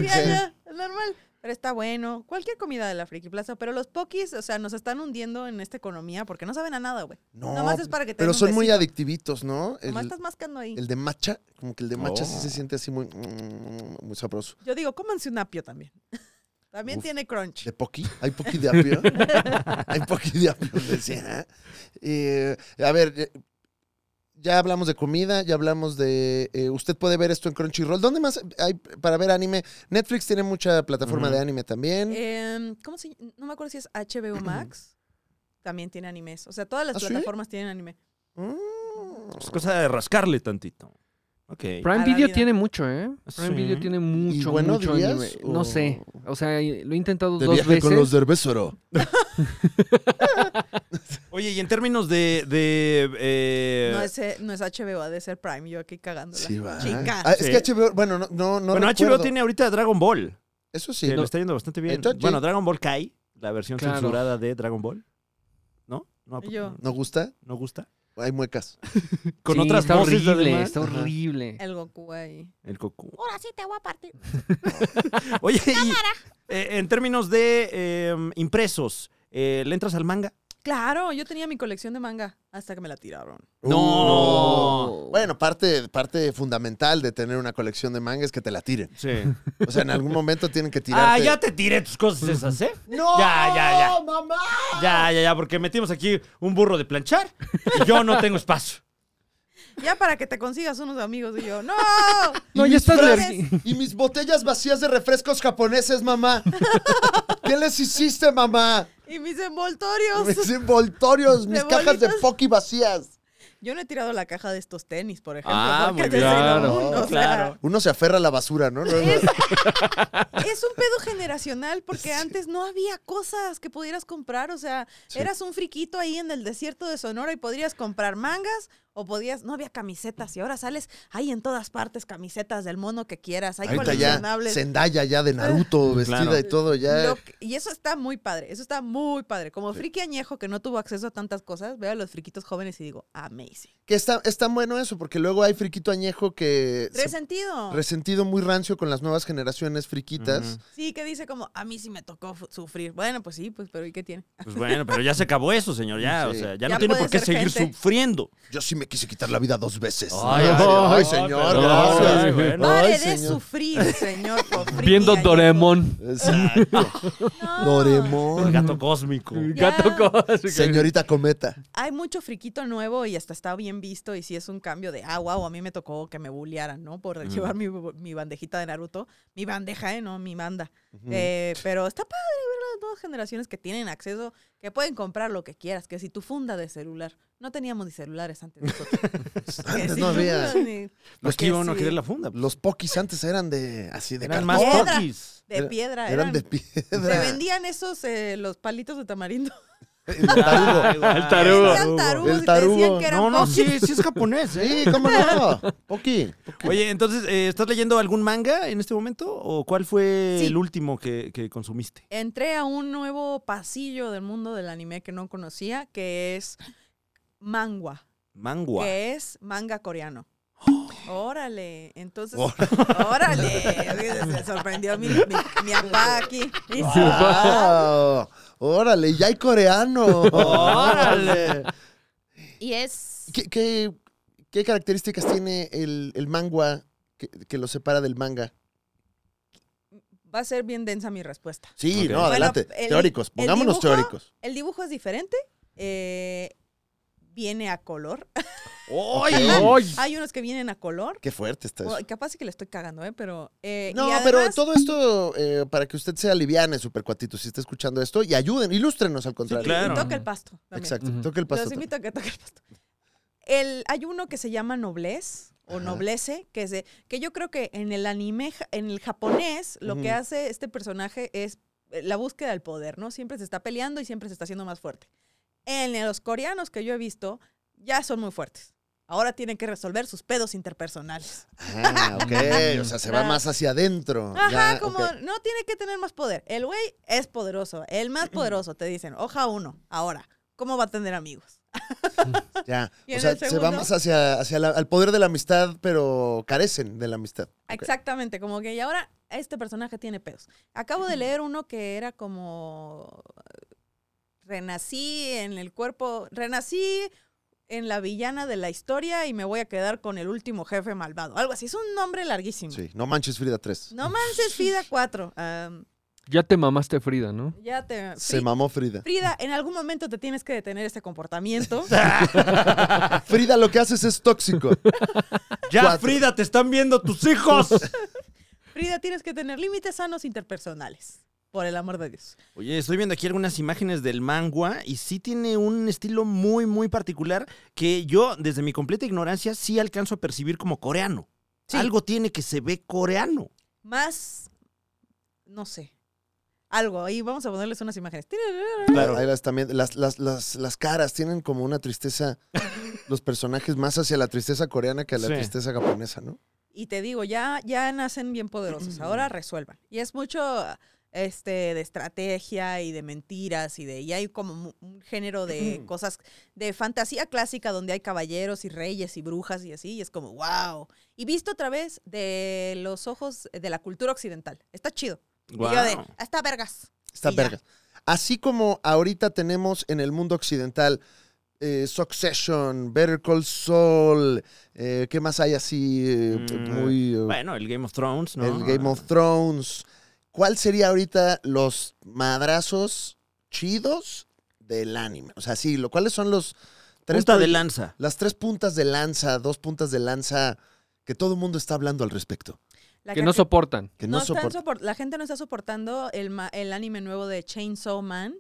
Speaker 4: Ya, ya, es normal. Pero está bueno. Cualquier comida de la Friki Plaza. Pero los pokis, o sea, nos están hundiendo en esta economía porque no saben a nada, güey.
Speaker 2: No,
Speaker 4: Nomás es para que te
Speaker 2: pero
Speaker 4: den un
Speaker 2: son muy
Speaker 4: besito.
Speaker 2: adictivitos, ¿no?
Speaker 4: Nomás
Speaker 2: El,
Speaker 4: estás mascando ahí.
Speaker 2: el de matcha, como que el de matcha sí
Speaker 1: Oh.
Speaker 2: se siente así muy, mm, muy sabroso.
Speaker 4: Yo digo, cómanse un apio también. también
Speaker 2: Uf.
Speaker 4: tiene crunch.
Speaker 2: ¿De poqui? ¿Hay poqui de apio? ¿Hay poqui de apio? Decía. Eh, a ver, eh, ya hablamos de comida, ya hablamos de... eh, usted puede ver esto en Crunchyroll. ¿Dónde más hay para ver anime? Netflix tiene mucha plataforma
Speaker 1: Ujú.
Speaker 2: de anime también.
Speaker 3: Eh,
Speaker 4: Em, ¿Cómo se ll- No me acuerdo si es HBO Max. También tiene animes. O sea, todas las
Speaker 2: ¿Ah, sí?
Speaker 4: plataformas tienen anime.
Speaker 2: Mm.
Speaker 1: Es cosa de rascarle tantito. Ok.
Speaker 3: Prime
Speaker 4: A la
Speaker 3: Video
Speaker 4: vida.
Speaker 3: tiene mucho, ¿eh? Prime
Speaker 1: Sí.
Speaker 3: Video tiene mucho,
Speaker 2: bueno,
Speaker 3: mucho
Speaker 2: dirías,
Speaker 3: anime. No
Speaker 2: o-
Speaker 3: sé. O sea, lo he intentado
Speaker 2: De
Speaker 3: dos
Speaker 2: viaje
Speaker 3: veces.
Speaker 2: con los Derbezoro.
Speaker 1: Oye, y en términos de. de, eh,
Speaker 4: No es, eh, no es HBO, ha de ser Prime. Yo aquí cagándola.
Speaker 2: Sí, va.
Speaker 4: Chica.
Speaker 2: Ah,
Speaker 1: Sí.
Speaker 2: Es que HBO, bueno, no, no, no
Speaker 1: bueno,
Speaker 2: recuerdo.
Speaker 1: HBO tiene ahorita Dragon Ball.
Speaker 2: Eso
Speaker 1: que
Speaker 2: sí.
Speaker 1: le Eh, está yendo bastante bien.
Speaker 2: Entonces,
Speaker 1: bueno,
Speaker 2: sí.
Speaker 1: Dragon Ball Kai, la versión
Speaker 3: Claro.
Speaker 1: censurada de Dragon Ball. ¿No? ¿No,
Speaker 4: Yo.
Speaker 2: ¿No gusta?
Speaker 1: no gusta?
Speaker 2: Hay muecas.
Speaker 1: Con
Speaker 3: Sí,
Speaker 1: otras
Speaker 3: está
Speaker 1: voces
Speaker 3: horrible,
Speaker 1: además.
Speaker 3: está
Speaker 2: Ajá.
Speaker 3: horrible.
Speaker 4: El Goku ahí.
Speaker 1: El Goku.
Speaker 7: Ahora sí te voy a partir.
Speaker 1: Oye, y, eh, en términos de eh, impresos, eh, ¿le entras al manga?
Speaker 4: Claro, yo tenía mi colección de manga hasta que me la tiraron.
Speaker 1: No.
Speaker 2: Uh. Bueno, parte, parte fundamental de tener una colección de manga es que te la tiren.
Speaker 1: Sí.
Speaker 2: O sea, en algún momento tienen que tirarte.
Speaker 1: Ah, ya te tiré tus cosas esas, ¿eh?
Speaker 2: ¡No!
Speaker 1: Ya, ya, ya.
Speaker 2: mamá!
Speaker 1: Ah, Ya, ya, ya, porque metimos aquí un burro de planchar y yo no tengo espacio.
Speaker 4: Ya para que te consigas unos amigos y yo, ¡no!
Speaker 3: No,
Speaker 2: ¿Y
Speaker 3: ya
Speaker 2: mis
Speaker 3: estás
Speaker 2: frases?
Speaker 3: de-
Speaker 2: Y mis botellas vacías de refrescos japoneses, mamá. ¿Qué les hiciste, mamá?
Speaker 4: Y mis envoltorios.
Speaker 2: Mis envoltorios, mis
Speaker 4: Rebolitas.
Speaker 2: cajas de poki vacías.
Speaker 4: Yo no he tirado la caja de estos tenis, por ejemplo.
Speaker 1: Ah,
Speaker 4: porque
Speaker 1: muy
Speaker 4: es de
Speaker 3: bien.
Speaker 4: Sailor
Speaker 3: Claro,
Speaker 4: Moon, o sea,
Speaker 1: claro.
Speaker 2: Uno se aferra a la basura, ¿no? No, no.
Speaker 4: es un pedo generacional porque antes no había cosas que pudieras comprar. O sea, eras un friquito ahí en el desierto de Sonora y podrías comprar mangas o podías. No había camisetas y ahora sales. Hay en todas partes camisetas del mono que quieras. Hay
Speaker 2: Ahorita ya,
Speaker 4: coleccionables.
Speaker 2: Zendaya ya de Naruto, vestida
Speaker 1: Claro.
Speaker 2: y todo, ya.
Speaker 4: Lo que- y eso está muy padre, eso está muy padre. Como friki añejo que no tuvo acceso a tantas cosas, veo a los friquitos jóvenes y digo, amazing.
Speaker 2: Que está, es tan bueno eso, porque luego hay friquito añejo que... se-
Speaker 4: Resentido.
Speaker 2: resentido muy rancio con las nuevas generaciones friquitas.
Speaker 1: Ujú.
Speaker 4: sí, que dice como, a mí sí me tocó fu- sufrir. Bueno, pues sí, pues, pero ¿y qué tiene?
Speaker 1: Pues bueno, pero ya se acabó eso, señor. Ya, o
Speaker 2: Sí.
Speaker 1: sea, ya,
Speaker 4: Ya
Speaker 1: no tiene por
Speaker 4: puede
Speaker 1: qué
Speaker 4: ser
Speaker 1: seguir
Speaker 4: gente.
Speaker 1: sufriendo.
Speaker 2: Yo sí me quise quitar la vida dos veces.
Speaker 1: Ay,
Speaker 2: Ay,
Speaker 1: ay, ay,
Speaker 2: señor,
Speaker 1: perdón,
Speaker 2: gracias.
Speaker 1: ay, bueno.
Speaker 4: Pare de
Speaker 2: señor.
Speaker 4: sufrir, señor. por friki
Speaker 3: Viendo
Speaker 4: añejo.
Speaker 3: Doremon.
Speaker 2: Exacto.
Speaker 4: No,
Speaker 1: El
Speaker 2: Doremon.
Speaker 1: gato cósmico.
Speaker 3: Gato cósmico.
Speaker 2: Señorita Cometa.
Speaker 4: Hay mucho friquito nuevo y hasta está bien visto y sí es un cambio de, ah, wow, a mí me tocó que me bullearan, ¿no? Por
Speaker 1: Mm.
Speaker 4: llevar mi, mi bandejita de Naruto. Mi bandeja, ¿eh? No, mi banda. Eh, pero está padre ver las nuevas generaciones que tienen acceso, que pueden comprar lo que quieras, que si tu funda de celular, no teníamos ni celulares antes nosotros. Que
Speaker 2: Antes
Speaker 4: si
Speaker 2: no
Speaker 4: tú
Speaker 2: había.
Speaker 4: ni-
Speaker 1: Los que
Speaker 4: que
Speaker 1: iban a
Speaker 4: sí.
Speaker 1: querer la funda. pues,
Speaker 2: Los pokis antes eran de así de
Speaker 1: Eran
Speaker 2: cartón.
Speaker 1: más
Speaker 4: Piedra.
Speaker 1: pokis.
Speaker 4: de
Speaker 2: Era- Eran
Speaker 4: piedra. Ah, Eran,
Speaker 2: de
Speaker 4: Se
Speaker 2: piedra.
Speaker 4: vendían esos, eh, los palitos de tamarindo.
Speaker 2: El
Speaker 1: Ah,
Speaker 2: tarugo.
Speaker 1: El
Speaker 3: tarugo.
Speaker 4: Eran tarugos
Speaker 2: El
Speaker 4: y te decían
Speaker 2: tarugo.
Speaker 4: que eran
Speaker 1: No, no,
Speaker 4: poquis.
Speaker 1: sí, sí es japonés, ¿eh?
Speaker 2: Sí, cómo no. Poki.
Speaker 1: Oye, entonces, eh, ¿estás leyendo algún manga en este momento? ¿O cuál fue
Speaker 4: Sí.
Speaker 1: el último que, que consumiste?
Speaker 4: Entré a un nuevo pasillo del mundo del anime que no conocía, que es mangua,
Speaker 1: Mangua.
Speaker 4: que es manga coreano. Órale, entonces,
Speaker 2: Órale.
Speaker 4: órale, se sorprendió mi, mi, mi apá aquí. Y sí.
Speaker 2: Wow. Órale, ya hay coreano.
Speaker 1: Órale.
Speaker 7: Y es.
Speaker 2: ¿Qué, qué, qué características tiene el, el mangua que, que lo separa del manga?
Speaker 4: Va a ser bien densa mi respuesta.
Speaker 2: Sí,
Speaker 1: Ok.
Speaker 2: no, adelante.
Speaker 4: Bueno, el-
Speaker 2: teóricos,
Speaker 4: el
Speaker 2: pongámonos
Speaker 4: dibujo-
Speaker 2: teóricos.
Speaker 4: El dibujo es diferente. eh, viene a color.
Speaker 1: ¡Ay!
Speaker 3: Ay,
Speaker 4: Hay unos que vienen a color.
Speaker 2: Qué fuerte está eso.
Speaker 4: O- capaz que le estoy cagando, ¿eh? Pero. eh,
Speaker 2: No,
Speaker 4: y
Speaker 2: pero
Speaker 4: además-
Speaker 2: todo esto eh, para que usted sea liviana, supercuatito, si está escuchando esto, y ayuden, ilústrenos al
Speaker 4: Sí,
Speaker 2: contrario.
Speaker 1: claro.
Speaker 4: toca el pasto. también.
Speaker 2: Exacto,
Speaker 3: Ujú.
Speaker 2: toque el pasto.
Speaker 4: Los invito a que toque el pasto. El, hay uno que se llama Noblez o
Speaker 2: Ajá.
Speaker 4: Noblece, que, es de- que yo creo que en el anime, ja- en el japonés, lo que
Speaker 2: Ujú.
Speaker 4: hace este personaje es eh, la búsqueda del poder, ¿no? Siempre se está peleando y siempre se está haciendo más fuerte. En los coreanos que yo he visto, ya son muy fuertes. Ahora tienen que resolver sus pedos interpersonales.
Speaker 2: Ah, ok. O sea, se va
Speaker 4: Claro.
Speaker 2: más hacia adentro.
Speaker 4: Ajá,
Speaker 2: Ah, ya,
Speaker 4: como
Speaker 2: ok.
Speaker 4: no tiene que tener más poder. El güey es poderoso, el más poderoso, te dicen. Hoja uno, ahora, ¿cómo va a tener amigos?
Speaker 2: Ya.
Speaker 4: ¿Y
Speaker 2: O
Speaker 4: en
Speaker 2: sea,
Speaker 4: el
Speaker 2: se va
Speaker 4: segundo?
Speaker 2: más hacia, hacia la- al poder de la amistad, pero carecen de la amistad. Ok.
Speaker 4: Exactamente, como que y ahora este personaje tiene pedos. Acabo de leer uno que era como renací en el cuerpo, renací en la villana de la historia y me voy a quedar con el último jefe malvado. Algo así, es un nombre larguísimo.
Speaker 2: Sí, no manches Frida 3.
Speaker 4: No manches Frida 4.
Speaker 3: ya te mamaste Frida, ¿no?
Speaker 4: ya te
Speaker 2: Se
Speaker 4: Fri-
Speaker 2: mamó Frida.
Speaker 4: Frida, en algún momento te tienes que detener este comportamiento.
Speaker 2: Frida, lo que haces es tóxico.
Speaker 1: ¡Ya,
Speaker 2: Cuatro.
Speaker 1: Frida, te están viendo tus hijos!
Speaker 4: Frida, tienes que tener límites sanos interpersonales. Por el amor de Dios.
Speaker 1: Oye, estoy viendo aquí algunas imágenes del mangua y sí tiene un estilo muy, muy particular que yo, desde mi completa ignorancia, sí alcanzo a percibir como coreano.
Speaker 4: Sí.
Speaker 1: Algo tiene que se ve coreano.
Speaker 4: Más, no sé, algo. Ahí vamos a ponerles unas imágenes.
Speaker 2: Ahí las también. Las, las, las, las caras tienen como una tristeza. los personajes más hacia la tristeza coreana que a la
Speaker 1: Sí.
Speaker 2: tristeza japonesa, ¿no?
Speaker 4: Y te digo, ya, ya nacen bien poderosos, ahora resuelvan. Y es mucho este, de estrategia y de mentiras y de... Y hay como mu- un género de cosas, de fantasía clásica donde hay caballeros y reyes y brujas y así, y es como, wow. Y visto otra vez de los ojos de la cultura occidental. Está chido. Y yo de,
Speaker 1: Guau.
Speaker 4: hasta vergas.
Speaker 2: Está
Speaker 4: Y ya.
Speaker 2: verga. Así como ahorita tenemos en el mundo occidental eh, Succession, Better Call Saul, eh, ¿qué más hay así eh,
Speaker 1: Mm,
Speaker 2: muy... eh,
Speaker 1: Bueno, el Game of Thrones, ¿no?
Speaker 2: El Game of Thrones. ¿Cuál sería ahorita los madrazos chidos del anime? O sea, sí, lo, ¿cuáles son los tres...
Speaker 1: Punta de
Speaker 2: proye-
Speaker 1: lanza.
Speaker 2: Las tres puntas de lanza, dos puntas de lanza que todo el mundo está hablando al respecto.
Speaker 4: La
Speaker 3: que no
Speaker 4: caca-
Speaker 3: soportan.
Speaker 2: Que no,
Speaker 4: no están
Speaker 2: soporta.
Speaker 4: sopor- la gente no está soportando el, ma- el anime nuevo de Chainsaw Man.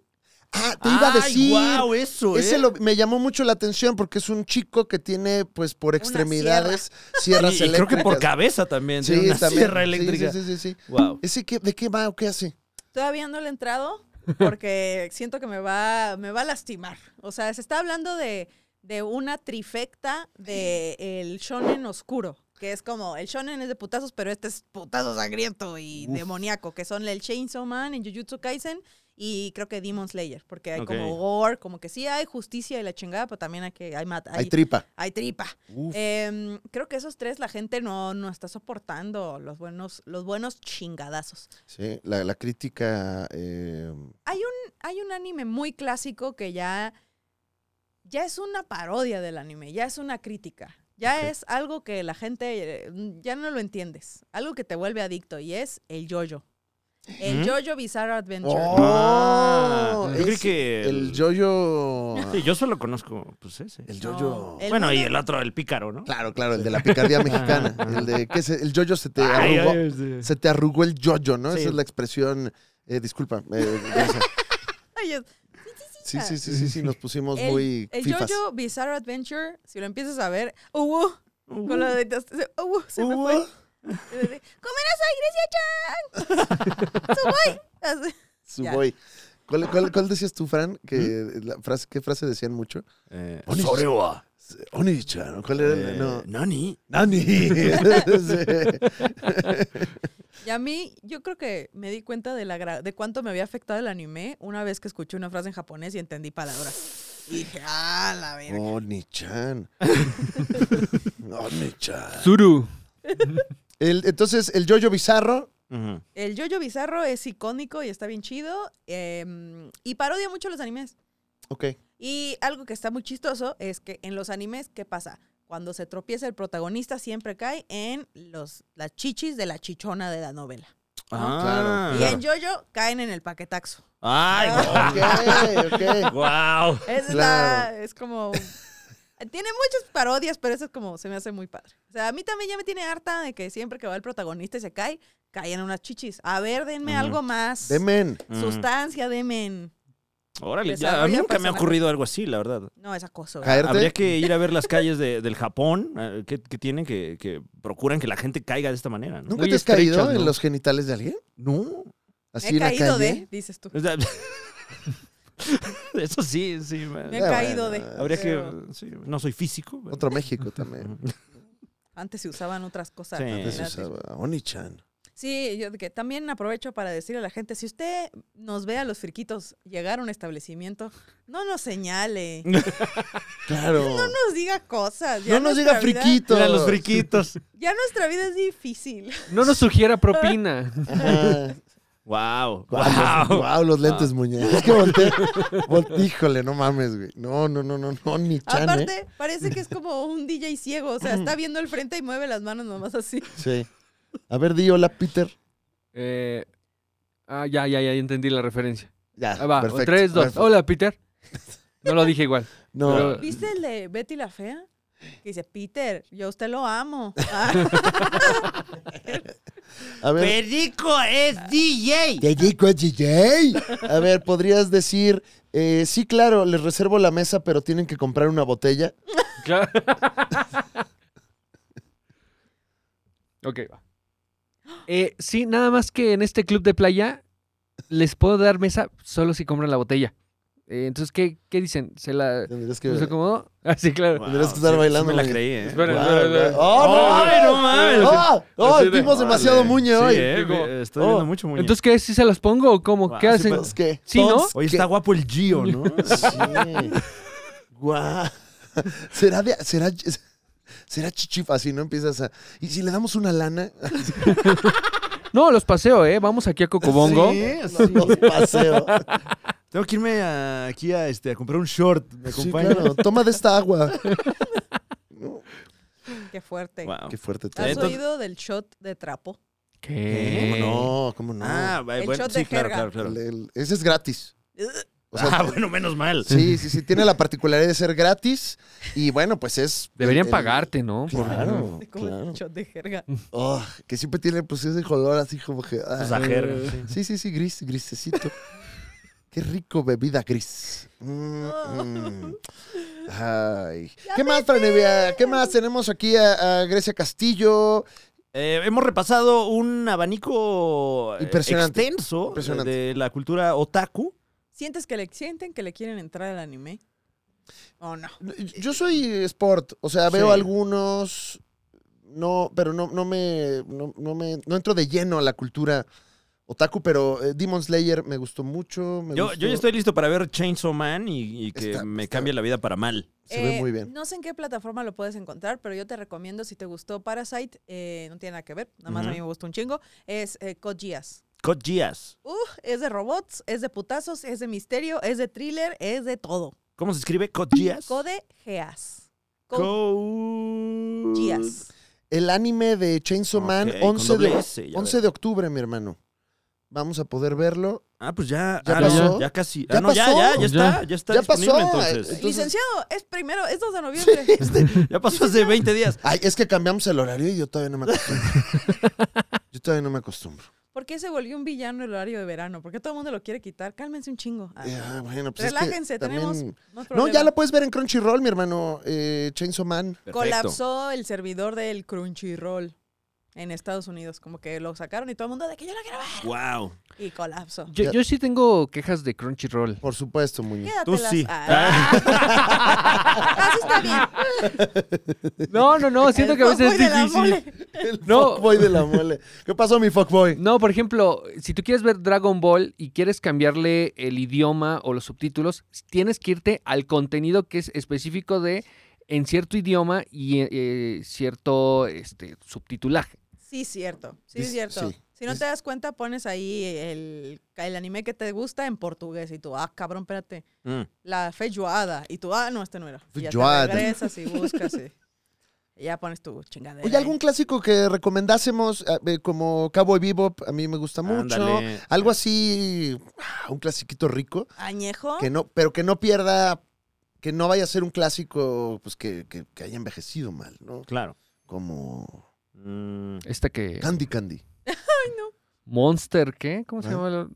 Speaker 2: Ah, te iba a decir...
Speaker 1: wow, eso,
Speaker 2: Ese
Speaker 1: ¿eh?
Speaker 2: lo- me llamó mucho la atención porque es un chico que tiene, pues, por extremidades
Speaker 1: Y-
Speaker 2: sierras
Speaker 1: y, creo que por
Speaker 2: eléctricas.
Speaker 1: cabeza también,
Speaker 2: Sí,
Speaker 1: tiene una
Speaker 2: también.
Speaker 1: sierra
Speaker 2: Sí, sí,
Speaker 1: eléctrica.
Speaker 2: Sí, sí, sí.
Speaker 1: Wow.
Speaker 2: ¿Ese qué- de qué va o qué hace?
Speaker 4: Todavía no le he entrado porque siento que me va, me va a lastimar. O sea, se está hablando de, de una trifecta de el shonen oscuro, que es como el shonen es de putazos, pero este es putazo sangriento y demoníaco, que son el Chainsaw Man en Jujutsu Kaisen y creo que Demon Slayer, porque hay como
Speaker 1: Ok.
Speaker 4: gore, como que sí hay justicia y la chingada, pero también hay que hay mata,
Speaker 2: Hay
Speaker 4: hay,
Speaker 2: tripa.
Speaker 4: hay tripa.
Speaker 2: Uf.
Speaker 4: Em, creo que esos tres la gente no, no está soportando los buenos, los buenos chingadazos.
Speaker 2: Sí, la, la crítica. eh,
Speaker 4: hay un anime muy clásico que ya, ya es una parodia del anime, ya es una crítica, ya
Speaker 2: Ok.
Speaker 4: es algo que la gente eh, mm, ya no lo entiendes, algo que te vuelve adicto y es el yoyo. El
Speaker 1: ¿Mm?
Speaker 4: yoyo Bizarre Adventure.
Speaker 1: Ah, yo
Speaker 2: es
Speaker 1: creí que
Speaker 2: ¡Oh! El yoyo.
Speaker 1: Sí, yo solo conozco pues ese.
Speaker 2: El
Speaker 4: No,
Speaker 2: yoyo.
Speaker 4: el
Speaker 1: bueno, y
Speaker 4: mundo-
Speaker 1: el otro, el pícaro, ¿no?
Speaker 2: Claro, claro, el de la picardía mexicana. El de que se- el yoyo se te
Speaker 1: Ay,
Speaker 2: arrugó.
Speaker 1: ay, sí.
Speaker 2: Se te arrugó el yoyo, ¿no?
Speaker 1: Sí.
Speaker 2: Esa es la expresión. eh, disculpa. eh, Denisa.
Speaker 4: Ay, es-
Speaker 2: sí, sí, sí, sí, sí, nos pusimos
Speaker 4: el,
Speaker 2: muy
Speaker 4: el
Speaker 2: fifas.
Speaker 4: yoyo Bizarre Adventure, si lo empiezas a ver, uh, uh, con la de- uh, uh, se me
Speaker 2: Uh,
Speaker 4: fue. ¡Comerás a Grecia Chan!
Speaker 2: Suboy. ¿Cuál, cuál, cuál decías tú, Fran? Que
Speaker 1: ¿Mm?
Speaker 2: la frase, ¿Qué frase decían mucho?
Speaker 1: Eh,
Speaker 2: Oni-
Speaker 1: Sorewa.
Speaker 2: Onichan. ¿Cuál era? el-
Speaker 1: Eh,
Speaker 2: no.
Speaker 1: Nani.
Speaker 2: Nani. Sí.
Speaker 4: Y a mí, yo creo que me di cuenta de, la gra- de cuánto me había afectado el anime una vez que escuché una frase en japonés y entendí palabras. Y dije, ah, la
Speaker 2: Oh.
Speaker 4: verga.
Speaker 2: Oni-chan. Oni-chan.
Speaker 3: Zuru.
Speaker 2: El- entonces, el yoyo bizarro.
Speaker 1: Ujú.
Speaker 4: El yoyo bizarro es icónico y está bien chido. em, y parodia mucho los animes.
Speaker 2: Ok.
Speaker 4: Y algo que está muy chistoso es que en los animes, ¿qué pasa? Cuando se tropieza el protagonista siempre cae en los, las chichis de la chichona de la novela.
Speaker 1: Ah,
Speaker 4: Y en Jojo caen en el paquetaxo.
Speaker 1: Ay, guau.
Speaker 2: Ok, ok.
Speaker 1: guau.
Speaker 4: Es,
Speaker 2: Claro.
Speaker 4: la- es como... Tiene muchas parodias, pero eso es como, se me hace muy padre. O sea, a mí también ya me tiene harta de que siempre que va el protagonista y se cae, caen unas chichis. A ver,
Speaker 1: Ujú.
Speaker 4: denme
Speaker 1: Mm.
Speaker 4: algo más.
Speaker 2: Demen.
Speaker 4: Sustancia, denme.
Speaker 1: Órale, ya,
Speaker 4: Desarrolla
Speaker 1: Pues a mí nunca me ha
Speaker 4: personaje.
Speaker 1: ocurrido algo así, la verdad.
Speaker 4: No, es acoso.
Speaker 2: Caerte.
Speaker 1: Habría que ir a ver las calles de- del Japón eh, que, que tienen que, que procuran que la gente caiga de esta manera. ¿no?
Speaker 2: ¿Nunca
Speaker 3: Muy
Speaker 2: te has caído
Speaker 3: estrechas,
Speaker 2: en
Speaker 3: ¿no?
Speaker 2: los genitales de alguien?
Speaker 1: No.
Speaker 4: Me
Speaker 2: Así
Speaker 4: he
Speaker 2: en la
Speaker 4: caído ¿eh? de,
Speaker 2: calle.
Speaker 4: dices tú.
Speaker 1: O sea, Eso sí, sí.
Speaker 4: Me he
Speaker 2: Ah,
Speaker 4: caído
Speaker 2: bueno,
Speaker 4: de.
Speaker 1: Habría
Speaker 4: pero
Speaker 1: que. sí, no soy físico. pero-
Speaker 2: Otro México también.
Speaker 4: Antes se usaban otras cosas.
Speaker 1: Sí.
Speaker 2: Antes se
Speaker 4: imagínate.
Speaker 2: usaba Oni-chan.
Speaker 4: Sí, yo de que también aprovecho para decirle a la gente, si usted nos ve a los friquitos llegar a un establecimiento, no nos señale, no
Speaker 2: Claro.
Speaker 4: nos diga cosas. ya
Speaker 2: No nos diga
Speaker 4: nuestra vida-
Speaker 2: friquito.
Speaker 1: Mira, los friquitos.
Speaker 4: Ya nuestra vida es difícil.
Speaker 3: No nos sugiera propina.
Speaker 2: Ajá.
Speaker 1: wow.
Speaker 2: Guau, los,
Speaker 1: Wow.
Speaker 2: guau, los lentes, muñeca. Es que volteé. vol- Híjole, no mames, güey. No, no, no, no, no, ni chan, ¿eh?
Speaker 4: Aparte, parece que es como un DJ ciego, o sea, está viendo el frente y mueve las manos nomás así.
Speaker 2: Sí. A ver, di hola, Peter.
Speaker 3: Eh, ah, ya, ya, ya entendí la referencia.
Speaker 2: Ya,
Speaker 3: Ah, va.
Speaker 2: perfecto.
Speaker 3: Tres, dos.
Speaker 2: perfecto.
Speaker 3: Hola, Peter. No lo dije igual.
Speaker 2: No,
Speaker 3: pero-
Speaker 4: ¿Viste el de Betty la Fea? Que dice, Peter, yo a usted lo amo. Ah,
Speaker 2: a ver.
Speaker 1: Perico es DJ.
Speaker 2: Ya llegó DJ. A ver, podrías decir, eh, sí, claro, les reservo la mesa, pero tienen que comprar una botella.
Speaker 3: Claro. Ok, va. Eh, sí, nada más que en este club de playa les puedo dar mesa solo si compran la botella. Eh, entonces, ¿qué, qué dicen? ¿Se la
Speaker 2: Tendrías que,
Speaker 3: se acomodó? Ah, sí, claro.
Speaker 2: tendrías que estar bailando.
Speaker 1: me la
Speaker 2: güey.
Speaker 1: creí, ¿eh?
Speaker 3: Espera,
Speaker 2: Wow,
Speaker 3: espera, espera.
Speaker 2: güey. ¡Oh,
Speaker 1: ¡Ay, no mames!
Speaker 2: ¡Oh! ¡Oh!
Speaker 3: Así de-
Speaker 2: Vimos demasiado
Speaker 1: Órale.
Speaker 2: muñe
Speaker 1: Sí,
Speaker 2: hoy.
Speaker 1: eh,
Speaker 3: Digo,
Speaker 1: Estoy
Speaker 2: oh,
Speaker 1: viendo mucho muñe.
Speaker 3: Entonces, ¿qué? ¿Sí se las pongo o cómo?
Speaker 1: Wow,
Speaker 3: ¿Qué
Speaker 1: sí,
Speaker 3: hacen?
Speaker 1: pero-
Speaker 2: Entonces, ¿qué?
Speaker 3: Sí, ¿no?
Speaker 1: Oye, está guapo el Gio, ¿no?
Speaker 2: Guau. ¿Será de, será, será chichifa si no empiezas a... ¿Y si le damos una lana?
Speaker 3: No, los paseo, ¿eh? Vamos aquí a Cocobongo.
Speaker 1: Sí, sí.
Speaker 2: Los paseo.
Speaker 1: Tengo que irme a- aquí a, este, a comprar un short. ¿Me
Speaker 2: Sí,
Speaker 1: acompañas?
Speaker 2: claro. Toma de esta agua.
Speaker 4: Qué fuerte.
Speaker 1: Wow.
Speaker 2: Qué fuerte todo.
Speaker 4: ¿Has
Speaker 1: Entonces-
Speaker 4: oído del shot de trapo?
Speaker 2: ¿Cómo
Speaker 3: ¿Qué?
Speaker 2: no? ¿Cómo no?
Speaker 1: Ah, va-
Speaker 4: El
Speaker 1: bueno,
Speaker 4: shot
Speaker 1: sí,
Speaker 4: de
Speaker 1: claro,
Speaker 4: jerga.
Speaker 1: claro, claro.
Speaker 2: El- el- ese es gratis. O sea,
Speaker 1: Ah, bueno, menos mal.
Speaker 2: Sí, sí, sí. Tiene la particularidad de ser gratis. Y bueno, pues es...
Speaker 3: Deberían
Speaker 2: el- el-
Speaker 3: pagarte, ¿no? Por-
Speaker 2: Claro,
Speaker 4: ¿Cómo
Speaker 2: claro.
Speaker 4: el shot de jerga?
Speaker 2: Oh, que siempre tiene pues ese color así como que... ah.
Speaker 1: Pues a jerga. sí.
Speaker 2: Sí, sí, sí, gris, grisecito. Qué rico bebida gris. Mm, mm. Ay. ¿Qué más, Franevia? ¿Qué más? Tenemos aquí a, a Grecia Castillo.
Speaker 1: Eh, hemos repasado un abanico eh,
Speaker 2: Impresionante.
Speaker 1: extenso eh,
Speaker 2: Impresionante.
Speaker 1: de la cultura otaku.
Speaker 4: ¿Sientes que le sienten que le quieren entrar al anime? ¿O no?
Speaker 2: Yo soy sport, o sea, veo
Speaker 1: Sí.
Speaker 2: algunos. No, pero no, no me. No, no me. No entro de lleno a la cultura otaku, pero eh, Demon Slayer me gustó mucho. me
Speaker 1: Yo,
Speaker 2: gustó.
Speaker 1: yo ya estoy listo para ver Chainsaw Man y, y que
Speaker 2: Está-
Speaker 1: me
Speaker 2: está-
Speaker 1: cambie la vida para mal.
Speaker 2: Se ve
Speaker 4: Eh,
Speaker 2: muy bien.
Speaker 4: No sé en qué plataforma lo puedes encontrar, pero yo te recomiendo, si te gustó Parasite, eh, no tiene nada que ver, nada más a
Speaker 1: Ujú.
Speaker 4: mí me gustó un chingo, es eh, Code Geass.
Speaker 1: Code Geass.
Speaker 4: Uh, es de robots, es de putazos, es de misterio, es de thriller, es de todo.
Speaker 1: ¿Cómo se escribe? Code Geass.
Speaker 4: Code Geass. Code
Speaker 1: Code
Speaker 4: Geass.
Speaker 2: El anime de Chainsaw Man,
Speaker 1: Ok, con
Speaker 2: 11, de,
Speaker 1: doble S, ya
Speaker 2: 11 de octubre, mi hermano. Vamos a poder verlo.
Speaker 1: Ah, pues ya.
Speaker 2: ¿Ya
Speaker 1: ah, no,
Speaker 2: pasó?
Speaker 1: ya casi.
Speaker 2: ¿Ya
Speaker 1: ah, no,
Speaker 2: pasó?
Speaker 1: ya, ya, ya está.
Speaker 3: Ya.
Speaker 1: Ya está
Speaker 2: Ya pasó,
Speaker 1: disponible
Speaker 2: eh,
Speaker 1: entonces.
Speaker 2: entonces-
Speaker 4: Licenciado, es primero, es 2 de noviembre.
Speaker 1: Ya pasó hace 20 días.
Speaker 2: Ay, es que cambiamos el horario y yo todavía no me acostumbro. yo todavía no me acostumbro.
Speaker 4: ¿Por qué se volvió un villano el horario de verano? ¿Por qué todo el mundo lo quiere quitar? Cálmense un chingo. Ah,
Speaker 2: Eh, ah, bueno, pues es que
Speaker 4: Relájense,
Speaker 2: también-
Speaker 4: tenemos más
Speaker 2: No, ya
Speaker 4: problemas.
Speaker 2: lo puedes ver en Crunchyroll, mi hermano. eh, Chainsaw Man.
Speaker 4: Colapsó el servidor del Crunchyroll en Estados Unidos. Como que lo sacaron y todo el mundo de que yo lo quiero ver.
Speaker 1: Wow.
Speaker 4: Y colapsó.
Speaker 3: Yo, yo sí tengo quejas de Crunchyroll.
Speaker 2: Por supuesto, Muñoz.
Speaker 4: Quédatelas.
Speaker 1: Tú sí.
Speaker 4: Ah, Así está bien.
Speaker 3: No, no, no, siento
Speaker 4: El
Speaker 3: que a veces es
Speaker 4: fuckboy de la
Speaker 3: difícil.
Speaker 4: mole.
Speaker 2: El
Speaker 3: No.
Speaker 2: fuckboy de la mole. ¿Qué pasó, mi fuckboy?
Speaker 3: No, por ejemplo, si tú quieres ver Dragon Ball y quieres cambiarle el idioma o los subtítulos, tienes que irte al contenido que es específico de en cierto idioma y eh, cierto este, subtitulaje.
Speaker 4: Sí, cierto. Sí,
Speaker 2: Dice-
Speaker 4: cierto.
Speaker 2: sí.
Speaker 4: Si no
Speaker 2: Dice-
Speaker 4: te das cuenta, pones ahí el, el anime que te gusta en portugués y tú, ah, cabrón, espérate.
Speaker 1: Mm.
Speaker 4: La feijoada. Y tú, ah, no, este no era. Y ya
Speaker 2: Feijoada.
Speaker 4: te regresas y buscas. y- y ya pones tu chingadera.
Speaker 2: Oye, algún clásico que recomendásemos, eh, eh, como Cowboy Bebop, a mí me gusta mucho.
Speaker 1: Ándale.
Speaker 2: Algo así, ah, un clasiquito rico,
Speaker 4: añejo.
Speaker 2: que no, pero que no pierda, que no vaya a ser un clásico pues que, que- que haya envejecido mal, ¿no?
Speaker 1: Claro.
Speaker 2: Como
Speaker 1: Mm,
Speaker 3: Esta Este que...
Speaker 2: Candy Candy.
Speaker 3: Monster, ¿qué? ¿Cómo se
Speaker 2: Ah.
Speaker 3: llama? la-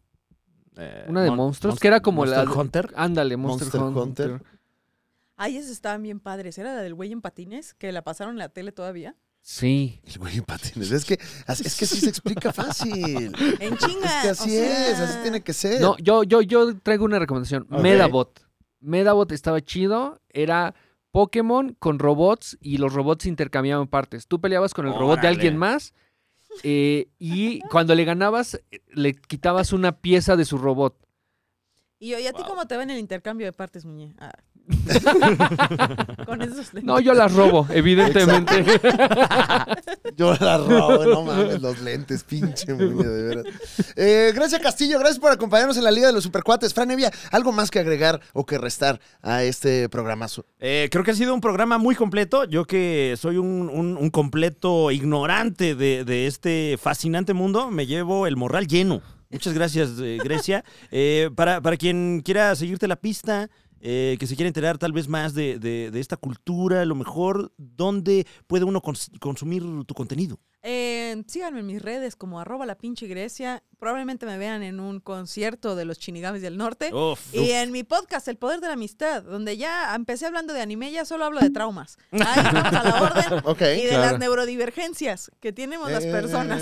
Speaker 1: eh,
Speaker 3: Una de
Speaker 1: Mon-
Speaker 3: monstruos,
Speaker 1: Monst-
Speaker 3: que era como la
Speaker 1: Monster
Speaker 3: de-
Speaker 1: Hunter.
Speaker 3: Ándale, Monster,
Speaker 2: Monster Hunter.
Speaker 3: Hunter.
Speaker 4: Ay, esas estaban bien padres. Era la del güey en patines, que la pasaron en la tele todavía.
Speaker 3: Sí.
Speaker 2: El güey en patines. Es que, es que sí se explica fácil.
Speaker 4: En chinga.
Speaker 2: Es que así
Speaker 4: o sea.
Speaker 2: es, así tiene que ser.
Speaker 3: No, yo, yo, yo traigo una recomendación.
Speaker 1: Ok.
Speaker 3: Medabot. Medabot estaba chido. Era Pokémon con robots y los robots intercambiaban partes. Tú peleabas con el robot de
Speaker 1: Órale.
Speaker 3: alguien más eh, y cuando le ganabas, eh, le quitabas una pieza de su robot.
Speaker 4: Y yo, ¿y a ti
Speaker 1: Wow.
Speaker 4: cómo te va en el intercambio de partes, muñe? Ah. Con esos lentes.
Speaker 3: No, yo las robo, evidentemente.
Speaker 2: Yo la robo, no mames, los lentes, pinche muñe, de veras. Eh, gracias, Castillo, gracias por acompañarnos en la Liga de los Supercuates. Fran Evia, ¿algo más que agregar o que restar a este programazo?
Speaker 1: Eh, creo que ha sido un programa muy completo. Yo que soy un, un- un completo ignorante de, de este fascinante mundo, me llevo el morral lleno. Muchas gracias, eh, Grecia. Eh, para, para quien quiera seguirte la pista, eh, que se quiera enterar tal vez más de, de- de esta cultura, a lo mejor, ¿dónde puede uno cons- consumir tu contenido?
Speaker 4: Eh, síganme en mis redes como arroba la pinche Grecia. Probablemente me vean en un concierto de los Chinigamis del Norte.
Speaker 1: Uf.
Speaker 4: Y en mi podcast, El Poder de la Amistad, donde ya empecé hablando de anime, ya solo hablo de traumas. Ahí estamos a la orden.
Speaker 2: Ok. Eh.
Speaker 4: Y de
Speaker 3: Claro.
Speaker 4: las neurodivergencias que tenemos las personas.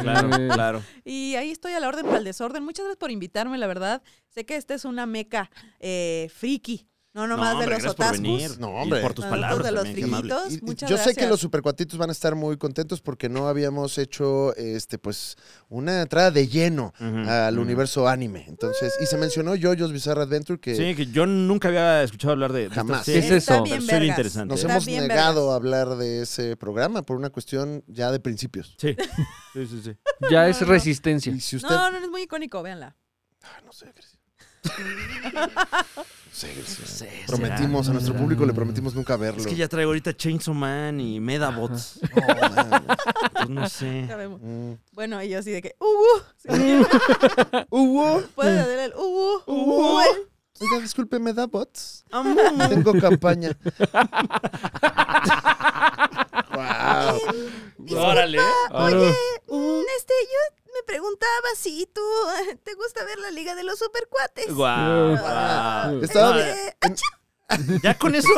Speaker 1: Claro,
Speaker 3: Eh,
Speaker 1: claro.
Speaker 4: Y ahí estoy a la orden para el desorden. Muchas gracias por invitarme, la verdad. Sé que esta es una meca eh, friki, no nomás de los
Speaker 1: gracias por
Speaker 4: otaskus.
Speaker 1: venir.
Speaker 2: No,
Speaker 1: Y
Speaker 2: hombre.
Speaker 1: por tus
Speaker 4: Nosotros
Speaker 1: palabras
Speaker 4: de los
Speaker 1: también, qué amable.
Speaker 4: triguitos.
Speaker 2: Y- y
Speaker 4: Muchas
Speaker 2: yo
Speaker 4: gracias.
Speaker 2: sé que los supercuatitos van a estar muy contentos porque no habíamos hecho este pues una entrada de lleno
Speaker 1: Ujú,
Speaker 2: al
Speaker 1: ujú.
Speaker 2: entonces, universo anime. Entonces, y se mencionó Jojo's Bizarre Adventure que
Speaker 1: Sí, que yo nunca había escuchado hablar de, de esta
Speaker 2: Jamás.
Speaker 1: serie.
Speaker 3: ¿Qué es eso?
Speaker 1: Pero
Speaker 4: bien
Speaker 1: suena
Speaker 4: vergas.
Speaker 1: interesante.
Speaker 2: nos
Speaker 1: ¿eh?
Speaker 4: Está
Speaker 2: hemos
Speaker 4: bien
Speaker 2: negado
Speaker 4: vergas.
Speaker 2: a hablar de ese programa por una cuestión ya de principios.
Speaker 1: Sí. Sí, sí, sí.
Speaker 3: Ya
Speaker 4: No,
Speaker 3: es
Speaker 4: no.
Speaker 3: resistencia.
Speaker 2: Y si usted
Speaker 4: No, no, no es muy icónico, véanla.
Speaker 2: Ah, no sé, Grecia. No sé, Grecia. Prometimos a nuestro
Speaker 3: será.
Speaker 2: público, le prometimos nunca verlo.
Speaker 1: Es que ya traigo ahorita Chainsaw Man y Medabots.
Speaker 2: No, man.
Speaker 1: Pues no sé.
Speaker 4: Sabemos.
Speaker 2: Mm.
Speaker 4: Bueno, y yo así de que, uh, uh, sí,
Speaker 2: Hugo,
Speaker 4: puedes hacer el uh, uh,
Speaker 2: Uh,
Speaker 4: uh,
Speaker 2: uh.
Speaker 4: eh.
Speaker 2: oiga, disculpe, ¿me da bots?
Speaker 1: Amú.
Speaker 2: Tengo campaña. wow.
Speaker 1: Órale.
Speaker 3: Ahora-
Speaker 4: Este, yo me preguntaba si tú te gusta ver la Liga de los Supercuates. este,
Speaker 1: Guau,
Speaker 2: Ah,
Speaker 1: guau.
Speaker 2: estaba-
Speaker 1: No, Ya con eso,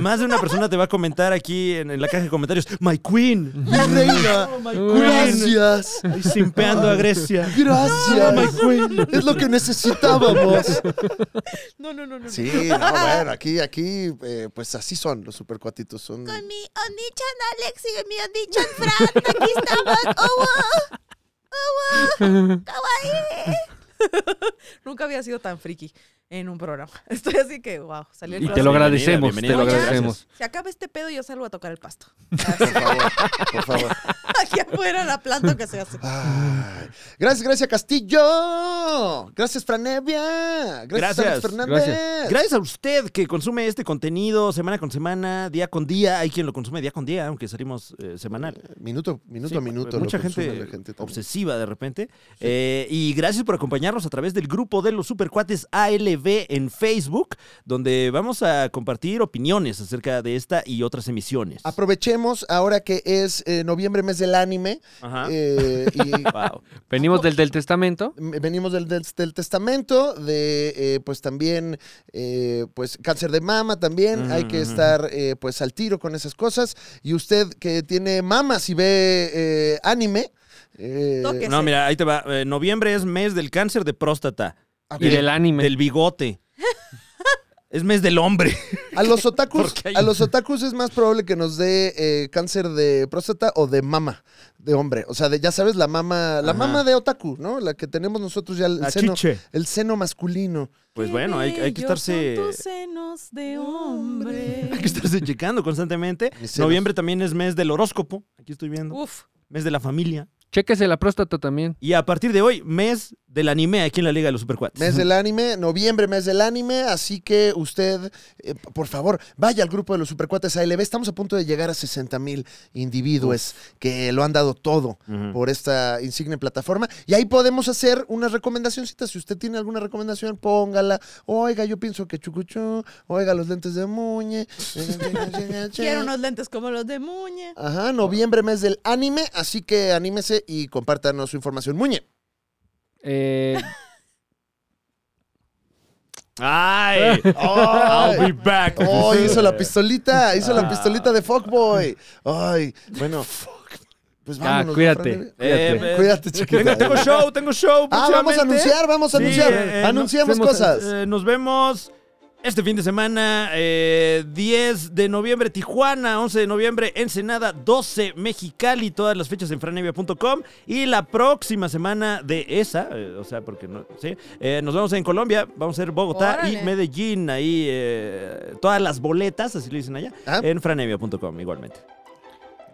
Speaker 1: más de una persona te va a comentar aquí en, en la caja de comentarios, My Queen.
Speaker 2: Mi reina,
Speaker 1: Oh
Speaker 2: gracias.
Speaker 1: Y simpeando a Grecia.
Speaker 2: Gracias. Es lo que necesitábamos.
Speaker 4: No, no, no, no.
Speaker 2: Sí, no, bueno, aquí, aquí, eh, pues así son los supercuatitos. Son...
Speaker 7: Con mi Onichan Alex y mi Onichan Fran, aquí estamos. Oh, wow.
Speaker 4: Nunca había sido tan friki en un programa. Estoy así que, wow, salió el
Speaker 3: Y te
Speaker 4: closet.
Speaker 3: lo agradecemos,
Speaker 1: Bienvenida,
Speaker 3: te lo
Speaker 4: bienvenida,
Speaker 3: agradecemos.
Speaker 4: Se acaba este pedo y yo salgo a tocar el pasto.
Speaker 2: Por favor, por favor.
Speaker 4: Aquí afuera la planta que se hace.
Speaker 2: Ay, gracias, gracias Castillo. Gracias Franevia. Gracias,
Speaker 1: Gracias,
Speaker 2: Alex Fernández.
Speaker 1: Gracias a usted que consume este contenido semana con semana, día con día. Hay quien lo consume día con día, aunque salimos eh, semanal.
Speaker 2: Minuto, minuto
Speaker 1: Sí, pues,
Speaker 2: a minuto.
Speaker 1: Mucha
Speaker 2: lo consume
Speaker 1: gente,
Speaker 2: la gente también.
Speaker 1: obsesiva de repente. Eh, y gracias por acompañarnos a través del grupo de los Supercuates ALB en Facebook, donde vamos a compartir opiniones acerca de esta y otras emisiones.
Speaker 2: Ah, Aprovechemos ahora que es eh, noviembre, mes del anime.
Speaker 1: Ajá.
Speaker 2: eh, y
Speaker 1: Wow.
Speaker 3: Venimos del, del testamento.
Speaker 2: Venimos del, del, del testamento, de eh, pues también, eh, pues cáncer de mama también,
Speaker 1: Ujú,
Speaker 2: hay que
Speaker 1: ujú.
Speaker 2: estar eh, pues al tiro con esas cosas. Y usted que tiene mamas y ve eh, anime, eh,
Speaker 4: Toque.
Speaker 1: No, mira, ahí te va. Eh, noviembre es mes del cáncer de próstata, Eh,
Speaker 2: ok,
Speaker 3: Y del anime.
Speaker 1: del bigote. es mes del hombre.
Speaker 2: a los otakus,
Speaker 1: Porque hay-
Speaker 2: a los otakus es más probable que nos dé eh, cáncer de próstata o de mama de hombre. O sea, de, ya sabes, la mama, la
Speaker 1: Ajá.
Speaker 2: mama de otaku, ¿no? La que tenemos nosotros ya el
Speaker 1: La
Speaker 2: seno,
Speaker 1: chiche.
Speaker 2: el seno masculino.
Speaker 1: Pues bueno, hay, hay que
Speaker 4: Bellos
Speaker 1: estarse.
Speaker 4: Son tus senos de hombre.
Speaker 1: Hay que estarse checando constantemente.
Speaker 2: Mis senos.
Speaker 1: Noviembre también es mes del horóscopo. Aquí estoy viendo.
Speaker 4: Uf,
Speaker 1: Mes de la familia.
Speaker 3: Chéquese la próstata también.
Speaker 1: Y a partir de hoy, mes del anime aquí en la Liga de los Supercuates.
Speaker 2: Mes del anime, noviembre, mes del anime, así que usted, eh, p- por favor, vaya al grupo de los Supercuates ALB. Estamos a punto de llegar a 60 mil individuos que lo han dado todo
Speaker 1: Ujú.
Speaker 2: por esta insigne plataforma. Y ahí podemos hacer unas recomendacioncitas. Si usted tiene alguna recomendación, póngala. Oiga, yo pienso que chucuchú, oiga, los lentes de muñe.
Speaker 4: quiero unos lentes como los de Muñe.
Speaker 2: Ajá, noviembre, mes del anime, así que anímese y compártanos su información. Muñe.
Speaker 3: Eh,
Speaker 1: ¡Ay! I'll be back.
Speaker 2: Oh, hizo la pistolita, hizo la pistolita de fuckboy. Ay, bueno. Pues
Speaker 3: ah,
Speaker 2: vámonos.
Speaker 3: cuídate.
Speaker 2: Fran.
Speaker 1: Eh,
Speaker 3: cuídate.
Speaker 1: eh,
Speaker 2: Cuídate, chiquita.
Speaker 1: Tengo, tengo show, tengo show.
Speaker 2: Ah, vamos a
Speaker 1: próximamente.
Speaker 2: anunciar, vamos a
Speaker 1: Sí,
Speaker 2: anunciar.
Speaker 1: eh, eh,
Speaker 2: Anunciamos
Speaker 3: no,
Speaker 2: cosas.
Speaker 1: Eh, nos vemos este fin de semana, eh, 10 de noviembre Tijuana, 11 de noviembre Ensenada, 12 Mexicali, todas las fechas en franevia.com y la próxima semana de esa, eh, o sea, porque no, sí, eh, nos vemos en Colombia, vamos a ser Bogotá
Speaker 4: Órale.
Speaker 1: y Medellín, ahí eh, todas las boletas, así lo dicen allá,
Speaker 2: Ah.
Speaker 1: en franevia.com igualmente.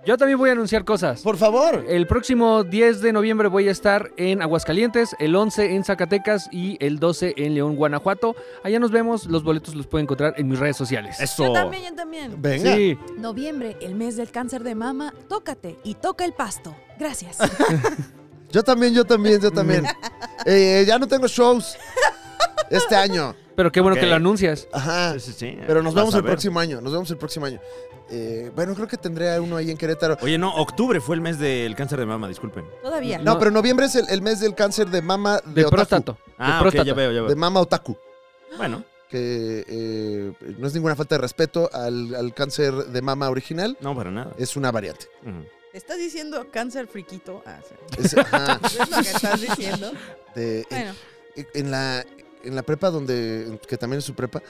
Speaker 3: Yo también voy a anunciar cosas.
Speaker 2: Por favor.
Speaker 3: El próximo 10 de noviembre voy a estar en Aguascalientes, el 11 en Zacatecas y el 12 en León, Guanajuato. Allá nos vemos, los boletos los pueden encontrar en mis redes sociales.
Speaker 1: Eso.
Speaker 4: Yo también, yo también.
Speaker 2: Venga.
Speaker 3: Sí.
Speaker 4: Noviembre, el mes del cáncer de mama. Tócate y toca el pasto. Gracias.
Speaker 2: eh, Yo también, yo también, yo también. Eh, ya no tengo shows este año.
Speaker 3: Pero qué bueno
Speaker 1: Ok.
Speaker 3: que lo anuncias.
Speaker 2: Ajá.
Speaker 1: Sí, sí, sí.
Speaker 2: Pero nos
Speaker 1: Vas
Speaker 2: vemos
Speaker 1: a
Speaker 2: el
Speaker 1: ver.
Speaker 2: próximo año, nos vemos el próximo año. Eh, bueno, creo que tendré a uno ahí en Querétaro.
Speaker 1: Oye, no, octubre fue el mes del cáncer de mama, disculpen.
Speaker 4: Todavía.
Speaker 2: No,
Speaker 3: No.
Speaker 2: pero noviembre es el, el mes del cáncer de mama de,
Speaker 3: De
Speaker 2: otaku.
Speaker 3: próstato. De
Speaker 1: Ah, ok,
Speaker 3: próstata.
Speaker 1: ya veo, ya
Speaker 2: De
Speaker 1: veo.
Speaker 2: mama otaku.
Speaker 1: Bueno,
Speaker 2: Que eh, no es ninguna falta de respeto al, al cáncer de mama original.
Speaker 1: no para nada.
Speaker 2: Es una variante.
Speaker 1: Ujú.
Speaker 4: ¿Te ¿Estás diciendo cáncer friquito? Ah, sí.
Speaker 2: Es, ajá,
Speaker 4: ¿Es lo que estás diciendo?
Speaker 2: de- en-
Speaker 4: Bueno,
Speaker 2: en, la, en la prepa donde, que también es su prepa,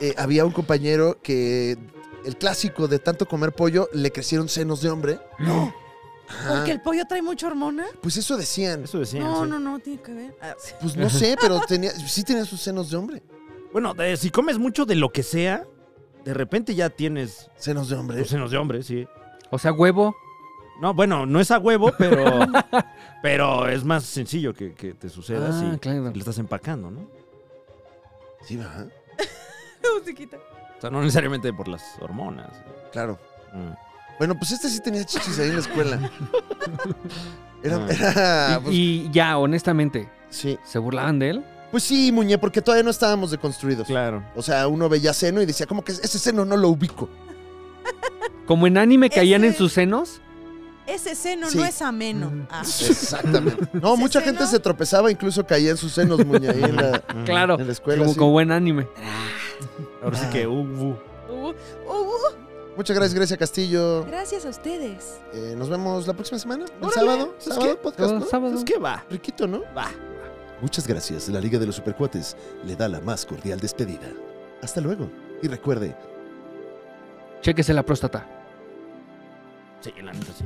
Speaker 2: eh, había un compañero que el clásico de tanto comer pollo le crecieron senos de hombre.
Speaker 1: No.
Speaker 2: Ajá.
Speaker 4: ¿porque el pollo trae mucha hormona?
Speaker 2: Pues eso decían.
Speaker 1: Eso decían.
Speaker 4: No,
Speaker 1: Ah. sí.
Speaker 4: no, no, tiene que ver. Ah, sí.
Speaker 2: Pues no sé, pero tenía, sí tenía sus senos de hombre.
Speaker 1: Bueno, eh, si comes mucho de lo que sea, de repente ya tienes
Speaker 2: Senos de hombre.
Speaker 1: los senos de hombre, sí.
Speaker 3: O sea, huevo.
Speaker 1: No, bueno, no es a huevo, pero, pero es más sencillo que, que te suceda
Speaker 3: Ah,
Speaker 1: si
Speaker 3: claro.
Speaker 1: le estás empacando, ¿no?
Speaker 2: Sí, va.
Speaker 4: Musiquita.
Speaker 1: O sea, no necesariamente por las hormonas.
Speaker 2: Claro.
Speaker 1: Mm.
Speaker 2: Bueno, pues este sí tenía chichis ahí en la escuela. Era,
Speaker 1: Ah.
Speaker 2: era,
Speaker 3: Y-
Speaker 2: pues,
Speaker 3: y, ya, honestamente,
Speaker 2: sí.
Speaker 3: ¿se burlaban de él?
Speaker 2: Pues sí, Muñe, porque todavía no estábamos deconstruidos.
Speaker 1: Claro.
Speaker 2: O sea, uno veía seno y decía, como que ese seno no lo ubico.
Speaker 3: Como en anime caían en
Speaker 4: Ese-
Speaker 3: sus senos.
Speaker 4: Ese seno
Speaker 2: Sí.
Speaker 4: no es ameno.
Speaker 1: Mm.
Speaker 4: Ah.
Speaker 2: Exactamente. No,
Speaker 4: ¿Ese
Speaker 2: mucha
Speaker 4: seno?
Speaker 2: gente se tropezaba, incluso caía en sus senos, Muñe, ahí en la,
Speaker 1: Ujú.
Speaker 3: Claro.
Speaker 2: en la escuela.
Speaker 3: Como,
Speaker 2: sí.
Speaker 3: como buen anime.
Speaker 1: Ahora sí que uh, uh.
Speaker 4: Uh, uh,
Speaker 2: Muchas gracias, Grecia Castillo.
Speaker 4: gracias a ustedes.
Speaker 2: Eh, nos vemos la próxima semana. El
Speaker 1: Órale.
Speaker 2: sábado.
Speaker 1: Pues
Speaker 2: Sábado,
Speaker 1: qué-
Speaker 2: podcast,
Speaker 3: Todo
Speaker 2: ¿no?
Speaker 3: sábado.
Speaker 1: Pues qué va.
Speaker 2: Riquito, ¿no?
Speaker 1: Va.
Speaker 2: Muchas gracias. La Liga de los Supercuates le da la más cordial despedida. Hasta luego. Y recuerde,
Speaker 3: Chéquese la próstata.
Speaker 1: Sí, la neta sí.